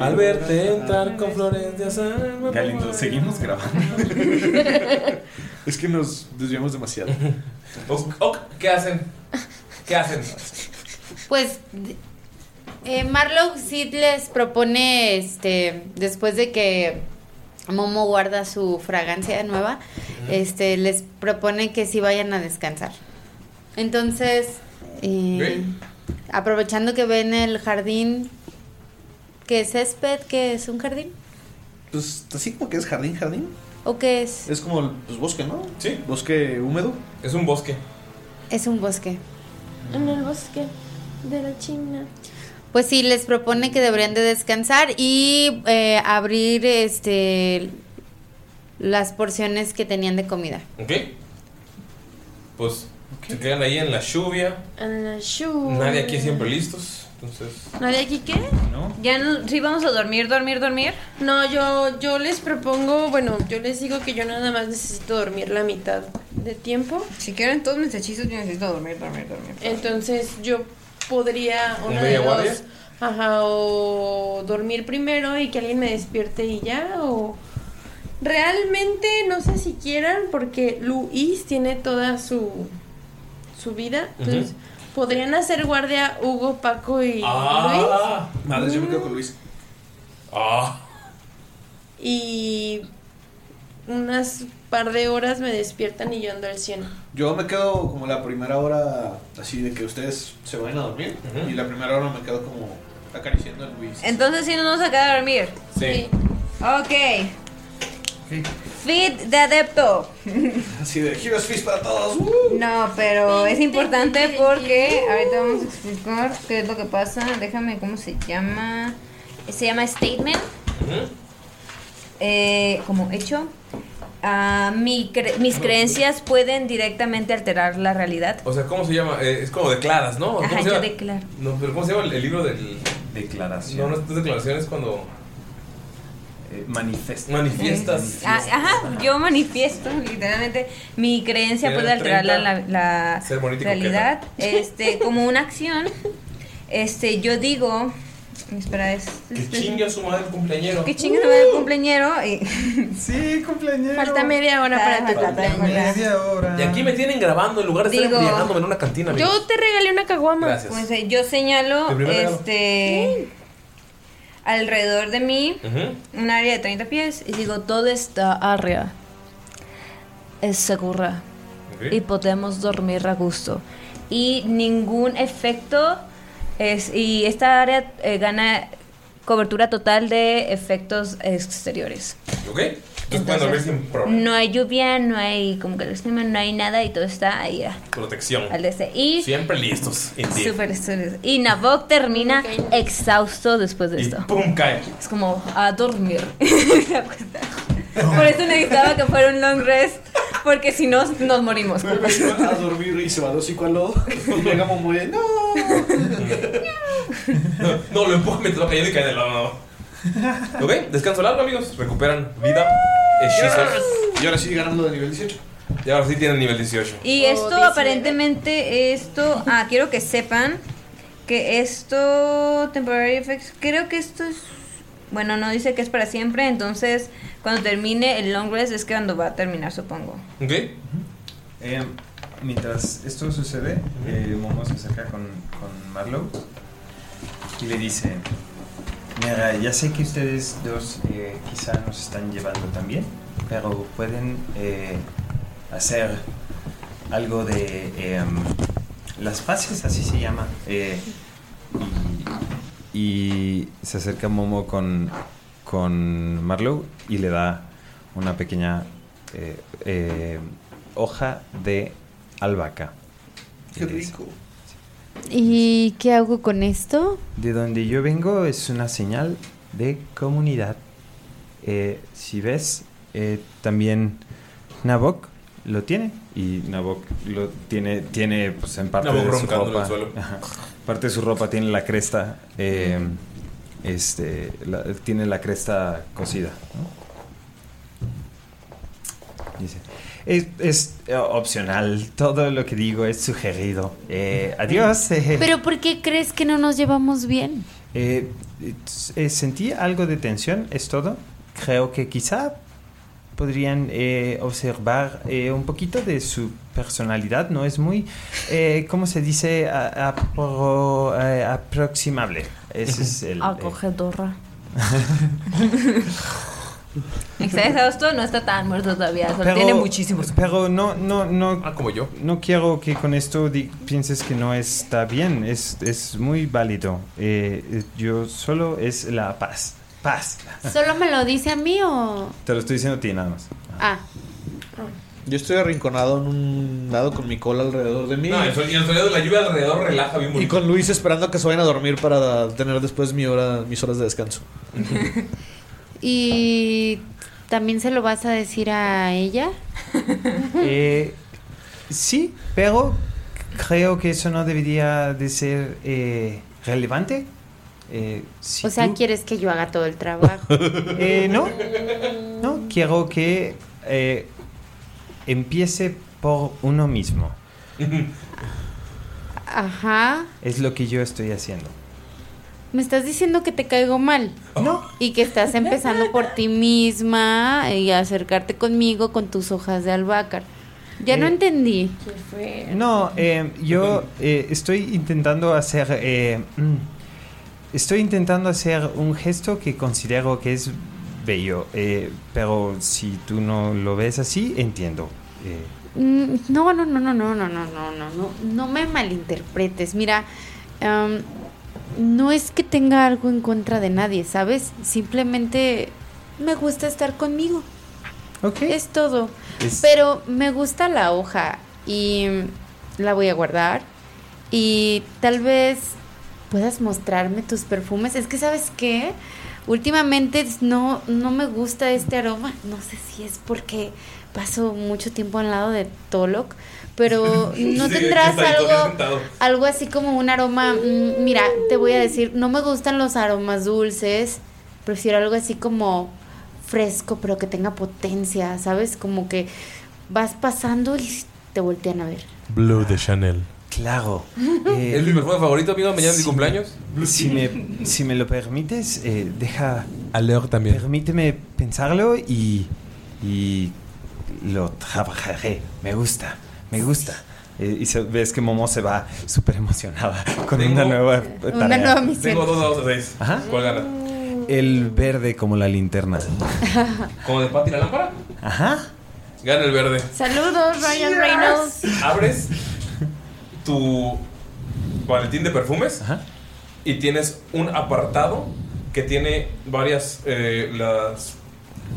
al verte entrar con flores de azar.
Galindo, seguimos grabando.
es que nos desviamos demasiado. ¿Qué hacen? ¿Qué hacen?
Pues d- eh, Marlowe sí les propone, este, después de que Momo guarda su fragancia nueva, este, les propone que sí vayan a descansar. Entonces, eh, aprovechando que ven el jardín, que es césped, que es un jardín,
Pues así como que es jardín, jardín.
o que es,
Es como el pues, bosque, ¿no?
Sí.
Bosque húmedo.
Es un bosque.
es un bosque.
En el bosque de la China.
Pues sí, les propone que deberían de descansar y eh, abrir este las porciones que tenían de comida.
¿Ok? Pues se quedan ahí en la lluvia.
En la lluvia.
Nadie aquí siempre listos. Entonces,
¿Nadie aquí qué?
¿no?
¿Ya sí vamos a dormir, dormir, dormir? No, yo, yo les propongo, bueno, yo les digo que yo nada más necesito dormir la mitad de tiempo. Si quieren todos mis hechizos, yo necesito dormir, dormir, dormir. Entonces yo podría
¿Un
una de
media
dos.
guardia?
Ajá, o dormir primero y que alguien me despierte y ya, o... Realmente no sé si quieran porque Luis tiene toda su, su vida. Entonces, ¿podrían hacer guardia Hugo, Paco y Luis?
¡Ah!
Madre, yo me quedo con Luis.
¡Ah!
y unas par de horas me despiertan y yo ando al 100.
Yo me quedo como la primera hora así de que ustedes se vayan a dormir. Y la primera hora me quedo como acariciando a Luis.
Entonces, si no nos acaba de dormir.
Sí.
Ok. Fit de adepto.
Así de Heroes Fist para todos. ¡Uh!
No, pero es importante porque ahorita vamos a explicar qué es lo que pasa. Déjame, ¿cómo se llama? Se llama statement, eh, como hecho. Ah, mi cre- mis creencias pueden directamente alterar la realidad.
O sea, ¿cómo se llama? Eh, es como declaras, ¿no? ¿Cómo
Ajá,
se
yo
llama?
declaro.
No, pero ¿cómo se llama el, el libro del. Declaración. No, no es declaración, es cuando.
manifestas.
Manifiestas.
Ah, ajá, yo manifiesto literalmente mi creencia
Tener
puede alterar la,
30,
la- la
ser bonita y
realidad este como una acción. Este, yo digo, espera, es
Que chingue a su madre el cumpleañero.
que chingue se va el cumpleañero y
Sí, cumpleañero.
Falta media hora para tu cumpleaños.
Y aquí me tienen grabando en lugar de estar
Digo-
embriagándome en una cantina. amigos.
te regalé una caguama.
Gracias.
Pues, eh, yo señalo
El primer regalo.
este alrededor de mí un área de 30 pies y digo, toda esta área es segura
Ok.
y podemos dormir a gusto. Y ningún efecto es... Y esta área eh, gana cobertura total de efectos exteriores.
¿Ok? Entonces pueden dormir sin problema.
No hay lluvia, no hay como que los clima, no hay nada y todo está ahí ah,
Protección.
al este. Y
Siempre listos. indeed.
Súper estrés. Y Nabok termina exhausto después de
Y
esto.
¡Pum! Cae.
Es como a dormir. Se acuesta. Por eso necesitaba que fuera un long rest. Porque si no, nos morimos.
A dormir y se va a dos y cuando llega Momoe, no.
No, lo empuja mientras va cayendo y cae del lado. ¿Ok? Descanso largo, amigos. Recuperan vida. Hechizos.
Y ahora sí ganando de nivel 18.
Y ahora sí tienen nivel 18.
Y esto, aparentemente, esto. Ah, quiero que sepan que esto. Temporary Effects. Creo que esto es. Bueno, no dice que es para siempre. Entonces, cuando termine el long rest, es que cuando va a terminar, supongo.
Ok.
Eh, mientras esto sucede, eh, Momo se acerca con, con Marlowe y le dice: Mira, ya sé que ustedes dos eh, quizá nos están llevando también, pero pueden eh, hacer algo de em, las fases, así se llama. eh, y se acerca Momo con, con Marlowe y le da una pequeña eh, eh, hoja de albahaca.
Qué rico.
¿Y qué hago con esto?
De donde yo vengo es una señal de comunidad. Eh, si ves, eh, también Nabok lo tiene. Y Nabok lo tiene, tiene pues, en parte
Nabok
de su
roncando en el
ropa.
suelo.
Ajá. Parte de su ropa tiene la cresta. eh, este, la- tiene la cresta cosida. ¿no? Dice, Es, es, eh, opcional. Todo lo que digo es sugerido. Eh, adiós. eh.
¿Pero por qué crees que no nos llevamos bien?
Eh, eh, sentí algo de tensión, es todo. Creo que quizá podrían eh, observar eh, un poquito de su personalidad. No es muy, eh, ¿cómo se dice? A- apro- eh, aproximable. Ese es el...
Ah,
eh,
Acogedora. Está exhausto, no está tan muerto todavía. Solo tiene muchísimo.
Pero no, no, no.
Ah, como yo.
No quiero que con esto di- pienses que no está bien. Es, es muy válido. Eh, eh, yo solo es la paz. Paz.
¿Solo me lo dice a mí o...?
Te lo estoy diciendo a ti nada más.
Ah,
Yo estoy arrinconado en un lado con mi cola alrededor de mí.
No, el sol- y el sonido de la lluvia alrededor relaja bien
Y
bonito.
con Luis esperando a que se vayan a dormir para tener después mi hora, mis horas de descanso.
¿y también se lo vas a decir a ella?
Eh, sí, pero creo que eso no debería de ser eh, relevante. Eh, si
O sea,
tú-
¿quieres que yo haga todo el trabajo? Mm.
Eh, no, no, quiero que eh, empiece por uno mismo.
Ajá.
Es lo que yo estoy haciendo.
Me estás diciendo que te caigo mal.
Oh. No.
Y que estás empezando por ti misma y acercarte conmigo con tus hojas de albahaca. Ya no
Eh,
entendí.
No, eh, yo eh, estoy intentando hacer... eh, mm, estoy intentando hacer un gesto que considero que es bello, eh, pero si tú no lo ves así, entiendo. Eh,
Mm, No, no, no, no, no, no, no, no, no, no, no me malinterpretes. Mira, em, no es que tenga algo en contra de nadie, ¿sabes? Simplemente me gusta estar conmigo. Es todo.
Es-
Pero me gusta la hoja y mm, la voy a guardar. Y tal vez puedas mostrarme tus perfumes. Es que, ¿sabes qué? Últimamente no, no me gusta este aroma. No sé si es porque paso mucho tiempo al lado de Tolok. Pero no
Sí,
tendrás
está ahí todo
algo
sentado.
algo así como un aroma. mm, Mira, te voy a decir, no me gustan los aromas dulces. Prefiero algo así como fresco, pero que tenga potencia, ¿sabes? Como que vas pasando y te voltean a ver.
Blue de Chanel.
Claro. Eh,
¿Es mi perfume favorito, amigo? Mañana es mi
si-
cumpleaños.
Si me, si me lo permites, eh, deja...
A Leor también.
Permíteme pensarlo y, y lo trabajaré. Me gusta, me gusta. Eh, y se- ves que Momo se va súper emocionada con una nueva eh, tarea.
Tengo dos dados de seis.
Ajá.
¿Cuál gana?
el verde como la linterna.
Como de Pati la lámpara.
Ajá.
Gana el verde.
Saludos, Ryan Reynolds.
Abres tu maletín de perfumes y tienes un apartado que tiene varias eh, las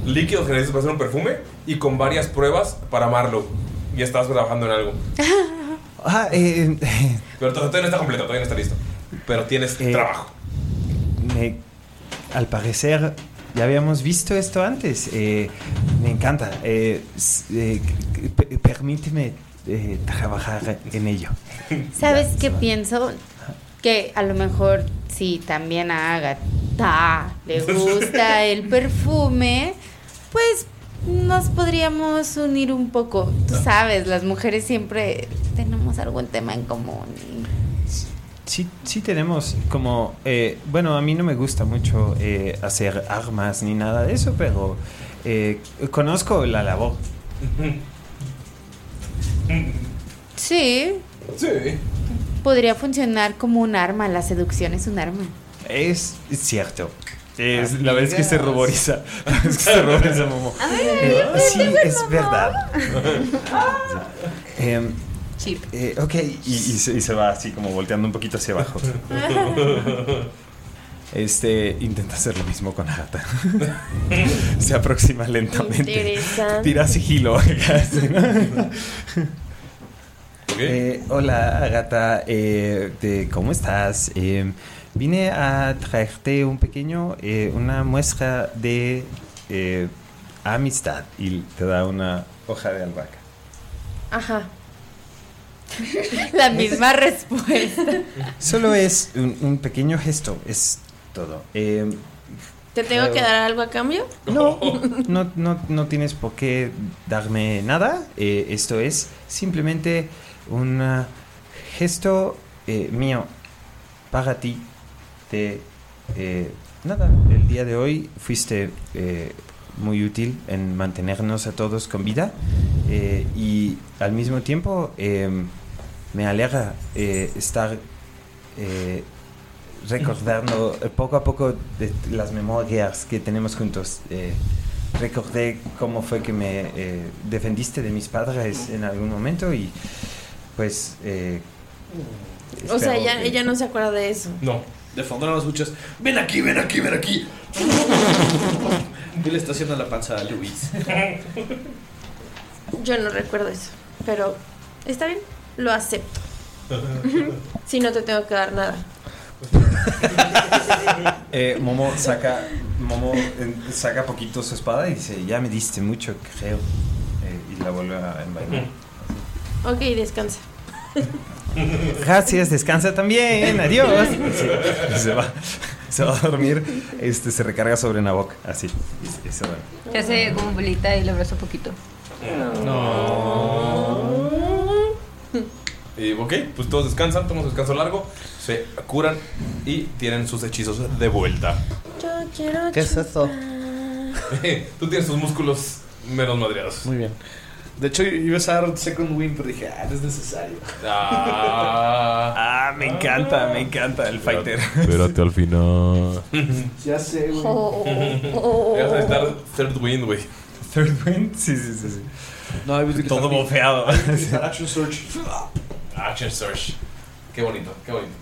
líquidos que necesitas para hacer un perfume y con varias pruebas para amarlo. Y estás trabajando en algo.
Ah, eh, eh,
Pero todavía no está completo, todavía no está listo. Pero tienes trabajo.
me- al parecer ya habíamos visto esto antes. Eh, me encanta. Eh, s- eh, c- p- permíteme eh, trabajar en ello.
¿Sabes qué pienso? Que a lo mejor si también a Agatha le gusta el perfume, pues nos podríamos unir un poco. Tú sabes, las mujeres siempre tenemos algún tema en común.
Sí, sí tenemos como, eh, bueno, a mí no me gusta mucho eh, hacer armas ni nada de eso, pero eh, conozco la labor.
Sí,
Sí.
podría funcionar como un arma. La seducción es un arma.
Es cierto. Es la vez que se ruboriza. La vez que se ruboriza Momo. Eh, sí, es verdad. Em, eh, ok, y, y se, y se va así como volteando un poquito hacia abajo. Este intenta hacer lo mismo con Agatha. Se aproxima lentamente.
Interesante.
Tira sigilo. casi, ¿no? Eh, hola, Agata. eh, de- ¿Cómo estás? Eh, vine a traerte un pequeño, eh, una muestra de eh, amistad. Y te da una hoja de albahaca.
Ajá.
La misma respuesta.
Solo es un, un pequeño gesto, es todo. Eh,
¿Te tengo
Claro.
que dar algo a cambio?
no, no, no, no tienes por qué darme nada. eh, esto es simplemente un ah, gesto eh, mío para ti de eh, nada. El día de hoy fuiste eh, muy útil en mantenernos a todos con vida eh, y al mismo tiempo eh, me alegra eh, estar eh, recordando eh, poco a poco de t- las memorias que tenemos juntos. Eh, recordé cómo fue que me eh, defendiste de mis padres en algún momento y pues... eh,
O sea,
espero
ella,
que-
ella no se acuerda de eso.
No.
De fondo no las escuchas. Ven aquí, ven aquí, ven aquí. y le está haciendo la panza a Luis.
Yo no recuerdo eso. Pero está bien, lo acepto. Si no te tengo que dar nada.
Eh, Momo saca Momo eh, saca poquito su espada y dice, ya me diste mucho, creo. Eh, y la vuelve a envainar.
Ok, descansa.
Gracias, descansa también, adiós. Sí, y se va. Se va a dormir, este, se recarga sobre Nabok, así. y- y se duerme.
Se hace como bolita y lo abrazo poquito.
Y, ok, pues todos descansan, toman su descanso largo, se curan y tienen sus hechizos de vuelta.
Yo quiero.
eso? Tú tienes tus músculos menos madreados.
Muy bien. De hecho, iba a usar Second Wind, pero dije, ah, no es necesario.
Ah,
me encanta, me encanta el fighter.
Espérate al final.
Ya sé,
Oh,
güey.
Vas a necesitar Third Wind, güey.
Third Wind, sí, sí, sí.
No, hay que
Todo bofeado.
Action Search.
Action Search. Qué bonito, qué bonito.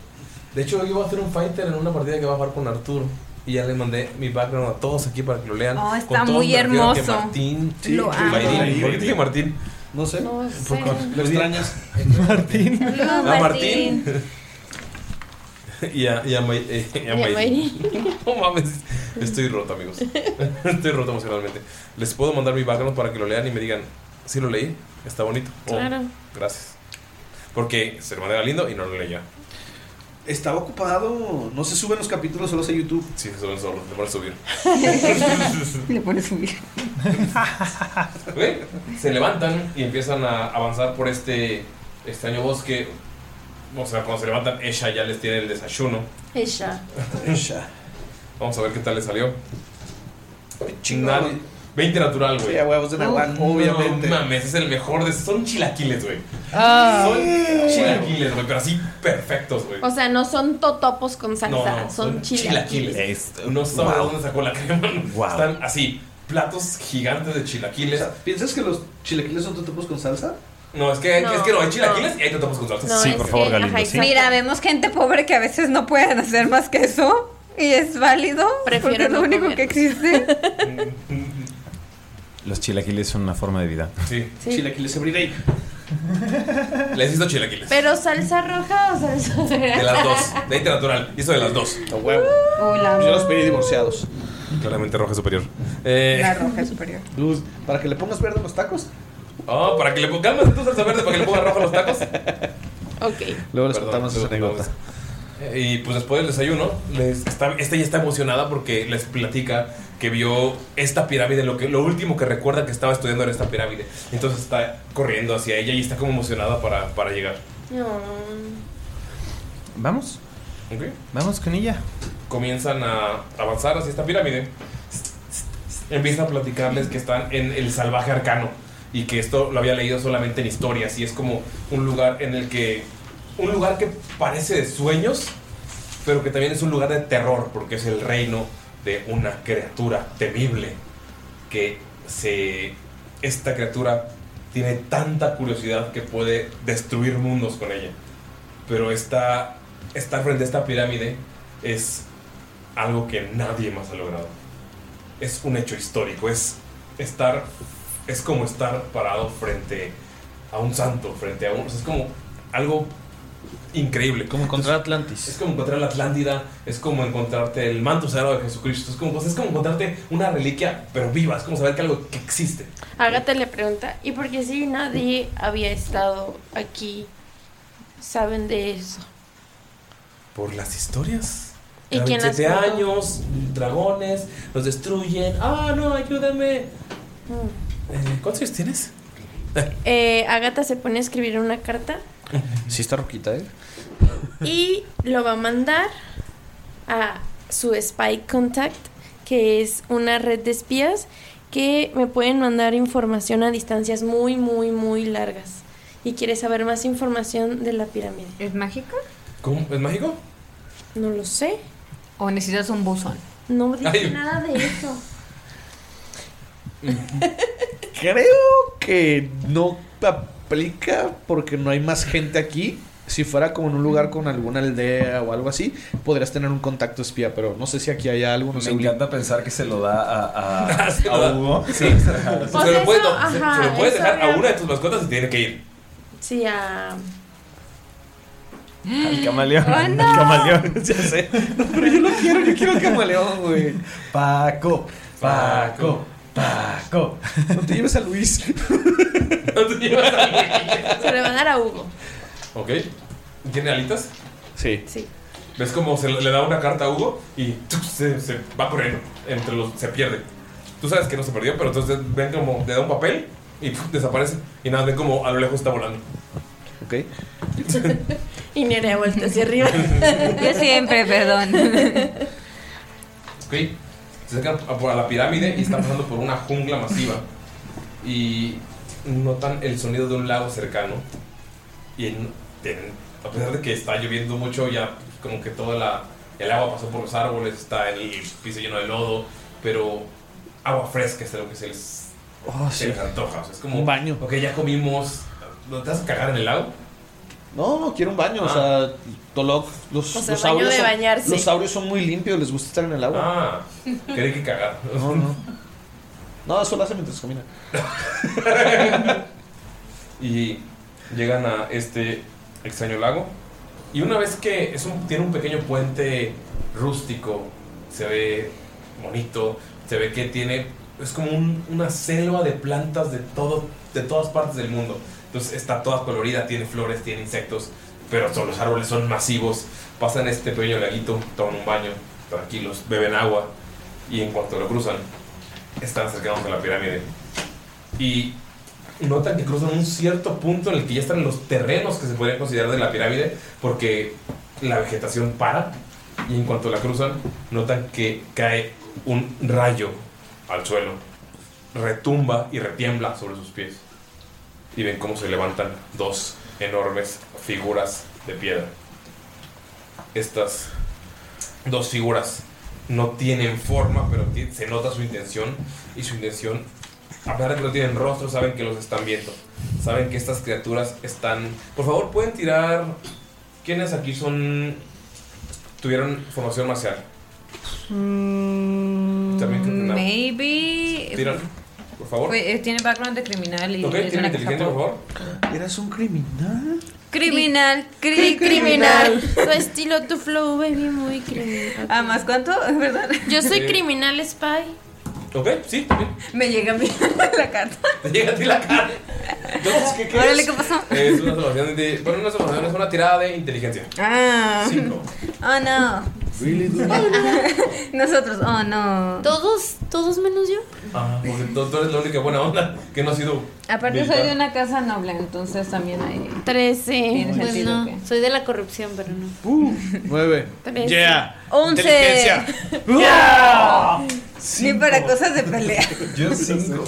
De hecho, yo voy a hacer un fighter en una partida que va a jugar con Arturo. Y ya les mandé mi background a todos aquí para que lo lean.
Oh, está
Con todos
muy
me refiero a que
hermoso.
Martín.
Sí, Lo amo.
Mayrin. ¿Por qué te dije Martín?
No sé.
No sé.
¿Lo extrañas?
Martín.
A Ah, Martín.
Martín.
y a, y a, May- eh, y a Mayrin. No mames. Estoy roto, amigos. Estoy roto emocionalmente. Les puedo mandar mi background para que lo lean y me digan, si lo leí, está bonito. O,
Claro.
Gracias. Porque se lo mandé a lindo y no lo leía.
Estaba ocupado. No se suben los capítulos, solo sé YouTube.
Sí, se suben solo, te pones a subir.
Le pones subir.
Ok, Se levantan y empiezan a avanzar por este extraño bosque. O sea, cuando se levantan, ella ya les tiene el desayuno.
Ella.
Vamos a ver qué tal le salió. Nadie, 20 natural, güey.
Sí, a huevos de Nahuatl, obviamente.
No mames, es el mejor de. Son chilaquiles, güey.
Ah.
Son chilaquiles, güey, pero así perfectos, güey.
O sea, no son totopos con salsa,
No, no,
son
chilaquiles.
chilaquiles.
No sabes dónde sacó la crema. Están así, platos gigantes de chilaquiles.
¿Piensas que los chilaquiles son totopos con salsa?
No, es que,
No,
Eh, es que no, hay
no.
chilaquiles y hay totopos con salsa.
No, es que- ajá, Mira, vemos gente pobre que a veces no pueden hacer más que eso. Y es válido. porque es lo único que existe.
Los chilaquiles son una forma de vida.
Sí.
Sí.
Chilaquiles everyday.
Les hizo chilaquiles.
Pero salsa roja o salsa verde.
De las dos. De ahí natural. Hizo de las dos.
Ah.
Hola.
Yo los pedí divorciados.
Claramente roja superior. Eh,
roja superior.
Luz, para que le pongas verde a los tacos.
oh, para que le pongas más tu salsa verde para que le pongas roja a los tacos.
Ok.
Luego les
Perdón,
contamos esa anécdota.
Eh, Y pues después del desayuno, les está- esta ya está emocionada porque les platica que vio esta pirámide, lo, que, lo último que recuerda que estaba estudiando era esta pirámide. Entonces está corriendo hacia ella y está como emocionada para, para llegar.
Vamos. Vamos con ella.
Comienzan a avanzar hacia esta pirámide. Empieza a platicarles que están en el salvaje arcano y que esto lo había leído solamente en historias y es como un lugar en el que... Un lugar que parece de sueños, pero que también es un lugar de terror porque es el reino de una criatura temible que se esta criatura tiene tanta curiosidad que puede destruir mundos con ella. Pero esta estar frente a esta pirámide es algo que nadie más ha logrado. Es un hecho histórico, es estar es como estar parado frente a un santo, frente a un o sea, es como algo increíble. Como encontrar Atlantis. Es como encontrar la Atlántida, es como encontrarte el manto sagrado de Jesucristo, es como, pues, es como encontrarte una reliquia, pero viva, es como saber que algo que existe.
Agatha le pregunta, ¿y por qué si nadie había estado aquí? ¿Saben de eso?
Por las historias.
¿Y
Eran
quién las
siete
contó?
años, dragones, los destruyen. ¡Ah, no, ayúdame! Eh, ¿Cuántos años tienes?
Mm. Eh, Agatha se pone a escribir una carta
Sí está roquita, ¿eh?
y lo va a mandar a su spy contact, que es una red de espías que me pueden mandar información a distancias muy, muy, muy largas. Y quiere saber más información de la pirámide.
¿Es mágica?
¿Cómo? ¿Es mágico?
No lo sé.
O necesitas un buzón.
No dice
Ay.
nada de eso.
Creo que no aplica porque no hay más gente aquí. Si fuera como en un lugar con alguna aldea o algo así, podrías tener un contacto espía, pero no sé Ah, si aquí hay algo. No
Me encanta pensar que se lo da a, a,
Ah, a
Hugo.
se, lo puedes,
Pues eso,
no, se-
ajá,
se lo puedes
eso
dejar a
era-
una de tus mascotas y tiene que ir.
Sí, a...
Al camaleón.
Oh, no.
Al camaleón, ya sé. No, pero yo lo quiero, yo quiero al camaleón, güey. Paco, Paco, Paco.
No te lleves a Luis.
Se le va a dar a Hugo.
¿Ok? ¿Tiene alitas?
Sí.
Sí.
¿Ves cómo se le da una carta a Hugo y ¡tuc! se, se va corriendo? Entre los, se pierde. Tú sabes que no se perdió, pero entonces ven como le da un papel y ¡puf! desaparece. Y nada, ven como a lo lejos está volando.
¿Ok?
Y Nerea vuelta hacia arriba.
Yo siempre, perdón.
¿Ok? Se acercan a por- a la pirámide y están pasando por una jungla masiva. Y notan el sonido de un lago cercano. Y en- en- a pesar de que está lloviendo mucho, ya como que toda la el agua pasó por los árboles, está el piso lleno de lodo, pero agua fresca es lo que se les,
Oh,
se
sí.
les antoja. O sea, es como
Un baño.
Ok, ya comimos. ¿No te vas a cagar en el lago?
No, no, quiero un baño. O sea, Tolok, los,
O sea,
los
baño
saurios
de
son-
bañarse.
los saurios son muy limpios, les gusta estar en el agua.
Ah, quería que cagar.
No, no. No, eso lo hace mientras camina.
y llegan a este extraño lago. Y una vez que es un- tiene un pequeño puente rústico, se ve bonito, se ve que tiene, es como un- una selva de plantas de, todo, de todas partes del mundo. Entonces está toda colorida, tiene flores, tiene insectos, pero son- los árboles son masivos. Pasan este pequeño laguito, toman un baño, tranquilos, beben agua y en cuanto lo cruzan, están cercanos a la pirámide. Y notan que cruzan un cierto punto en el que ya están los terrenos que se podrían considerar de la pirámide, porque la vegetación para y en cuanto la cruzan, notan que cae un rayo al suelo retumba y retiembla sobre sus pies. Y ven cómo se levantan dos enormes figuras de piedra. Estas dos figuras no tienen forma, pero ti- se nota su intención. Y su intención, a pesar de que no tienen rostro, saben que los están viendo. Saben que estas criaturas están... Por favor, pueden tirar... ¿Quiénes aquí son... tuvieron formación marcial?
Mm,
También creo que no.
maybe.
Tiran, por favor.
Eh, Fue- eh, tiene background de criminal y.
Ok,
es
tienen
una
inteligencia, por
caja-
favor.
¿Eras un criminal?
Criminal, cri-
Cri-
criminal.
criminal. Tu estilo, tu flow, baby, muy criminal.
Ah, ¿más cuánto? ¿Verdad?
Yo soy
Sí.
criminal spy.
Ok, sí, también.
Me llega a mí la carta.
Te llega a ti la cara. Entonces, ¿qué quieres?
Órale, ¿qué pasó?
Es una salvación de. Bueno, una salvación es una tirada de inteligencia.
Ah.
Cinco.
Oh no. Nosotros, oh no.
Todos, todos menos yo.
Ajá, Ah, porque tú, tú eres la única buena onda que no ha sido.
Aparte
militar.
soy de una casa noble, entonces también hay.
13.
Tiene
Pues
sentido
no, soy de la corrupción, pero no.
Nueve.
Trece.
Yeah.
Once.
Inteligencia.
Yeah. Ni
Cinco.
para cosas de pelea.
Yo cinco.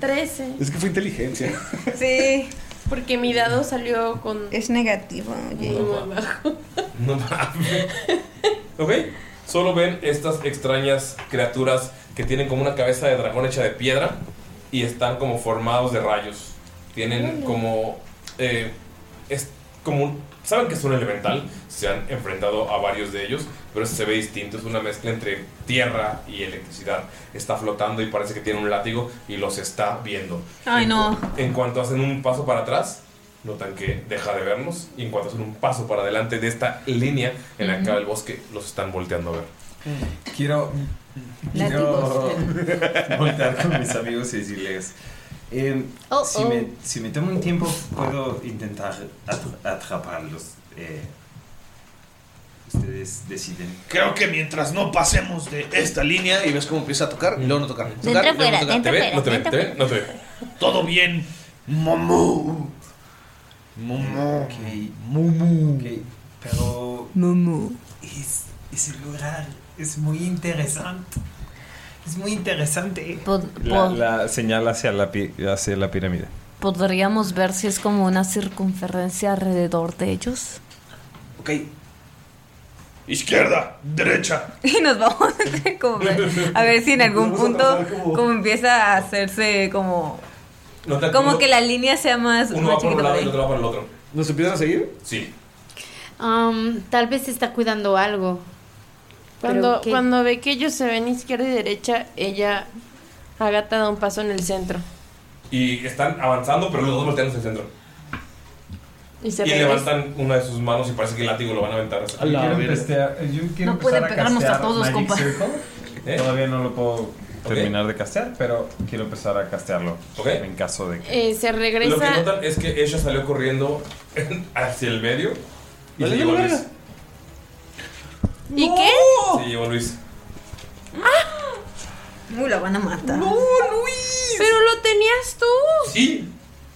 13.
Es que fue inteligencia.
Sí.
Porque mi dado salió con.
Es negativo, oye.
Muy bajo.
No mames. ¿Ok? Solo ven estas extrañas criaturas que tienen como una cabeza de dragón hecha de piedra y están como formados de rayos. Tienen
Órale.
como. eh, es como un- Saben que es un elemental, se han enfrentado a varios de ellos, pero se ve distinto. Es una mezcla entre tierra y electricidad. Está flotando y parece que tiene un látigo y los está viendo.
Ay no.
En cuanto hacen un paso para atrás, notan que deja de vernos. Y en cuanto hacen un paso para adelante de esta línea en la que acaba el bosque, los están volteando a ver.
Quiero.
Látigos.
Quiero voltar con mis amigos y decirles. eh,
Oh,
si,
oh.
Me, si me tomo un tiempo, puedo intentar at- atraparlos. eh, ustedes deciden.
Creo que mientras no pasemos de esta línea y ves cómo empieza a tocar, y luego no tocar.
entra fuera,
no
entra ¿Te ve? fuera, No te ve, entra ¿te ve? fuera. No te ve.
Todo bien. Momu. Momu.
Mumu. Pero. Es, es el lugar. Es muy interesante. Es muy interesante.
La-
señal hacia la, hacia la pirámide.
¿Podríamos ver si es como una circunferencia alrededor de ellos?
Ok. Izquierda, derecha.
Y nos vamos como ver- a ver si en algún punto como empieza a hacerse como
Notan
como
uno-
que la línea sea más,
Uno
más ¿eh?
va por
chiquita
un
por
lado y el
ahí.
otro va por el otro.
¿Nos empiezan a seguir?
Sí.
Um,
Am, tal vez está cuidando algo. Pero
Cuando,
¿qué?
cuando ve que ellos se ven izquierda y derecha, ella Agata da un paso en el centro.
Y están avanzando, pero los dos voltean hacia el centro.
Y se
Y
regresa.
levantan una de sus manos y parece que el látigo lo van a aventar. hacia-
Yo quiero pestear- yo quiero
No puede
empezar
pegarnos a
castear
todos,
Magic
compa.
Circle. Todavía no lo puedo terminar de castear, pero quiero empezar a castearlo. En caso de que.
Eh, se
Lo que
regresa.
notan es que ella salió corriendo hacia el medio y se llevó a Luis.
¿Y qué?
Oh.
Se llevó a Luis.
Ah. Uy, lo van a matar.
¡No, Luis! ¡Pero lo tenías tú!
Sí.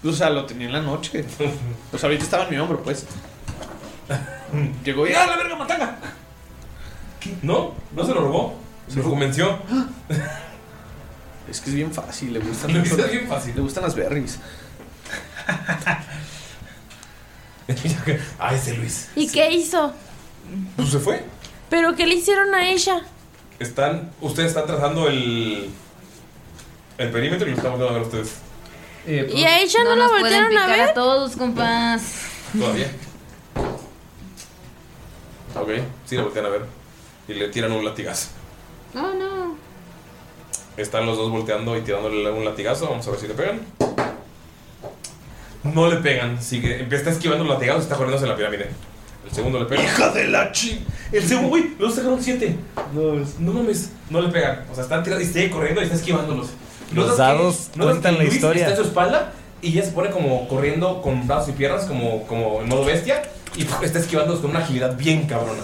O sea, lo tenía en la noche. O sea, ahorita estaba en mi hombro, pues. Llegó y. ¡Ah, la verga, matanga!
No, no se lo robó. Se lo convenció.
Es que es bien fácil, le gustan
Luis,
las-
es bien fácil.
Le gustan las berries.
ah, ese Luis.
¿Y qué hizo?
Pues se fue.
¿Pero qué le hicieron a ella?
Están, ustedes están trazando el, el perímetro y lo estamos dando a ver ustedes
pues,
¿Y a ella no, la
nos pueden
voltearon a
picar
ver?
a todos, compas.
todavía. Ok, sí, la voltean a ver. Y le tiran un latigazo.
No, no.
Están los dos volteando y tirándole un latigazo. Vamos a ver si le pegan. No le pegan, sigue. empieza- Está esquivando los latigazos y está corriendo hacia la pirámide. El segundo le pega.
¡Hija de la
chi! El segundo, uy, los dos sacaron siete. No, no mames, no le pegan. O sea, están tirando y sigue corriendo y está esquivándolos.
Los
Notas que-
dados
notas
cuentan
que
la
Luis
historia.
Está en su espalda y ya se pone como corriendo con brazos y piernas, como, como en modo bestia. Y ¡puf! está esquivándolos con una agilidad bien cabrona.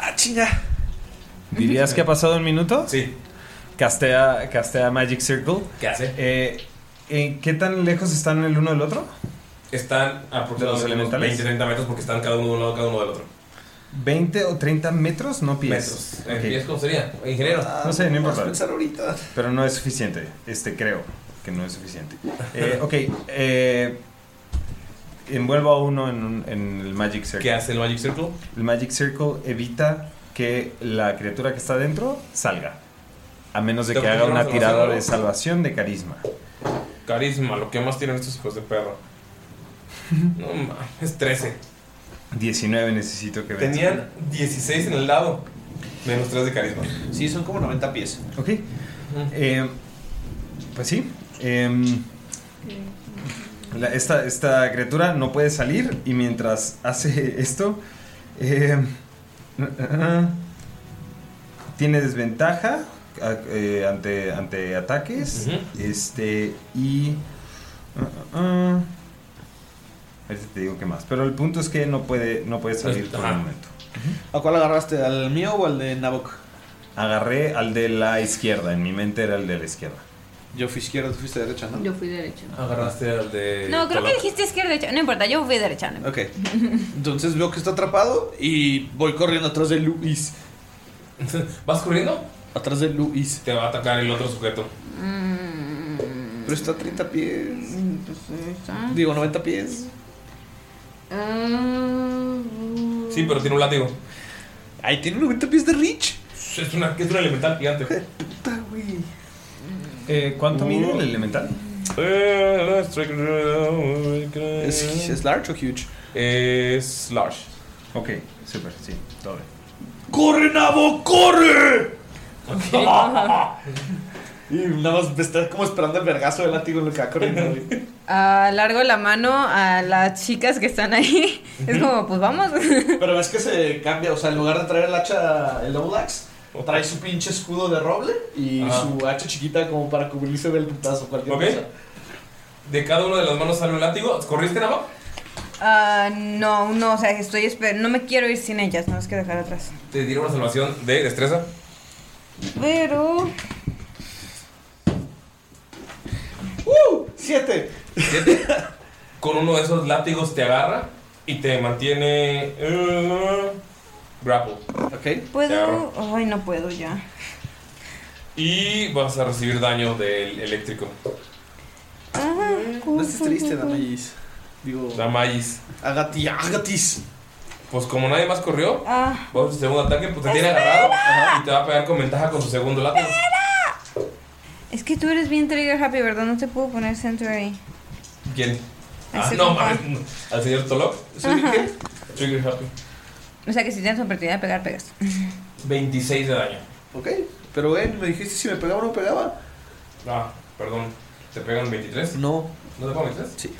¡Ah, chinga!
¿Dirías que ha pasado un minuto?
Sí.
Castea, castea Magic Circle. Eh,
¿Qué hace?
¿Qué tan lejos están el uno del otro?
Están aproximadamente
Ah,
elementales?
unos 20, 30 metros porque están cada uno de un lado, cada uno del otro.
¿20 o 30 metros? No pies.
Metros. Eh,
Ok. Ah,
¿pies cómo sería? Ingeniero.
No sé, no
Vamos a
importa.
pensar ahorita.
Pero no es suficiente. Este, creo que no es suficiente. Eh, ok. eh, envuelvo a uno en, un- en el Magic Circle.
¿Qué hace el Magic Circle?
El Magic Circle evita que la criatura que está dentro salga. A menos de
¿Te
que haga
pusieron
una tirada
salvación?
de salvación de carisma.
Carisma, lo que más tienen estos hijos de perro. No mames, 13.
19 necesito que venza.
Tenían 16 en el lado. Menos 3 de carisma. Sí, son como 90 pies.
Ok. Eh, pues sí. em, la- esta, esta criatura no puede salir y mientras hace esto, em, ah, tiene desventaja a- eh, ante, ante ataques. Este, y... ah, ahorita te digo qué más. Pero el punto es que no puede, no puede salir por el
Ajá.
momento.
¿A cuál agarraste? ¿Al mío o al de Nabok?
Agarré al de la izquierda. En mi mente era el de la izquierda.
Yo fui izquierda, tú fuiste derecha, ¿no?
Yo fui derecha.
Agarraste al de.
No, creo que dijiste izquierda derecha. No importa, yo fui derecha. no importa.
Eh, Ok. Entonces veo que está atrapado y voy corriendo atrás de Luis.
¿Vas corriendo?
Atrás de Luis.
Te va a atacar el otro sujeto.
Mm,
Pero está a 30 pies. Digo, 90 pies.
Sí, pero tiene un látigo.
Ahí tiene 90
Ah,
pies de
uh.
Rich.
Es, una, es un elemental gigante.
Eh, ¿Cuánto
mide
el elemental?
Eh, ¿Es,
large o huge?
eh, Es large.
Ok, super, sí, todo bien.
¡Corre, Nabo! ¡Corre! y nada más me está como esperando el vergazo del látigo en lo que va corriendo. güey.
Ah, largo la mano a las chicas que están ahí. Es como, pues vamos.
Pero ves que se cambia, o sea, en lugar de traer el hacha, el double axe, trae su pinche escudo de roble y
Ajá.
su hacha chiquita como para cubrirse del putazo, cualquier
Ok.
cosa.
De cada una de las manos sale un látigo. ¿Corriste nada más?
Ah, no, no, o sea, estoy esperando. No me quiero ir sin ellas, no es que dejar atrás.
Te diré una salvación de destreza.
Pero.
¡Uh! ¡Siete!
Con uno de esos látigos te agarra y te mantiene. eh, grapple.
Ok.
Te agarra.
¿Puedo? Ay, no puedo ya.
Y vas a recibir daño del eléctrico.
Ah,
No estés triste, Damayis. Digo.
Damayis.
Agati, agatis.
Pues como nadie más corrió,
Ah.
vamos a su segundo ataque, pues te tiene agarrado ajá, y te va a pegar con ventaja con su segundo látigo.
Es que tú eres bien trigger happy, ¿verdad? No te puedo poner Century.
¿Quién?
Al
Ah,
segundo.
no, mames, no. al señor Tolok.
Ajá.
Trigger Happy.
O sea que si tienes oportunidad de pegar, pegas.
26 de daño.
Ok, pero ven, me dijiste si me pegaba o no pegaba.
Ah, perdón. ¿Te pegan 23?
No.
¿No te pegan 23?
Sí.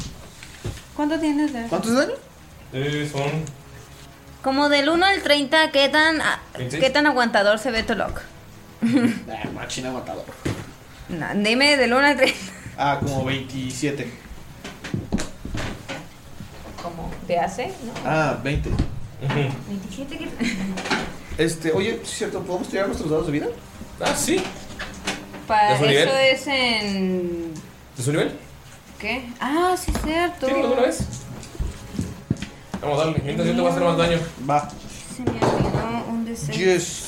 ¿Cuánto tienes de
¿Cuántos daño?
Eh, son.
Como del 1 al 30, ¿qué tan, a-
¿Veintiséis?
¿qué tan aguantador se ve Tolok?
Ah, machina matador.
No, dime del 1 al 30.
Ah, como 27.
¿Cómo? ¿Te hace?
Ah, 20.
27 que.
Este, oye, ¿sí es cierto, ¿podemos tirar nuestros dados de vida?
Ah, sí.
Para,
¿De su
eso
nivel?
es en.
¿De su nivel?
¿Qué? Ah, sí, es cierto.
¿Tienes alguna vez? Vamos a darle. Mientras yo te voy a hacer más daño.
Va.
Se me olvidó un deseo.
Yes.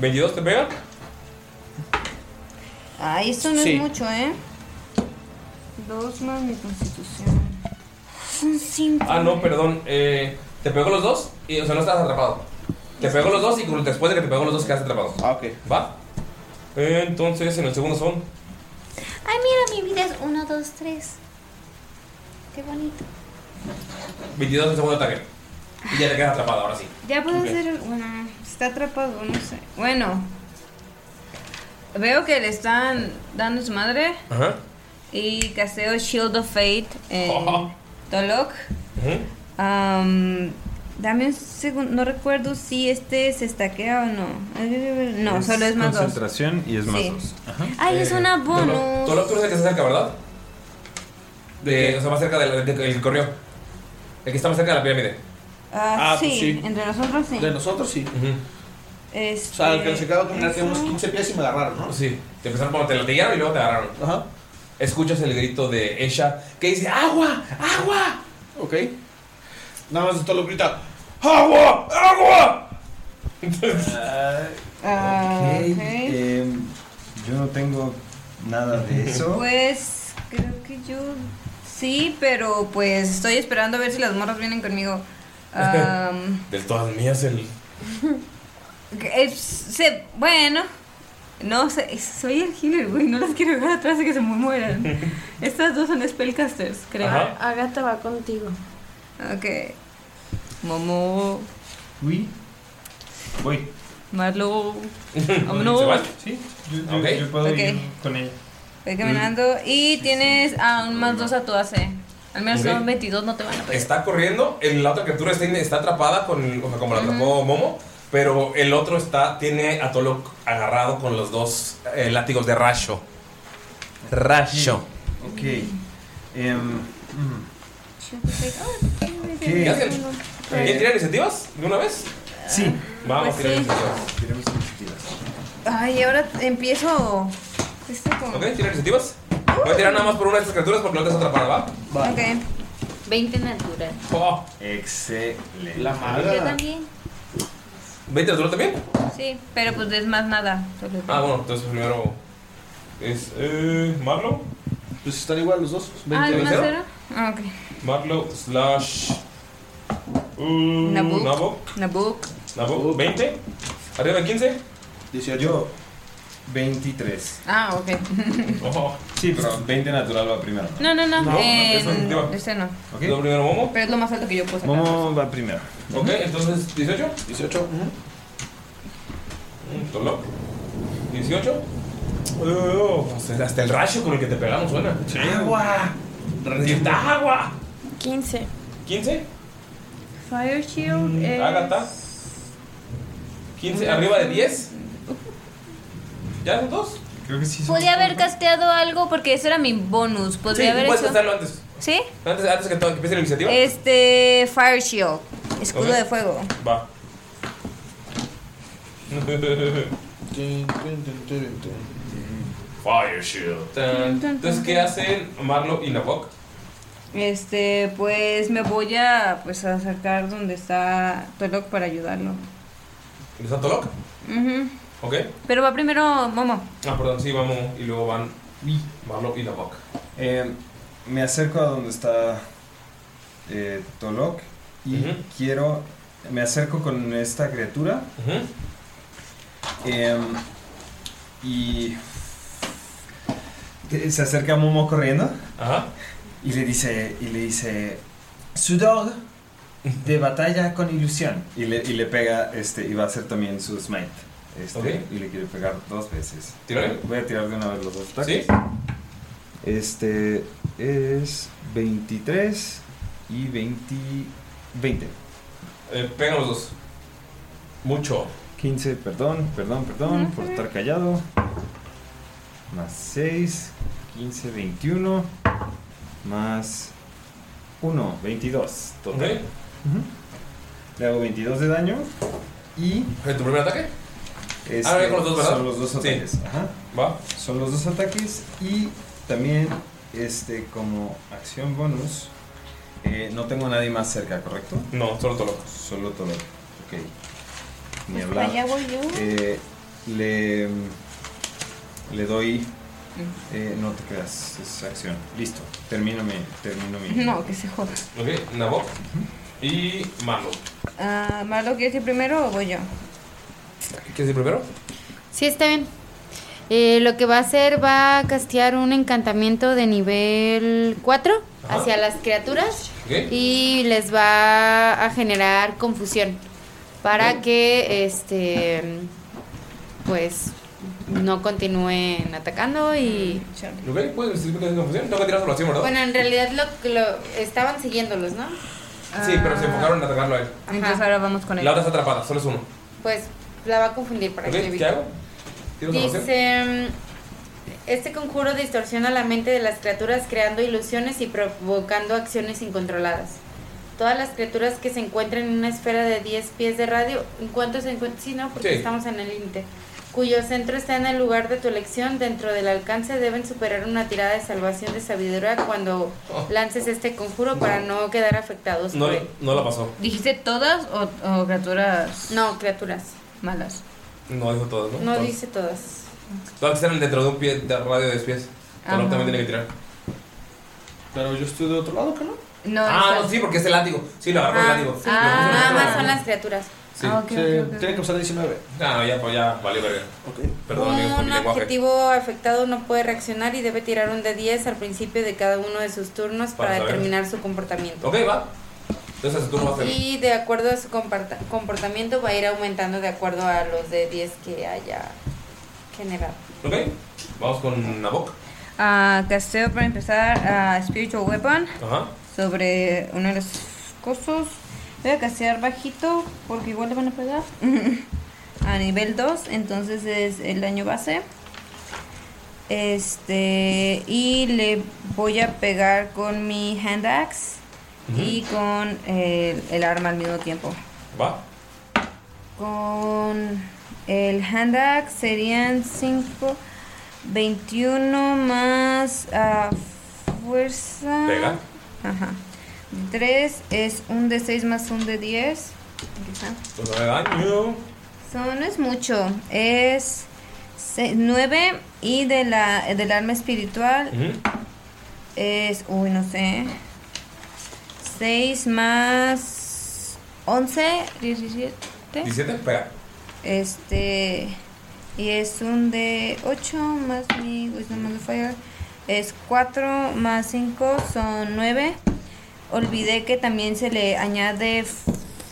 ¿22 te pega?
Ay, eso no
Sí.
es mucho, ¿eh? Dos más mi constitución. Son cinco.
Ah, no, perdón. Eh, te pegó los dos y, o sea, no estás atrapado. Te pegó los dos y con- después de que te pegó los dos quedas atrapado.
Ah, ok.
¿Va? Eh, Entonces, en el segundo son.
Ay, mira, mi vida es 1, 2, 3. Qué bonito.
22 el segundo ataque. Y ya te quedas atrapado, ahora sí.
Ya puedo
Ok.
hacer. Bueno, está atrapado, no sé. Bueno. Veo que le están dando su madre.
Ajá.
Y caseo Shield of Fate en Tolok. Am, dame un segundo. No recuerdo si este se estaquea o no. No,
Es
solo es más dos.
concentración y es más
Sí.
dos. Eh,
Ay, es una
Tolok-
bonus.
Tolok, Eh, tú eres el que se acerca, ¿verdad? De- o sea, más cerca del de, del que corrió. El que está más cerca de la pirámide.
Ah,
Ah,
sí,
pues sí.
entre nosotros sí.
De nosotros sí.
Este,
O sea, el que se acaba de
Este,
caminar tiene unos
eso.
15 pies y me agarraron, ¿no?
Sí, te empezaron como te latigaron y luego te agarraron.
Ajá.
Escuchas el grito de Esha que dice: ¡Agua! ¡Agua!
Ok. Nada más todo lo grita.
¡Agua! ¡Agua!
Ah,
Ok, em, yo no tengo nada de eso.
Pues creo que yo sí, pero pues estoy esperando a ver si las morras vienen conmigo. Am,
De todas mías, el.
es- se- bueno, no sé, es- soy el healer, güey, no las quiero dejar atrás de que se mu- mueran. Estas dos son spellcasters, creo.
Ajá.
Agatha va contigo. Ok. Momo,
Uy. Voy.
Marlo,
¿Se
vámonos.
van? Sí, yo, yo-
Ok.
yo puedo
Ok.
ir con ella.
Voy caminando y tienes aún más dos a tu AC. Al menos
Ok.
son 22, no te van a pegar.
Está corriendo, el- la otra criatura está, in- está atrapada con el- o sea, como la atrapó Momo, pero el otro está tiene a Tolok agarrado con los dos eh, látigos de Rasho. Mm. Rasho.
Ok. Em, mm.
¿Qué
Eh.
hacen? ¿Quieren tirar iniciativas de una vez?
Sí.
Vamos
Pues
a tirar
sí.
iniciativas.
Ay, ahora empiezo. Esto con-
Ok, tirar iniciativas. Voy a tirar nada más por una de estas criaturas porque la otra está atrapada, ¿va? Oh.
Ok. 20 natural.
Excelente.
La
Yo también.
¿20 criaturas también?
Sí, pero pues es más nada. solo-
Ah, bueno, entonces primero es eh, Marlow. Pues están igual los dos.
Ah, ¿es más cero? Ah, ok.
Marlow slash. uh,
Nabok.
Nabok.
Nabok.
Nabok. 20. Arriba 15.
18. Yo, 23.
Ah, ok.
Ojo.
Sí, pero 20 natural va primero.
No, no, no.
No,
eh,
eso es
no,
activa.
este no.
¿Ok? ¿Lo primero Momo?
Pero es lo más alto que yo puedo sacar.
Momo va primero.
Ok, entonces 18.
18.
Mm, Tolok. 18. Oh, hasta- hasta el rayo con el que te pegamos suena. ¡Agua! ¡Resienta agua!
15.
15.
Fire
Mm,
Shield. eh,
Agatha. 15. Arriba de 10. ¿Ya son dos?
Creo que sí.
Podía haber casteado algo porque eso era mi bonus. Pues, Podría
Sí,
haber
puedes
hecho.
hacerlo antes.
¿Sí?
Antes, antes que, todo, que empiece la iniciativa.
Este. Fire Shield. Escudo
Ok.
de fuego.
Va. Fire Shield. Tan. Entonces, ¿qué hacen Marlo y Nabok?
Este, pues me voy a pues a acercar donde está Tolok para ayudarlo.
¿Está Tolok?
Ujú.
Ok.
Pero va primero Momo.
Ah, perdón, sí, vamos. Y luego van Marlo y Nabok.
Eh, me acerco a donde está eh, Tolok y quiero. Me acerco con esta criatura. Em, y. Se acerca Momo corriendo. Y le dice. Y le dice. Sudor de batalla con ilusión. Y le, y le pega este. Y va a hacer también su smite. Este,
Ok.
Y le quiere pegar dos veces.
Tírale.
Voy a tirar de una vez los dos
Sí.
ataques. Este es 23 y 20. 20.
Eh, pegan los dos. Mucho.
15, perdón, perdón, perdón por estar callado. Más 6, 15, 21. Más 1, 22. Total.
Ok.
Ujú. Le hago 22 de daño y.
¿Tu primer ataque?
Este,
Ah, con los dos, ¿verdad?
Son los dos
Sí.
ataques. Ajá.
Va.
Son los dos ataques y también este como acción bonus. eh, no tengo a nadie más cerca, ¿correcto?
No, solo Tolok.
Solo Tolok. Ok. Ni
Pues
hablar.
allá voy yo.
Eh, le, le doy. eh, no te creas, es acción. Listo. Termino mi. Termino mi.
No, que se joda.
Ok, Nabok y Marlo.
Ah, Marlo, ¿quieres ir primero o voy yo?
¿Qué quieres decir primero?
Sí, está bien. Eh, lo que va a hacer va a castear un encantamiento de nivel 4
Ajá.
hacia las criaturas
Ok.
y les va a generar confusión para que este pues no continúen atacando y
Ok, puedes decir que es confusión. Tengo que tirar solo acción, ¿verdad?
bueno en realidad lo, lo- estaban siguiéndolos no
Sí, pero se enfocaron en atacarlo a él.
Entonces ahora vamos con él.
La otra está atrapada, solo es uno.
pues la va a confundir para
Ok,
que
¿qué
evite.
hago? ¿Tiro salvación?
Dice, mm, este conjuro distorsiona la mente de las criaturas creando ilusiones y provocando acciones incontroladas. Todas las criaturas que se encuentren en una esfera de 10 pies de radio, ¿en cuánto se encuentran? Sí, no, porque
Sí.
estamos en el límite. cuyo centro está en el lugar de tu elección dentro del alcance deben superar una tirada de salvación de sabiduría cuando lances este conjuro para no quedar afectados.
No,
por él.
no la pasó.
¿Dijiste todas o, o criaturas?
No, criaturas.
Malas.
No dijo todas, ¿no?
No
Todas.
dice todas.
Todas que están dentro de un pie de radio de 10 pies. Tolok
Ajá.
también tiene que tirar.
Pero yo estoy de otro lado, ¿qué no?
No,
ah,
estás-
no, sí, porque es el látigo. Sí, lo agarró el
Ah,
látigo.
sí. nada más son las criaturas.
Sí.
Ah, ok, Sí, ok, ok.
tiene que usar 19.
No, ya, pues ya, valió verga. Perdón, amigos, por mi
Un
lenguaje.
objetivo afectado no puede reaccionar y debe tirar un de 10 al principio de cada uno de sus turnos
Para
para,
saber.
determinar su comportamiento.
Ok, va. Entonces tú vas a hacer.
Y de acuerdo a su comporta- comportamiento va a ir aumentando de acuerdo a los de 10 que haya generado.
Ok, vamos con Nabok.
Ah, casteo para empezar a Spiritual Weapon
Ajá.
sobre uno de los cosos. Voy a castear bajito porque igual le van a pegar. a nivel 2, entonces es el daño base. Este, y le voy a pegar con mi hand axe y con el, el arma al mismo tiempo.
Va.
Con el hand axe serían 5, 21 más ah, fuerza.
Pega.
Ajá. 3 es un de 6 más un de 10.
Pues dale daño.
Son, no es mucho. Es 9 y de la, del arma espiritual es, uy, no sé. 6 más 11, 17.
17, pega.
Este. Y es un de 8 más mi Wisdom Modifier. Es 4 más 5 son 9. Olvidé que también se le añade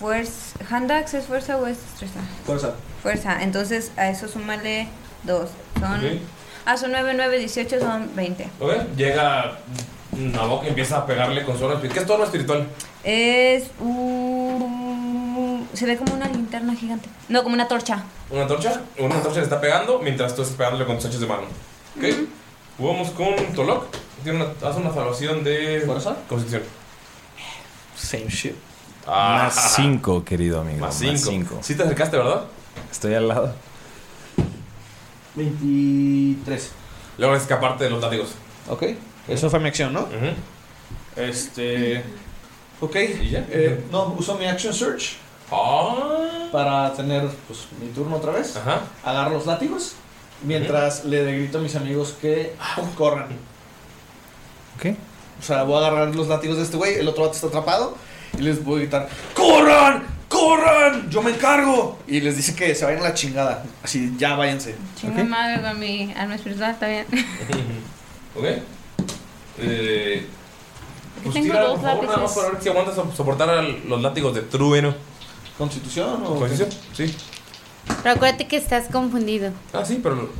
fuerza. ¿Handax es fuerza o es destreza?
Fuerza.
Fuerza. Entonces a eso súmale 2. Son.
Ok.
Ah, son 9, 9, 18, son 20.
Ok, llega Nabok y empieza a pegarle con su arma espiritual. ¿Qué es tu arma espiritual?
Es. un- se ve como una linterna gigante. No, como una torcha.
Una torcha. Una torcha le está pegando mientras tú estás pegándole con tus hachas de mano. Ok. Vamos con Tolok. Tiene una, hace una salvación de. ¿Fuerza? Constitución.
Same shit.
Más 5, querido amigo.
Ah. Más
Más
cinco.
5.
Sí te acercaste, ¿verdad?
Estoy al lado.
23.
Logras escaparte de los látigos.
Ok. Eso fue mi acción, ¿no? Este. Ok. eh, no, uso mi action search. Para tener pues, mi turno otra vez. Agarro los látigos. Mientras le grito a mis amigos que corran.
Ok.
O sea, voy a agarrar los látigos de este güey. El otro vato está atrapado. Y les voy a gritar: ¡Corran! ¡Corran! ¡Yo me encargo! Y les dice que se vayan a la chingada. Así, ya váyanse.
Chingo madre con mi arma espiritual, está bien.
Ok. Eh, pues
tengo
tira,
dos
por favor, nada más
lápices.
para ver si aguantas a soportar a los látigos de trueno.
¿Constitución o.?
Constitución, sí.
Pero acuérdate que estás confundido.
Ah, sí, pero.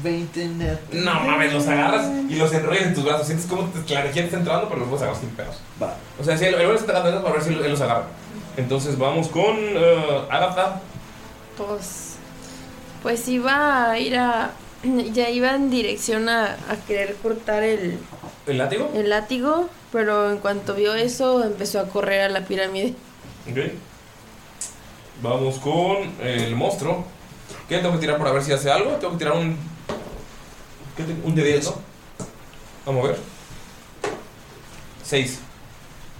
20
No mames, los agarras y los enrollas en tus brazos. Sientes como te- la energía te está entrando, pero los puedes agarrar sin pedos.
Va.
O sea, si el vuelo está atacando para ver si él los agarra. Entonces vamos con eh, Agatha.
Pues, pues iba a ir a... Ya iba en dirección a, a querer cortar el,
¿El látigo?
el látigo, pero en cuanto vio eso empezó a correr a la pirámide.
Ok. Vamos con el monstruo. ¿Qué tengo que tirar para ver si hace algo? Tengo que tirar un. ¿Qué tengo? Un de 10, ¿no? Vamos a ver. 6.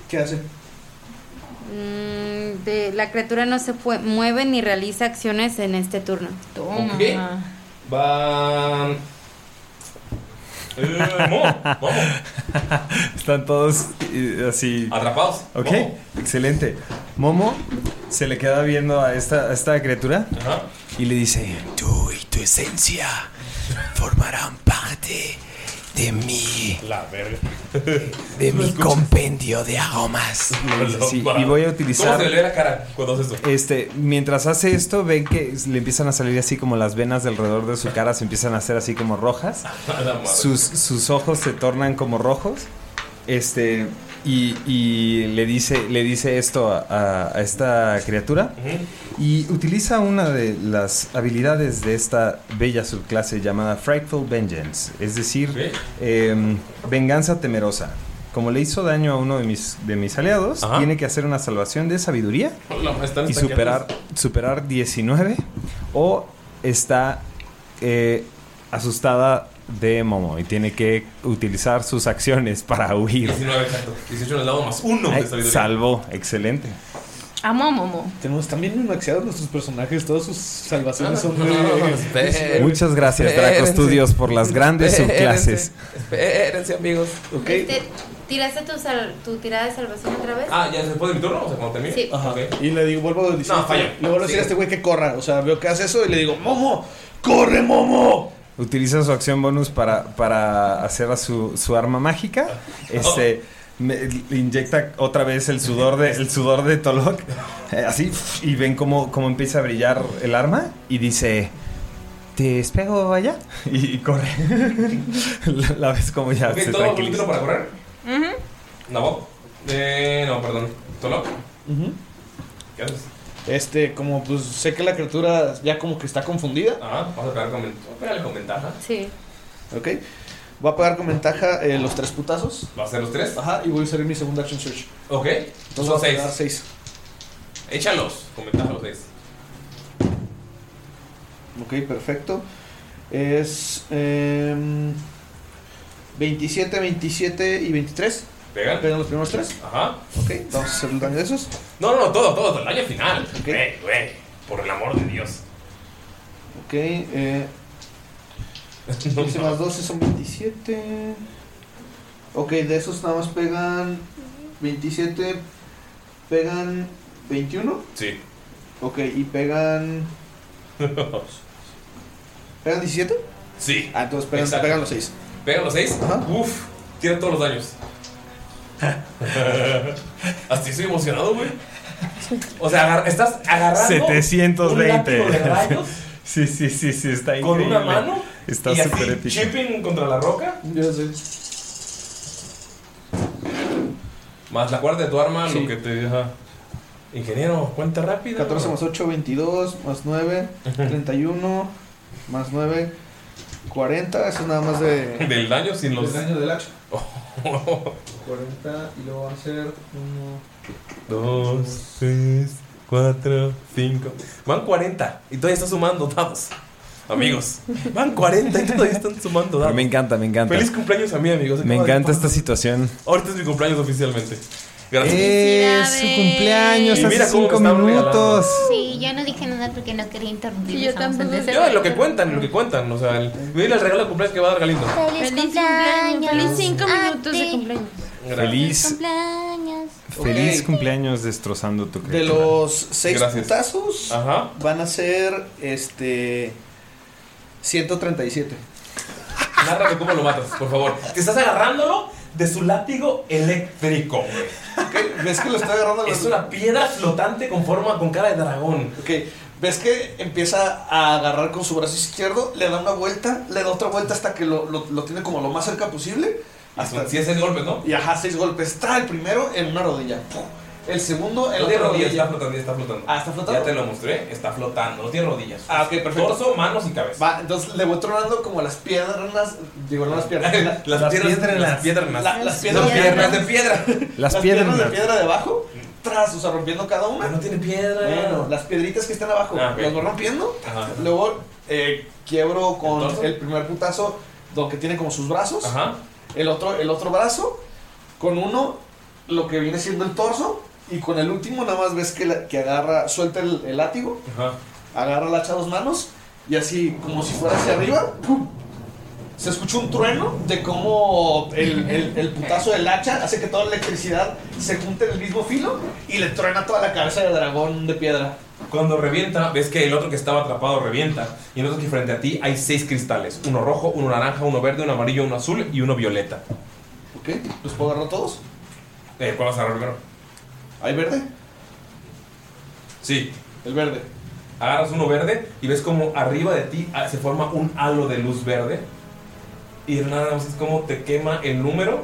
¿Qué hace?
Mm, de, la criatura no se fue- mueve ni realiza acciones en este turno.
Ok. Va. Eh, Mo, vamos.
Están todos eh, así.
Atrapados.
Ok,
Momo.
excelente. Momo se le queda viendo a esta, a esta criatura
Ajá.
y le dice: Tú y tu esencia formarán parte de mi.
La verga.
De mi compendio de aromas. Le dice así, y voy a utilizar.
¿Cómo se le ve la cara cuando haces eso?
Este, mientras hace esto, ven que le empiezan a salir así como las venas de alrededor de su cara se empiezan a hacer así como rojas.
A la madre.
Sus, sus ojos se tornan como rojos. Este, y, y le dice, le dice esto a- a, a esta criatura. Y utiliza una de las habilidades de esta bella subclase llamada Frightful Vengeance, es decir, em, venganza temerosa. Como le hizo daño a uno de mis, de mis aliados, tiene que hacer una salvación de sabiduría
Hola, están
y
estanqueados.
superar, superar 19 o está eh, asustada de Momo y tiene que utilizar sus acciones para huir.
19 exacto. 18 en el lado más 1
Ay,
de sabiduría.
salvo, excelente.
Amo a Momo.
Tenemos también maxeados nuestros personajes, todas sus salvaciones son muy...
espérense. Muchas gracias, Draco Espérense. Studios, por las grandes subclases.
Espérense, amigos.
Ok.
Este, ¿Tiraste tu, sal- tu tirada de salvación otra vez?
Ah, ¿ya después de mi turno? O sea, cuando termine.
Sí.
Ajá.
Y le digo, vuelvo a decir,
No, falla.
le vuelvo a decir a este güey que corra. O sea, veo que hace eso y le digo, Momo, corre, Momo.
Utiliza su acción bonus para, para hacer a su, su arma mágica. Este me- le inyecta otra vez el sudor de el sudor de Tolok. eh, así pf, y ven cómo, cómo empieza a brillar el arma y dice te espero allá y, y corre. la, la ves como ya
Ok,
se
todo
tranquiliza.
un para correr. No, eh, no, perdón. Tolok. ¿Qué haces?
Este, como pues sé que la criatura ya como que está confundida.
Ajá, vas Ah, a pegar con, vent- pégale con ventaja.
Sí.
Ok. Voy a pagar con ventaja eh, los tres putazos.
¿Va a ser los tres?
Ajá, y voy a usar mi segunda action search.
Ok.
Entonces
Son
voy a pegar
seis.
seis.
Échalos con ventaja los 6.
Ok, perfecto. Es em, 27, 27 y 23.
Pegan.
Pegan los primeros tres.
Ajá.
Ok, vamos a hacer un daño de esos.
No, no, no, todo, todo, todo el daño final. Güey, güey. Por el amor de Dios.
Ok, eh. 15 más 12 son 27. Ok, de esos nada más pegan 27. Pegan 21.
Sí.
Ok, y pegan. ¿Pegan 17?
Sí.
Ah, entonces pegan,
Exacto.
pegan los 6.
¿Pegan los 6? Uf, tira todos los daños. Así estoy emocionado, güey. O sea, agar- estás agarrando.
720.
un látigo de rayos
sí, sí, sí, sí, está
Con
increíble.
una mano.
Está
y así,
súper épico.
Chipping contra la roca.
Yo sé.
Más la cuerda de tu arma, lo que te deja. Ingeniero, cuenta rápido.
14 más 8, 22. Más 9, 31. Más 9, 40. Eso nada más de.
Del daño sin los. Oh.
Del daño del hacha. 40 y luego van a ser 1.
2, 3, 4, 5. Van 40 y todavía están sumando dados. Amigos, van 40 y todavía están sumando dados.
Me encanta, me encanta.
Feliz cumpleaños a mí, amigos. Acaba
Me
de
encanta
pasar.
esta situación.
Ahorita es mi cumpleaños oficialmente. Gracias.
¡Es su cumpleaños!
Y
¡Hace
mira cómo
cinco
me estaban
minutos!
Sí, yo no dije nada porque no quería interrumpir.
yo tampoco.
Yo, en lo que cuentan, en lo que cuentan. O sea, el, mira el regalo de cumpleaños que va a dar Galindo.
Feliz, cumpleaños.
Ah,
Feliz cinco
minutos de cumpleaños.
Feliz,
cumpleaños.
feliz cumpleaños destrozando tu criatura.
De los 6
Gracias.
putazos van a ser este 137.
Nárrame cómo lo matas, por favor. Te estás agarrándolo de su látigo eléctrico, güey.
¿Ves que lo está agarrando?
Es una piedra flotante con forma, con cara de dragón.
Ok, ves que empieza a agarrar con su brazo izquierdo, le da una vuelta, le da otra vuelta hasta que lo, lo- lo tiene como lo más cerca posible. Hasta
son- sí, es seis golpes, ¿no?
Y ajá, seis golpes. Está el primero en una rodilla. ¡pum! El segundo en
No
la
tiene
otra
rodillas, está
rodilla.
flotando, está flotando.
Ah, está flotando.
Ya te lo mostré, está flotando, no tiene rodillas.
Ah, ok, perfecto.
Torso, manos y cabeza.
Va, entonces le voy tronando como las piernas. Digo, no las piernas. la-
Las piernas- las piernas.
la- las
Las
piernas.
piernas de piedra.
Las,
Las
piernas, de
piernas.
piedra de abajo. Tras, o sea, rompiendo cada una.
no tiene piedra.
Bueno, las piedritas que están abajo.
Ah, ok.
Las voy rompiendo.
Ajá.
Luego eh, quiebro con
¿El torso?
el, primer putazo. Lo que tiene como sus brazos.
Ajá.
El otro, el otro brazo. Con uno, lo que viene siendo el torso. Y con el último, nada más ves que, la- que agarra, suelta el, el látigo
Ajá.
agarra la hacha a dos manos y así como si fuera hacia arriba, ¡pum! se escucha un trueno de cómo el, el- el putazo del hacha hace que toda la electricidad se junte en el mismo filo y le truena toda la cabeza del dragón de piedra.
Cuando revienta, ves que el otro que estaba atrapado revienta. Y notas que frente a ti hay seis cristales: uno rojo, uno naranja, uno verde, uno amarillo, uno azul y uno violeta.
¿Ok? ¿Los puedo agarrar todos?
Eh, ¿Cuál vas a agarrar primero?
¿Hay verde?
Sí.
El verde.
Agarras uno verde y ves como arriba de ti ah, se forma un halo de luz verde. Y de nada más es como te quema el número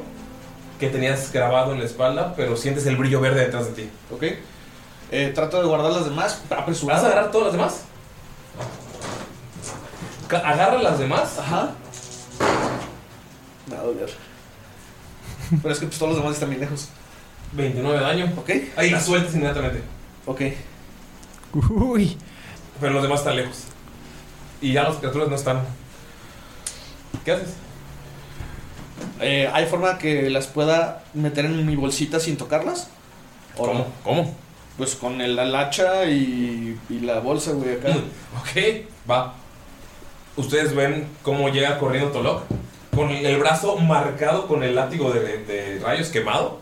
que tenías grabado en la espalda, pero sientes el brillo verde detrás de ti.
¿Ok? Eh, trato de guardar las demás apresurado.
¿Vas a agarrar todas las demás? Ca- Agarra las demás.
Ajá. Me va a doler. Pero es que pues, todos los demás están bien lejos.
29 de daño.
Ok.
Ahí las sueltas inmediatamente.
Ok.
Uy.
Pero los demás están lejos. Y ya las criaturas no están. ¿Qué haces?
Eh, ¿Hay forma que las pueda meter en mi bolsita sin tocarlas? ¿O
¿Cómo?
no?
¿Cómo?
Pues con el, la hacha y, y la bolsa, güey, acá.
Mm, Ok, va. Ustedes ven cómo llega corriendo Tolok con el brazo marcado con el látigo de, de rayos quemado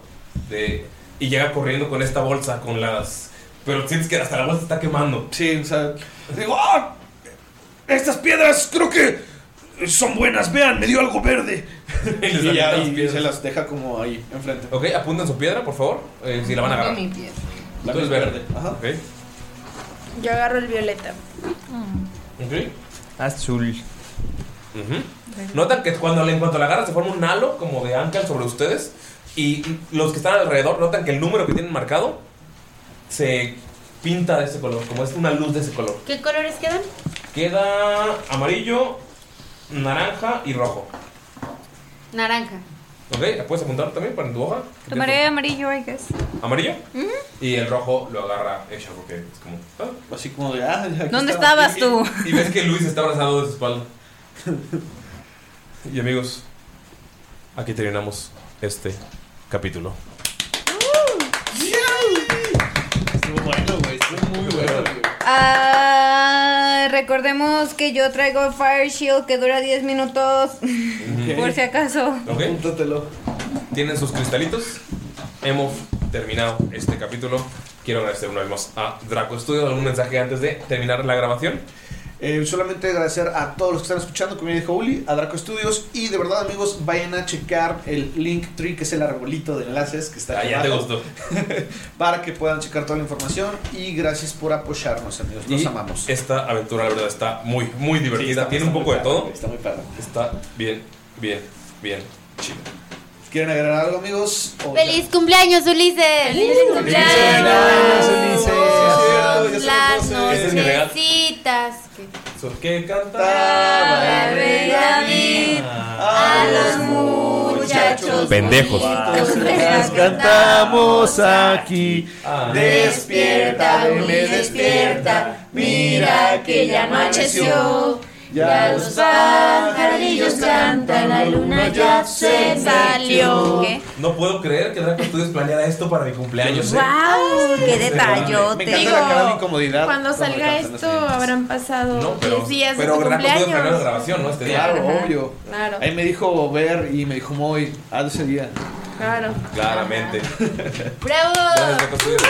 de- y llega corriendo con esta bolsa con las pero sientes que hasta la bolsa está quemando.
Sí, o sea,
Digo, ¡ah! Estas piedras creo que son buenas. Vean, me dio algo verde.
y ya y se las deja como ahí, enfrente.
Ok, apunten su piedra, por favor, eh, si la van a agarrar.
Mi piedra.
La es verde. Ok.
Yo agarro el violeta.
Ok.
Azul.
Ujú. Notan que cuando en cuanto la agarran se forma un halo como de Ankel sobre ustedes y los que están alrededor notan que el número que tienen marcado se pinta de ese color, como es una luz de ese color.
¿Qué colores quedan?
Queda amarillo, naranja y rojo.
Naranja.
¿Ok? ¿La puedes apuntar también para tu hoja?
Tomaré amarillo, I guess.
Amarillo
Ujú.
y el rojo lo agarra ella porque es como... ah.
Así como de, ah, aquí
¿Dónde
estaba.
estabas tú?
Y ves que Luis está abrazado de su espalda. Y amigos, aquí terminamos este capítulo.
Estuvo bueno, güey, estuvo muy bueno, güey.
Ah, recordemos que yo traigo Fire Shield que dura 10 minutos. Por si acaso.
Ok. Tienen sus cristalitos. Hemos terminado este capítulo. Quiero agradecer una vez más a Draco Studio. ¿Algún mensaje antes de terminar la grabación?
Eh, solamente agradecer a todos los que están escuchando, como ya dijo Uli, a Draco Studios. Y de verdad, amigos, vayan a checar el link tree, que es el arbolito de enlaces que está
Ah,
aquí
ya te
abajo,
gustó.
para que puedan checar toda la información. Y gracias por apoyarnos, amigos. Los
Y
amamos.
Esta aventura, la verdad, está muy, muy divertida. Tiene un poco de todo. Está muy padre. Está bien, bien, bien chido.
¿Quieren agregar algo, amigos? O ya.
¡Feliz cumpleaños, Ulises! ¡Feliz
cumpleaños, Ulises! Sí, es cierto, ya
Las
son doce.
Este
Ese es mi regalo.
nochecitas que
¿Por qué
cantaba el rey David a los muchachos.
Pendejos.
Las
cantamos aquí.
Despierta, Uli, despierta, mira que ya anocheció. Ya los pajarillos cantan, la luna ya se salió.
No puedo creer que Draco Studios planeara esto para mi cumpleaños. ¿eh?
¡Guau! ¡Qué
Sí,
detallote!
me encanta la cara de incomodidad.
Cuando
Cuando
salga
cantan
esto, habrán pasado
No, pero,
10 días
pero
de tu
Draco Studios planeó la
cumpleaños.
grabación, ¿no? Este día.
Claro, obvio.
Claro,
Ahí me dijo Ver y me dijo Moy, haz ese día.
claro.
Claramente.
¡Bravo!
Gracias, Draco Studios.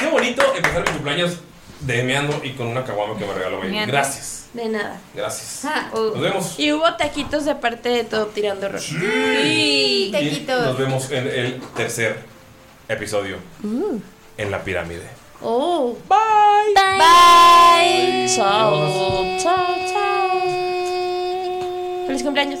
Qué bonito empezar mi cumpleaños demeando y con una caguama que me regaló May. Gracias,
De nada.
gracias.
Nos
vemos.
Ah, oh. Y hubo taquitos de parte de todo tirando rock. Sí,
Y nos vemos en el tercer episodio en la pirámide.
Oh.
Bye. Bye. Bye.
Chao. Chao, chao. Feliz cumpleaños.